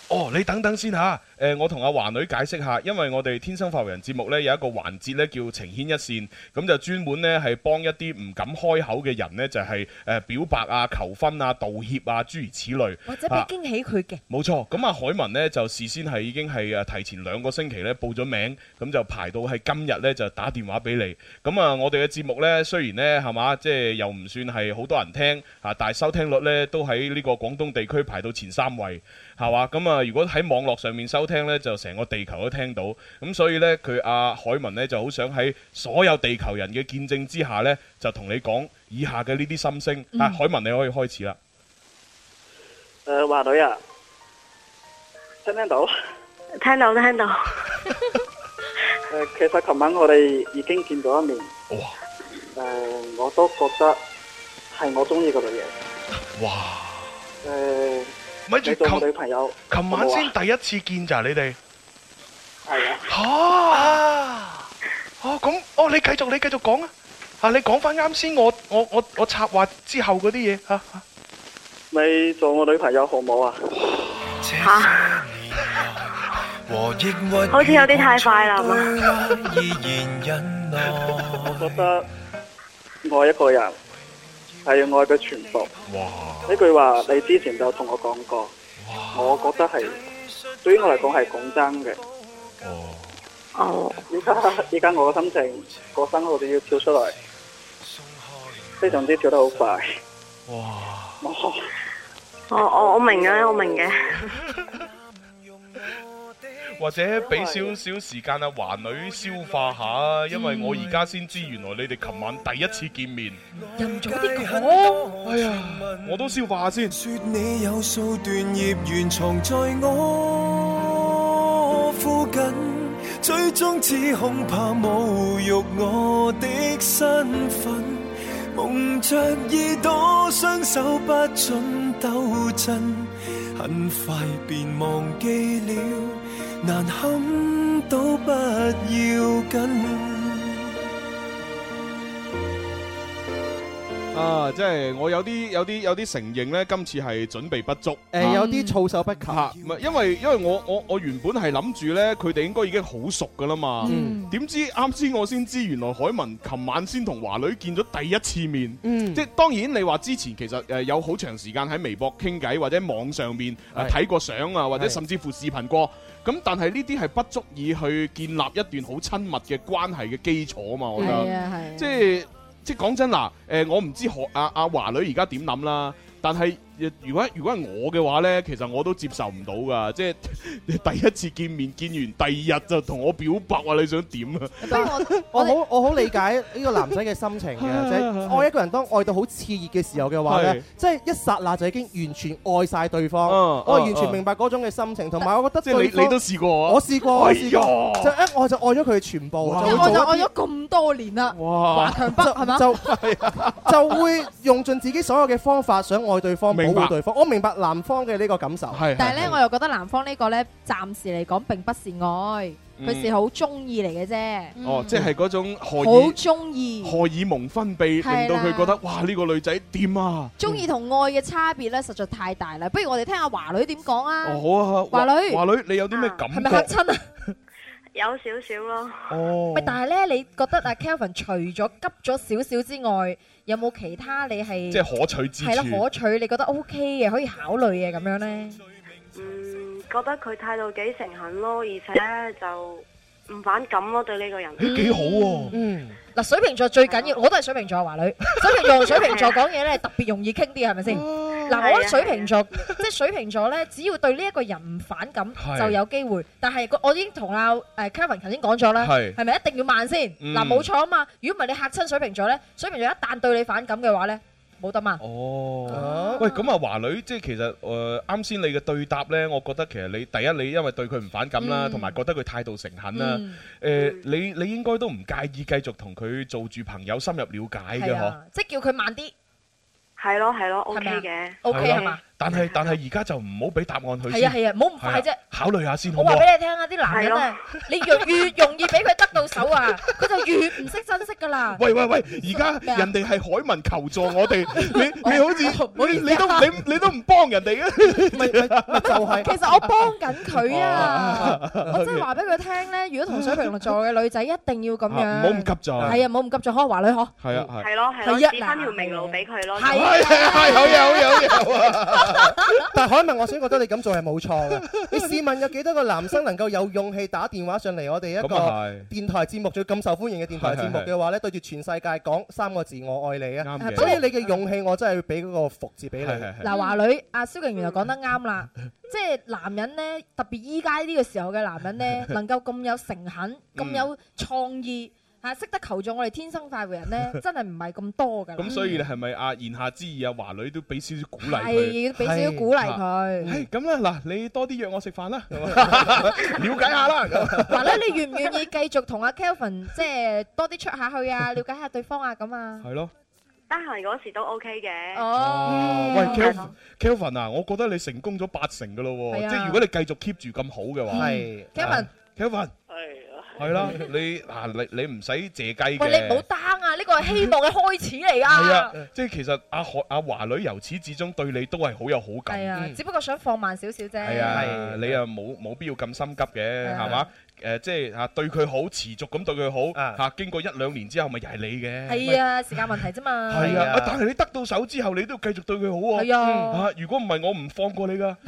[SPEAKER 8] 哦，你等等先吓，诶、我同阿華女解釋下，因為我哋天生發育人節目呢，有一個環節呢叫情牽一線，咁就專門呢係幫一啲唔敢開口嘅人呢，就係、诶表白啊、求婚啊、道歉啊諸如此類，
[SPEAKER 20] 或者俾
[SPEAKER 8] 啊
[SPEAKER 20] 驚喜佢嘅。
[SPEAKER 8] 冇錯，咁啊海文呢，就事先係已經係誒提前兩個星期咧報咗名，咁就排到係今日呢，就打電話俾你。咁啊，我哋嘅節目呢，雖然呢，係嘛，即係又唔算係好多人聽啊，但係收聽率呢，都喺呢個廣東地區排到前三位，係嘛？咁啊，如果喺網絡上面收聽呢，就成個地球都聽到。咁所以呢，佢阿海文呢，就好想喺所有地球人嘅見證之下呢，就同你講以下嘅呢啲心聲。啊，
[SPEAKER 6] 嗯
[SPEAKER 8] 海文你可以開始啦。
[SPEAKER 6] 誒、華女啊，聽唔聽到？
[SPEAKER 19] 聽到聽到，
[SPEAKER 6] 誒、呃其實琴晚我哋已經見咗一面。
[SPEAKER 8] 哇！
[SPEAKER 6] 誒、我都覺得係我中意嘅女人。
[SPEAKER 8] 哇！
[SPEAKER 6] 誒、
[SPEAKER 21] 咪住
[SPEAKER 6] 你
[SPEAKER 8] [LAUGHS]
[SPEAKER 6] 做我
[SPEAKER 21] 琴
[SPEAKER 6] 女朋友。
[SPEAKER 21] 琴
[SPEAKER 6] 好
[SPEAKER 21] 晚
[SPEAKER 6] 唔好啊
[SPEAKER 21] 先第一次見咋你哋？
[SPEAKER 6] 係啊。
[SPEAKER 21] 啊！哦，咁哦，你繼續，你繼續講啊！啊，你講翻啱先，我我我我插話之後嗰啲嘢嚇。啊
[SPEAKER 6] 你做我女朋友好唔好啊？
[SPEAKER 19] 好似有啲太快啦，係啊嘛？
[SPEAKER 6] 我覺得愛一個人係愛佢全部。
[SPEAKER 8] 哇！
[SPEAKER 6] 呢句話你之前就同我講過，我覺得係對於我嚟講係講真嘅。
[SPEAKER 19] 哦。
[SPEAKER 6] 依家依家我嘅心情個心好似要跳出嚟，非常之跳得好快。哇！
[SPEAKER 19] 我我我明嘅，我明嘅。
[SPEAKER 8] 或者俾少少時間阿華女消化下，因為我而家先知原來你哋琴晚第一次見面，
[SPEAKER 20] 任早啲講。
[SPEAKER 8] 哎呀，我都消化下先。
[SPEAKER 1] 说你有數段葉緣藏在我附近，最終只恐怕侮辱我的身份。蒙着耳朵，雙手不准抖震，很快便忘記了，難堪都不要緊。
[SPEAKER 8] 啊，即係我有啲有啲有啲承認呢，今次係準備不足，
[SPEAKER 9] 誒有啲措手不及。
[SPEAKER 8] 嚇，唔係因為因為我我我原本係諗住呢，佢哋應該已經好熟噶啦嘛
[SPEAKER 9] 嗯，
[SPEAKER 8] 點知啱先我先知原來海文琴晚先同華女見咗第一次面，
[SPEAKER 9] 嗯
[SPEAKER 8] 即係當然你話之前其實呃誒有好長時間喺微博傾偈或者網上面誒
[SPEAKER 9] 係
[SPEAKER 8] 睇過相啊，或者
[SPEAKER 9] 係
[SPEAKER 8] 甚至乎視頻過。咁但係呢啲係不足以去建立一段好親密嘅關係嘅基礎啊嘛，我覺得。
[SPEAKER 10] 係啊係啊
[SPEAKER 8] 即係即係講真嗱，誒、我唔知何阿阿華女而家點諗啦。但係呃如果如果係我嘅話呢，其實我都接受唔到噶，即係 [LAUGHS] 第一次見面，見完第二日就同我表白話你想點啊？
[SPEAKER 9] 我好我好理解呢個男仔嘅心情 [LAUGHS] 嘅，就係愛一個人當愛到好熾熱嘅時候嘅話
[SPEAKER 8] 係
[SPEAKER 9] 咧，即係一剎那就已經完全愛晒對方，
[SPEAKER 8] 嗯
[SPEAKER 9] 我係哦完
[SPEAKER 8] 嗯
[SPEAKER 9] 全明白嗰種嘅心情，同埋我覺得
[SPEAKER 8] 即係你
[SPEAKER 9] 對方
[SPEAKER 8] 你都試過啊
[SPEAKER 9] 我試過，我試過
[SPEAKER 8] 哎呀
[SPEAKER 9] 就一愛就愛咗佢全部，
[SPEAKER 10] 因為
[SPEAKER 9] 會
[SPEAKER 10] 我就
[SPEAKER 9] 做一
[SPEAKER 10] 愛咗咁多年啦，
[SPEAKER 8] 華
[SPEAKER 10] 強北係嘛？
[SPEAKER 9] 就
[SPEAKER 10] 啊
[SPEAKER 9] [LAUGHS] 就會用盡自己所有嘅方法想愛對方、保
[SPEAKER 10] 明白
[SPEAKER 9] 護對方。我明白男方嘅呢個感受， [LAUGHS]
[SPEAKER 10] 但係咧，我又覺得男方呢個咧，暫時嚟講並不是愛，
[SPEAKER 8] 嗯
[SPEAKER 10] 佢是好中意嚟嘅啫。
[SPEAKER 8] 哦，即係嗰種荷
[SPEAKER 10] 好
[SPEAKER 8] 爾
[SPEAKER 10] 中嗯意，
[SPEAKER 8] 荷爾蒙分泌，
[SPEAKER 10] 係啦
[SPEAKER 8] 令到佢覺得哇呢、個女仔掂啊！
[SPEAKER 10] 中意同愛嘅差別咧，實在太大啦。不如我哋聽下華女點講啊？
[SPEAKER 8] 哦好啊，
[SPEAKER 10] 華女
[SPEAKER 8] 華女你有啲咩感覺？
[SPEAKER 10] 係咪嚇親啊？
[SPEAKER 19] 有少少咯。
[SPEAKER 8] 哦
[SPEAKER 20] 喂，但係咧，你覺得阿 Kelvin 除咗急咗少少之外，有冇其他你係
[SPEAKER 8] 即係可取之處
[SPEAKER 20] 係啦，可取，你覺得 OK 嘅，可以考慮嘅咁樣咧？
[SPEAKER 19] 嗯，覺得佢態度幾誠懇咯，而且就唔反感咯，對呢個人。
[SPEAKER 20] 幾好喎！嗯，嗱，水瓶座最緊要，我都係水瓶座啊華女。水瓶座同水瓶座講嘢咧，特別容易傾啲，係咪先？嗱，我覺
[SPEAKER 19] 係啊
[SPEAKER 20] 得水瓶座即係水瓶座咧，只要對呢一個人唔反感，係就有機會。但係個我已經同阿誒 Kevin 頭先講咗
[SPEAKER 10] 啊
[SPEAKER 20] 啦，係係咪一定要慢先？嗯嗱，冇錯啊嘛。如果唔係你嚇親水瓶座咧，水瓶座一旦對你反感嘅話咧，冇得問。
[SPEAKER 8] 哦，喂，咁啊，華女，即係其實誒啱先你嘅對答呢，我覺得其實你第一你因為對佢唔反感啦，
[SPEAKER 20] 嗯
[SPEAKER 8] 同埋覺得佢態度誠懇啦
[SPEAKER 20] 嗯，
[SPEAKER 8] 誒你你應該都唔介意繼續同佢做住朋友，深入了解嘅
[SPEAKER 20] 係
[SPEAKER 8] 嗬
[SPEAKER 20] 啊。，即係叫佢慢啲。
[SPEAKER 19] 係咯係咯
[SPEAKER 20] ，OK
[SPEAKER 10] 啊
[SPEAKER 19] 嘅
[SPEAKER 20] ，OK
[SPEAKER 8] 係
[SPEAKER 20] 係
[SPEAKER 8] 咯
[SPEAKER 20] 嘛？？
[SPEAKER 8] 但係但係而家就唔好俾答案佢先。
[SPEAKER 20] 係啊係啊唔好咁快
[SPEAKER 8] 係啊
[SPEAKER 20] 啫
[SPEAKER 8] 考慮下先好
[SPEAKER 20] 我
[SPEAKER 8] 唔好
[SPEAKER 20] 話
[SPEAKER 8] 啊
[SPEAKER 20] 俾你聽啊，啲男人啊，
[SPEAKER 10] à.
[SPEAKER 20] 你越越容易俾佢得到手啊，佢就越唔識珍惜噶啦。
[SPEAKER 8] 喂喂喂，而家人哋係海文求助我哋，
[SPEAKER 10] [LAUGHS]
[SPEAKER 8] 你你好似你你都你你都唔幫人哋嘅，咪
[SPEAKER 9] 就
[SPEAKER 10] [LAUGHS]
[SPEAKER 9] 係。
[SPEAKER 10] 其實我幫緊佢啊，
[SPEAKER 8] 哦
[SPEAKER 10] 我真係話俾佢聽咧，如果同水瓶座嘅女仔一定要咁樣，
[SPEAKER 8] 啊唔好咁急咗
[SPEAKER 10] 係啊，唔好咁急咗，可能華女嗬，
[SPEAKER 8] 係啊係。
[SPEAKER 19] 係咯係咯，
[SPEAKER 10] 係一
[SPEAKER 19] 指翻條明路俾佢咯。
[SPEAKER 10] 係
[SPEAKER 6] 啊
[SPEAKER 8] 係係好嘢好嘢好嘢好啊！
[SPEAKER 9] 但海文，我想覺得你咁做係冇錯嘅。你試問有幾多個男生能夠有勇氣打電話上嚟我哋一
[SPEAKER 8] 咁
[SPEAKER 9] 個
[SPEAKER 8] 啊係
[SPEAKER 9] 電台節目，最咁受歡迎嘅電台節目嘅話咧，對住全世界講三個字我愛你啊！
[SPEAKER 8] 嘅
[SPEAKER 9] 所以你嘅勇氣，我真係要俾嗰個服字俾你。
[SPEAKER 8] Ờ.
[SPEAKER 10] 嗱，華女阿蕭敬元就講得啱啦，即係男人咧，特別依家呢個時候嘅男人咧，能夠咁有誠懇、咁有創意嚇，識得求助我哋天生快活人咧，真係唔係咁多㗎啦。
[SPEAKER 8] 咁所以你係咪啊？言下之意啊，華女都俾少少鼓勵佢，
[SPEAKER 10] 係要俾少少鼓勵
[SPEAKER 8] 啊。
[SPEAKER 10] 佢。
[SPEAKER 8] 係咁啦，嗱，你多啲約我食飯啦，啊
[SPEAKER 10] [LAUGHS]
[SPEAKER 8] 了解下啦。咁啊
[SPEAKER 10] 嗱咧，你願唔願意繼續同阿 Kelvin 即係多啲出下去啊，了解下對方啊咁啊？
[SPEAKER 8] 係咯。
[SPEAKER 19] 得閒嗰時都 OK 嘅。
[SPEAKER 8] 哦，
[SPEAKER 10] 啊
[SPEAKER 8] 喂，Kelvin Kelvin 啊，我覺得你成功咗八成噶咯
[SPEAKER 19] 係
[SPEAKER 8] 喎，
[SPEAKER 19] 啊
[SPEAKER 8] 即係如果你繼續 keep 住咁好嘅話
[SPEAKER 9] 係
[SPEAKER 10] Kelvin
[SPEAKER 8] Kelvin
[SPEAKER 19] 係啊
[SPEAKER 8] 係啦，你嗱你你唔使借雞嘅。
[SPEAKER 10] 喂，你唔好 down 啊！呢個係希望嘅開始嚟
[SPEAKER 8] 係
[SPEAKER 10] 啊！
[SPEAKER 8] 啊，即係其實阿海阿華女由始至終對你都係好有好感。
[SPEAKER 10] 係啊
[SPEAKER 8] 嗯，
[SPEAKER 10] 只不過想放慢少少啫。
[SPEAKER 8] 係啊，你啊冇冇必要咁心急嘅，
[SPEAKER 10] 係啊
[SPEAKER 8] 係嘛？誒，即係嚇對佢好，持續咁對佢好，嚇經過一兩年之後，咪又係你嘅。
[SPEAKER 10] 啊係。啊，時間問題啫嘛。
[SPEAKER 8] 係啊，啊但係你得到手之後，你都要繼續對佢好喎。
[SPEAKER 10] 係啊
[SPEAKER 8] 嚇如果唔係，我唔放過你㗎。
[SPEAKER 9] [LAUGHS]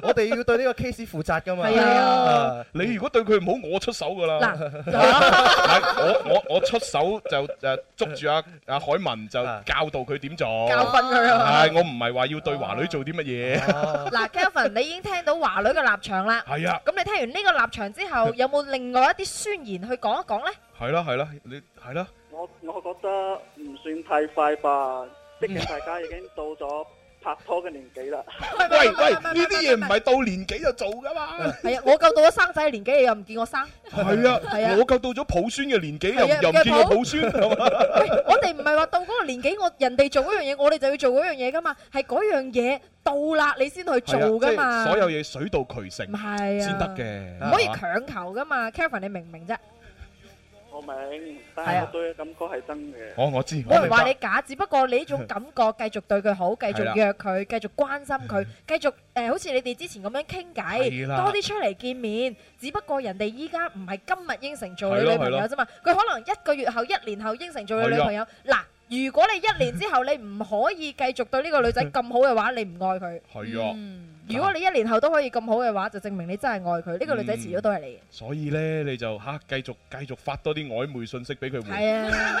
[SPEAKER 9] 我哋要對呢個 case 負責㗎嘛。
[SPEAKER 8] 係啊，你如果對佢唔好，我出手㗎啦。
[SPEAKER 10] 嗱
[SPEAKER 8] 係我我我出手就誒捉住阿阿海文就教導佢點做。
[SPEAKER 10] 教訓佢啊
[SPEAKER 8] 係我唔係話要對華女做啲乜嘢。
[SPEAKER 10] 嗱，Kelvin，你已經聽到華女嘅立場啦。
[SPEAKER 8] 係啊
[SPEAKER 10] 咁你聽完呢個立場之後，有冇另外一啲宣言去講一講咧？
[SPEAKER 8] 係啦係啦，你係啦。
[SPEAKER 19] 我我覺得唔算太快吧，即係大家已經到咗拍拖嘅年紀啦。
[SPEAKER 8] 喂喂，呢啲嘢唔係到年紀就做㗎嘛。
[SPEAKER 10] 係啊，我夠到咗生仔嘅年紀，你又唔見我生。
[SPEAKER 8] 係
[SPEAKER 10] 係啊
[SPEAKER 8] 啊，我夠到咗抱孫嘅年紀，
[SPEAKER 10] 係啊
[SPEAKER 8] 又又唔見過抱孫，係嘛？
[SPEAKER 10] 我哋唔係話到嗰個年紀，我人哋做嗰樣嘢，我哋就要做嗰樣嘢噶嘛，係嗰樣嘢到啦，你先去 [LAUGHS] 做噶
[SPEAKER 8] 係啊
[SPEAKER 10] 嘛。
[SPEAKER 8] 即係所有嘢水到渠成，
[SPEAKER 10] 係啊
[SPEAKER 8] 先得嘅，
[SPEAKER 10] 唔可以
[SPEAKER 8] 係嘛
[SPEAKER 10] 強求噶嘛，Kevin 你明唔明啫？
[SPEAKER 19] 我明，但
[SPEAKER 10] 係啊
[SPEAKER 19] 係我對佢感覺係真嘅。
[SPEAKER 8] 我我知，
[SPEAKER 10] 冇
[SPEAKER 8] 我
[SPEAKER 10] 人
[SPEAKER 8] 明
[SPEAKER 10] 話你
[SPEAKER 8] 白。
[SPEAKER 10] 假，只不過你呢
[SPEAKER 8] [LAUGHS]
[SPEAKER 10] 種感覺繼續對佢好，繼
[SPEAKER 8] 係
[SPEAKER 10] 續
[SPEAKER 8] 啦嗯
[SPEAKER 10] 約佢，繼續關心佢，繼續誒、呃好似你哋之前咁樣傾偈，
[SPEAKER 8] 係啦
[SPEAKER 10] 多啲出嚟見面。只不過人哋依家唔係今日應承做
[SPEAKER 20] 係
[SPEAKER 10] 你
[SPEAKER 20] 咯
[SPEAKER 10] 女朋友
[SPEAKER 20] 係咯
[SPEAKER 10] 啫嘛，佢可能一個月後、一年後應承做你女
[SPEAKER 20] 係啊
[SPEAKER 10] 朋友。嗱，如果你一年之後你唔可以繼續對呢個
[SPEAKER 8] [LAUGHS]
[SPEAKER 10] 女仔咁好嘅話，你唔愛佢。
[SPEAKER 8] 係啊，
[SPEAKER 10] 如果你一年後都可以咁好嘅話，就證明你真係愛佢。呢、個女仔遲早都係你
[SPEAKER 8] 所以咧你就吓繼續繼續發多啲曖昧信息俾佢
[SPEAKER 10] 嘅。
[SPEAKER 8] 回。
[SPEAKER 10] 係啊，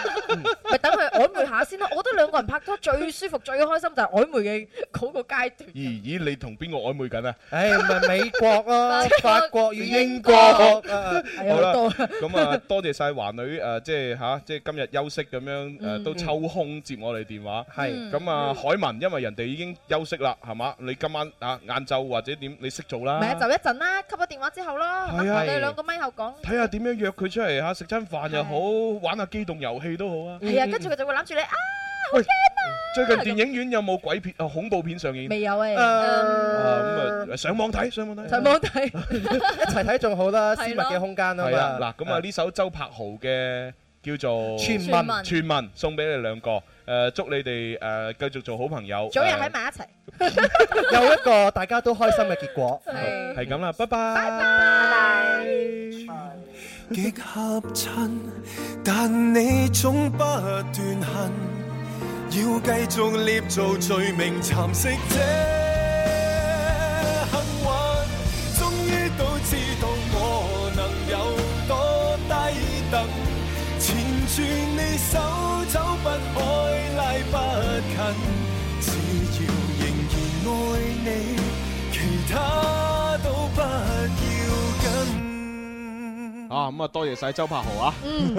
[SPEAKER 10] 咪等佢曖昧下先咯。我覺得兩個人拍拖最舒服、最開心就係曖昧嘅嗰個階段。
[SPEAKER 8] 咦咦，你同邊個曖昧緊
[SPEAKER 10] [LAUGHS]
[SPEAKER 8] 啊？，
[SPEAKER 9] 唉，咪美國咯法國與英國啊，
[SPEAKER 8] 好啦，咁啊，多謝晒華女誒，即係吓，即係今日休息咁樣誒，都抽空接我哋電話。
[SPEAKER 10] 嗯
[SPEAKER 9] 係
[SPEAKER 8] 咁啊，海文，因為人哋已經休息啦，係嘛？你今晚啊晏晝或者點，你識做啦。
[SPEAKER 10] 咪啊就一陣啦，吸咗電話之後咯，我
[SPEAKER 8] 啊係啊
[SPEAKER 10] 哋兩個咪後講。啊
[SPEAKER 8] 睇下點樣約佢出嚟嚇，食餐飯又好，玩下機動遊戲都好啊。
[SPEAKER 10] 係啊，跟住佢就會攬住你啊，
[SPEAKER 8] 喂，最近電影院有冇鬼片啊恐怖片上映？
[SPEAKER 10] 未有誒，
[SPEAKER 8] 啊
[SPEAKER 10] 嗯
[SPEAKER 8] 咁啊，上網睇，上網睇。
[SPEAKER 10] 上網睇。
[SPEAKER 8] 嗯
[SPEAKER 9] 一齊睇仲好啦，私密嘅空間啊
[SPEAKER 8] 係啊，
[SPEAKER 9] 嘛。
[SPEAKER 8] 嗱，咁啊呢首周柏豪嘅叫做
[SPEAKER 9] 傳聞傳聞
[SPEAKER 8] 傳聞送俾你兩個，誒祝你哋誒繼續做好朋友，
[SPEAKER 10] 早日喺埋一齊。
[SPEAKER 9] 有一個大家都開心嘅結果。
[SPEAKER 8] 誒係咁啦，拜拜。
[SPEAKER 1] 极合襯，但你總不斷恨，要繼續捏造罪名，蠶食者幸運，終於都知道我能有多低等，纏住你手走不開，拉不近。只要仍然愛你，其他都不要緊。
[SPEAKER 8] 啊咁啊，多謝晒周柏豪啊，
[SPEAKER 22] 嗯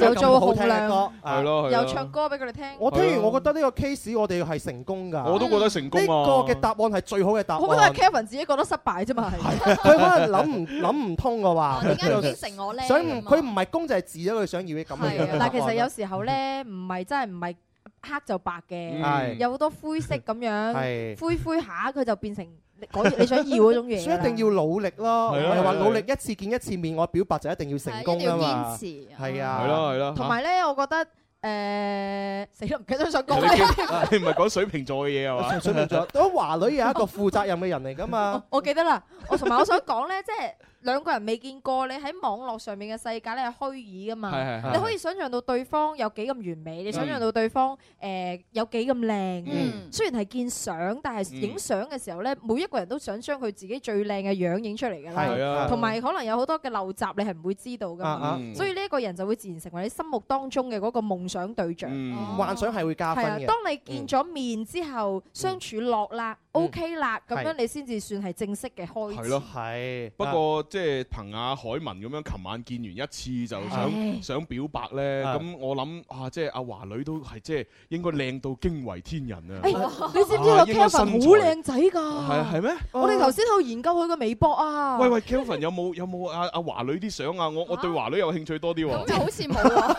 [SPEAKER 9] 有做
[SPEAKER 22] 紅
[SPEAKER 9] 亮
[SPEAKER 8] 係啊咯，係咯
[SPEAKER 22] 又唱歌俾佢哋聽。
[SPEAKER 9] 我聽完，我覺得呢個 case 我哋係成功㗎。
[SPEAKER 8] 我都覺得成功啊
[SPEAKER 9] 呢個嘅答案係最好嘅答案。
[SPEAKER 10] 我覺得係 Kevin 自己覺得失敗啫嘛，
[SPEAKER 8] 啊
[SPEAKER 10] 係。
[SPEAKER 9] 佢可能諗唔諗唔通嘅話，
[SPEAKER 10] 點解
[SPEAKER 9] 佢
[SPEAKER 10] 要
[SPEAKER 9] 就
[SPEAKER 10] 成我咧
[SPEAKER 9] 想
[SPEAKER 10] 咁啊
[SPEAKER 9] 佢唔係公就係字咗佢想要嘅咁嘅樣。
[SPEAKER 10] 但其實有時候咧，唔係真係唔係黑就白嘅，
[SPEAKER 9] 嗯
[SPEAKER 10] 有好多灰色咁樣，
[SPEAKER 9] 係
[SPEAKER 10] 灰灰下佢就變成你嗰你想要嗰種嘢
[SPEAKER 9] [LAUGHS] 所以
[SPEAKER 10] 啦。
[SPEAKER 9] 一定要努力咯。我
[SPEAKER 8] 係啊
[SPEAKER 9] 係話
[SPEAKER 8] 係啊
[SPEAKER 9] 努力一次見一次面，我表白就一定要成功㗎嘛。
[SPEAKER 10] 係一定
[SPEAKER 9] 係啊，
[SPEAKER 8] 係咯係咯，
[SPEAKER 10] 同
[SPEAKER 8] [LAUGHS]
[SPEAKER 10] 埋咧，我覺得誒死啦，唔記得咗想講
[SPEAKER 8] 你
[SPEAKER 10] 咩。
[SPEAKER 8] 叫 [LAUGHS] 你唔係講水瓶座嘅 [LAUGHS] 嘢係嘛？
[SPEAKER 9] 水瓶座，咁華女有一個負責任嘅人嚟㗎嘛。
[SPEAKER 10] [LAUGHS] 我記得啦，我同埋我想講咧，即係兩個人未見過，你喺網絡上面嘅世界咧係虛擬噶嘛
[SPEAKER 22] 係係，係
[SPEAKER 10] 你可以想像到對方有幾咁完美，你想像到對方誒有幾咁
[SPEAKER 2] 嗯
[SPEAKER 9] 嗯
[SPEAKER 10] 靚。雖然係見相，但係影相嘅時候咧，每一個人都想將佢自己最靚嘅樣影出嚟㗎
[SPEAKER 22] 係
[SPEAKER 10] 啦
[SPEAKER 22] 啊，
[SPEAKER 10] 同埋可能有好多嘅陋習你係唔會知道㗎
[SPEAKER 9] 啊啊
[SPEAKER 10] 嘛，所
[SPEAKER 8] 嗯
[SPEAKER 10] 以呢一個人就會自然成為你心目當中嘅嗰個夢想對象。
[SPEAKER 8] 嗯
[SPEAKER 9] 幻想係會加分
[SPEAKER 10] 係啊，
[SPEAKER 9] 嘅。
[SPEAKER 10] 當你見咗面之後，相處落啦，OK 啦，咁樣
[SPEAKER 8] 嗯係
[SPEAKER 10] 你先至算係正式嘅開始。
[SPEAKER 8] 係咯，
[SPEAKER 9] 係。
[SPEAKER 8] 不過即係憑阿海文咁樣，琴晚見完一次就
[SPEAKER 10] 唉
[SPEAKER 2] 嗯
[SPEAKER 8] 想想表白咧，
[SPEAKER 9] 啊
[SPEAKER 8] 咁我諗啊，即係阿華女都係即係應該靚到驚為天人啊！
[SPEAKER 10] 哎你知唔知道
[SPEAKER 8] 啊應
[SPEAKER 10] Kevin
[SPEAKER 8] 該
[SPEAKER 10] 好
[SPEAKER 8] 身材
[SPEAKER 10] 靚仔㗎？
[SPEAKER 8] 係係咩？
[SPEAKER 10] 我哋頭先喺度研究佢個微博啊。
[SPEAKER 8] 喂喂，Kelvin 有冇有冇阿阿華女啲相啊？我我對華女有興趣多啲喎。
[SPEAKER 10] 好似冇啊！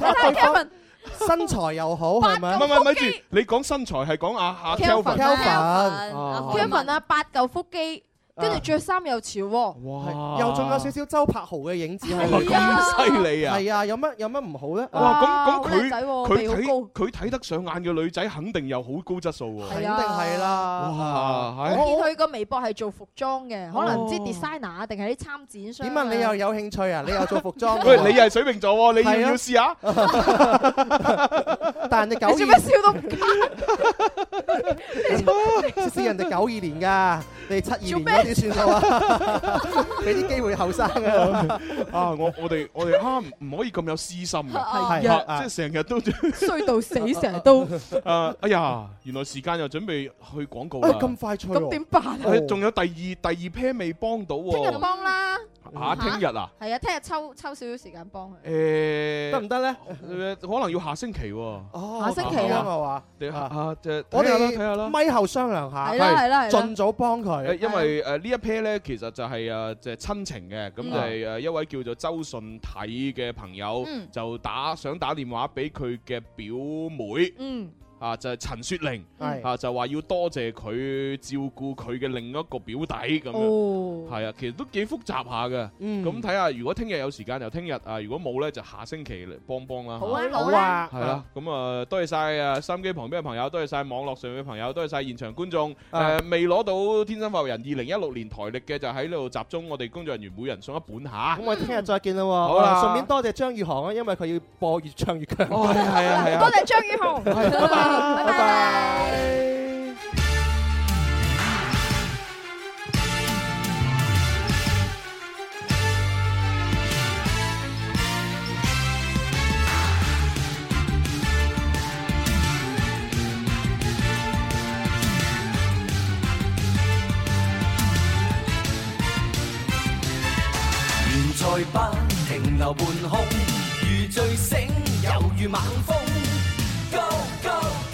[SPEAKER 9] 睇身材又好係咪？
[SPEAKER 8] 唔係唔係，咪住！你講身材係講阿阿
[SPEAKER 10] Kelvin 啊
[SPEAKER 8] Kelvin，Kelvin，
[SPEAKER 9] 啊
[SPEAKER 10] Kevin 啊，八嚿腹
[SPEAKER 8] 啊
[SPEAKER 10] 肌，跟住着衫又潮喎。
[SPEAKER 8] 哇
[SPEAKER 9] 又仲有少少周柏豪嘅影子喺
[SPEAKER 8] 係啊咁犀利啊
[SPEAKER 9] 係啊，有乜有乜唔好咧？
[SPEAKER 8] 哇！咁
[SPEAKER 10] 好靚仔喎
[SPEAKER 8] 咁佢
[SPEAKER 10] 鼻
[SPEAKER 8] 佢
[SPEAKER 10] 好
[SPEAKER 8] 睇佢睇得上眼嘅女仔，肯定有好高質素喎。
[SPEAKER 10] 係啊肯定係啦
[SPEAKER 8] 哇！
[SPEAKER 10] 我
[SPEAKER 8] 係
[SPEAKER 10] 見佢個微博係做服裝嘅，可能唔知
[SPEAKER 8] 哦
[SPEAKER 10] designer 啊定係啲參展商。
[SPEAKER 9] 點啊？你又有興趣啊？你又做服
[SPEAKER 8] [LAUGHS]
[SPEAKER 9] 裝？
[SPEAKER 8] 喂，你又係水瓶座喎，你要唔要試啊下？
[SPEAKER 9] 但人哋九二，
[SPEAKER 10] 你做咩笑到唔
[SPEAKER 9] 笑？人哋九二年㗎，你七二年嗰啲算數啊！俾啲機會後生啊！
[SPEAKER 8] 啊！我我哋我哋啊，唔可以咁有私心嘅，
[SPEAKER 10] [LAUGHS]
[SPEAKER 9] 係啊
[SPEAKER 8] 啊即係成日都
[SPEAKER 10] 衰到死，成日都。
[SPEAKER 8] 啊！哎
[SPEAKER 9] [LAUGHS]
[SPEAKER 8] 呀，原來時間又準備去廣告
[SPEAKER 9] 哎
[SPEAKER 8] 啦，
[SPEAKER 9] 咁快脆喎咁點
[SPEAKER 10] 辦
[SPEAKER 9] 啊
[SPEAKER 8] 係仲有第二第二 pair 未幫到
[SPEAKER 10] 聽日
[SPEAKER 8] 喎，
[SPEAKER 10] 幫啦。
[SPEAKER 8] 啊，聽日啊，
[SPEAKER 10] 係啊，聽日抽抽少少時間幫佢。
[SPEAKER 8] 誒
[SPEAKER 9] 得唔得咧？
[SPEAKER 8] 誒可能要下星期喎。哦
[SPEAKER 10] 下星期啊
[SPEAKER 9] 嘛？
[SPEAKER 8] 你下下誒
[SPEAKER 9] 我
[SPEAKER 8] 睇下啦
[SPEAKER 9] 哋
[SPEAKER 8] 睇下啦。
[SPEAKER 9] 咪後啊商量下，
[SPEAKER 8] 係啦係啦係啦
[SPEAKER 9] 盡早幫
[SPEAKER 8] 誒，
[SPEAKER 9] 佢。
[SPEAKER 8] 因為誒呢一 pair 咧，其實就係誒就係親情嘅，咁
[SPEAKER 9] 嗯
[SPEAKER 8] 就係誒一位叫做周順體嘅朋友
[SPEAKER 9] 嗯，
[SPEAKER 8] 就打想打電話俾佢嘅表妹，
[SPEAKER 10] 嗯，
[SPEAKER 8] 啊就係陳雪玲，
[SPEAKER 9] 係
[SPEAKER 8] 啊就話要多謝佢照顧佢嘅另一個表弟咁
[SPEAKER 10] 樣，
[SPEAKER 8] 係啊，其實都幾複雜下嘅，
[SPEAKER 9] 嗯
[SPEAKER 8] 咁睇下如果聽日有時間就聽日啊，如果冇咧就下星期嚟幫幫啦。
[SPEAKER 10] 好啊
[SPEAKER 8] 嚇
[SPEAKER 10] 好啊
[SPEAKER 8] 係啦，咁啊多謝晒啊收音機旁邊嘅朋友，多謝晒網絡上面嘅朋友，多謝晒現場觀眾。
[SPEAKER 9] 啊
[SPEAKER 8] 誒未攞到天生發育人二零一六年台歷嘅就喺呢度集中，我哋工作人員每人送一本嚇
[SPEAKER 9] 咁。我哋聽日再見啦喎。啊
[SPEAKER 8] 好啦
[SPEAKER 9] 順便多謝張宇航啊，因為佢要播越唱越強。
[SPEAKER 8] 哦，係啊係啊係啊多謝
[SPEAKER 10] 張宇航
[SPEAKER 9] 拜拜拜拜。
[SPEAKER 1] 悬在不停留半空，如醉醒，猶如猛風。Go go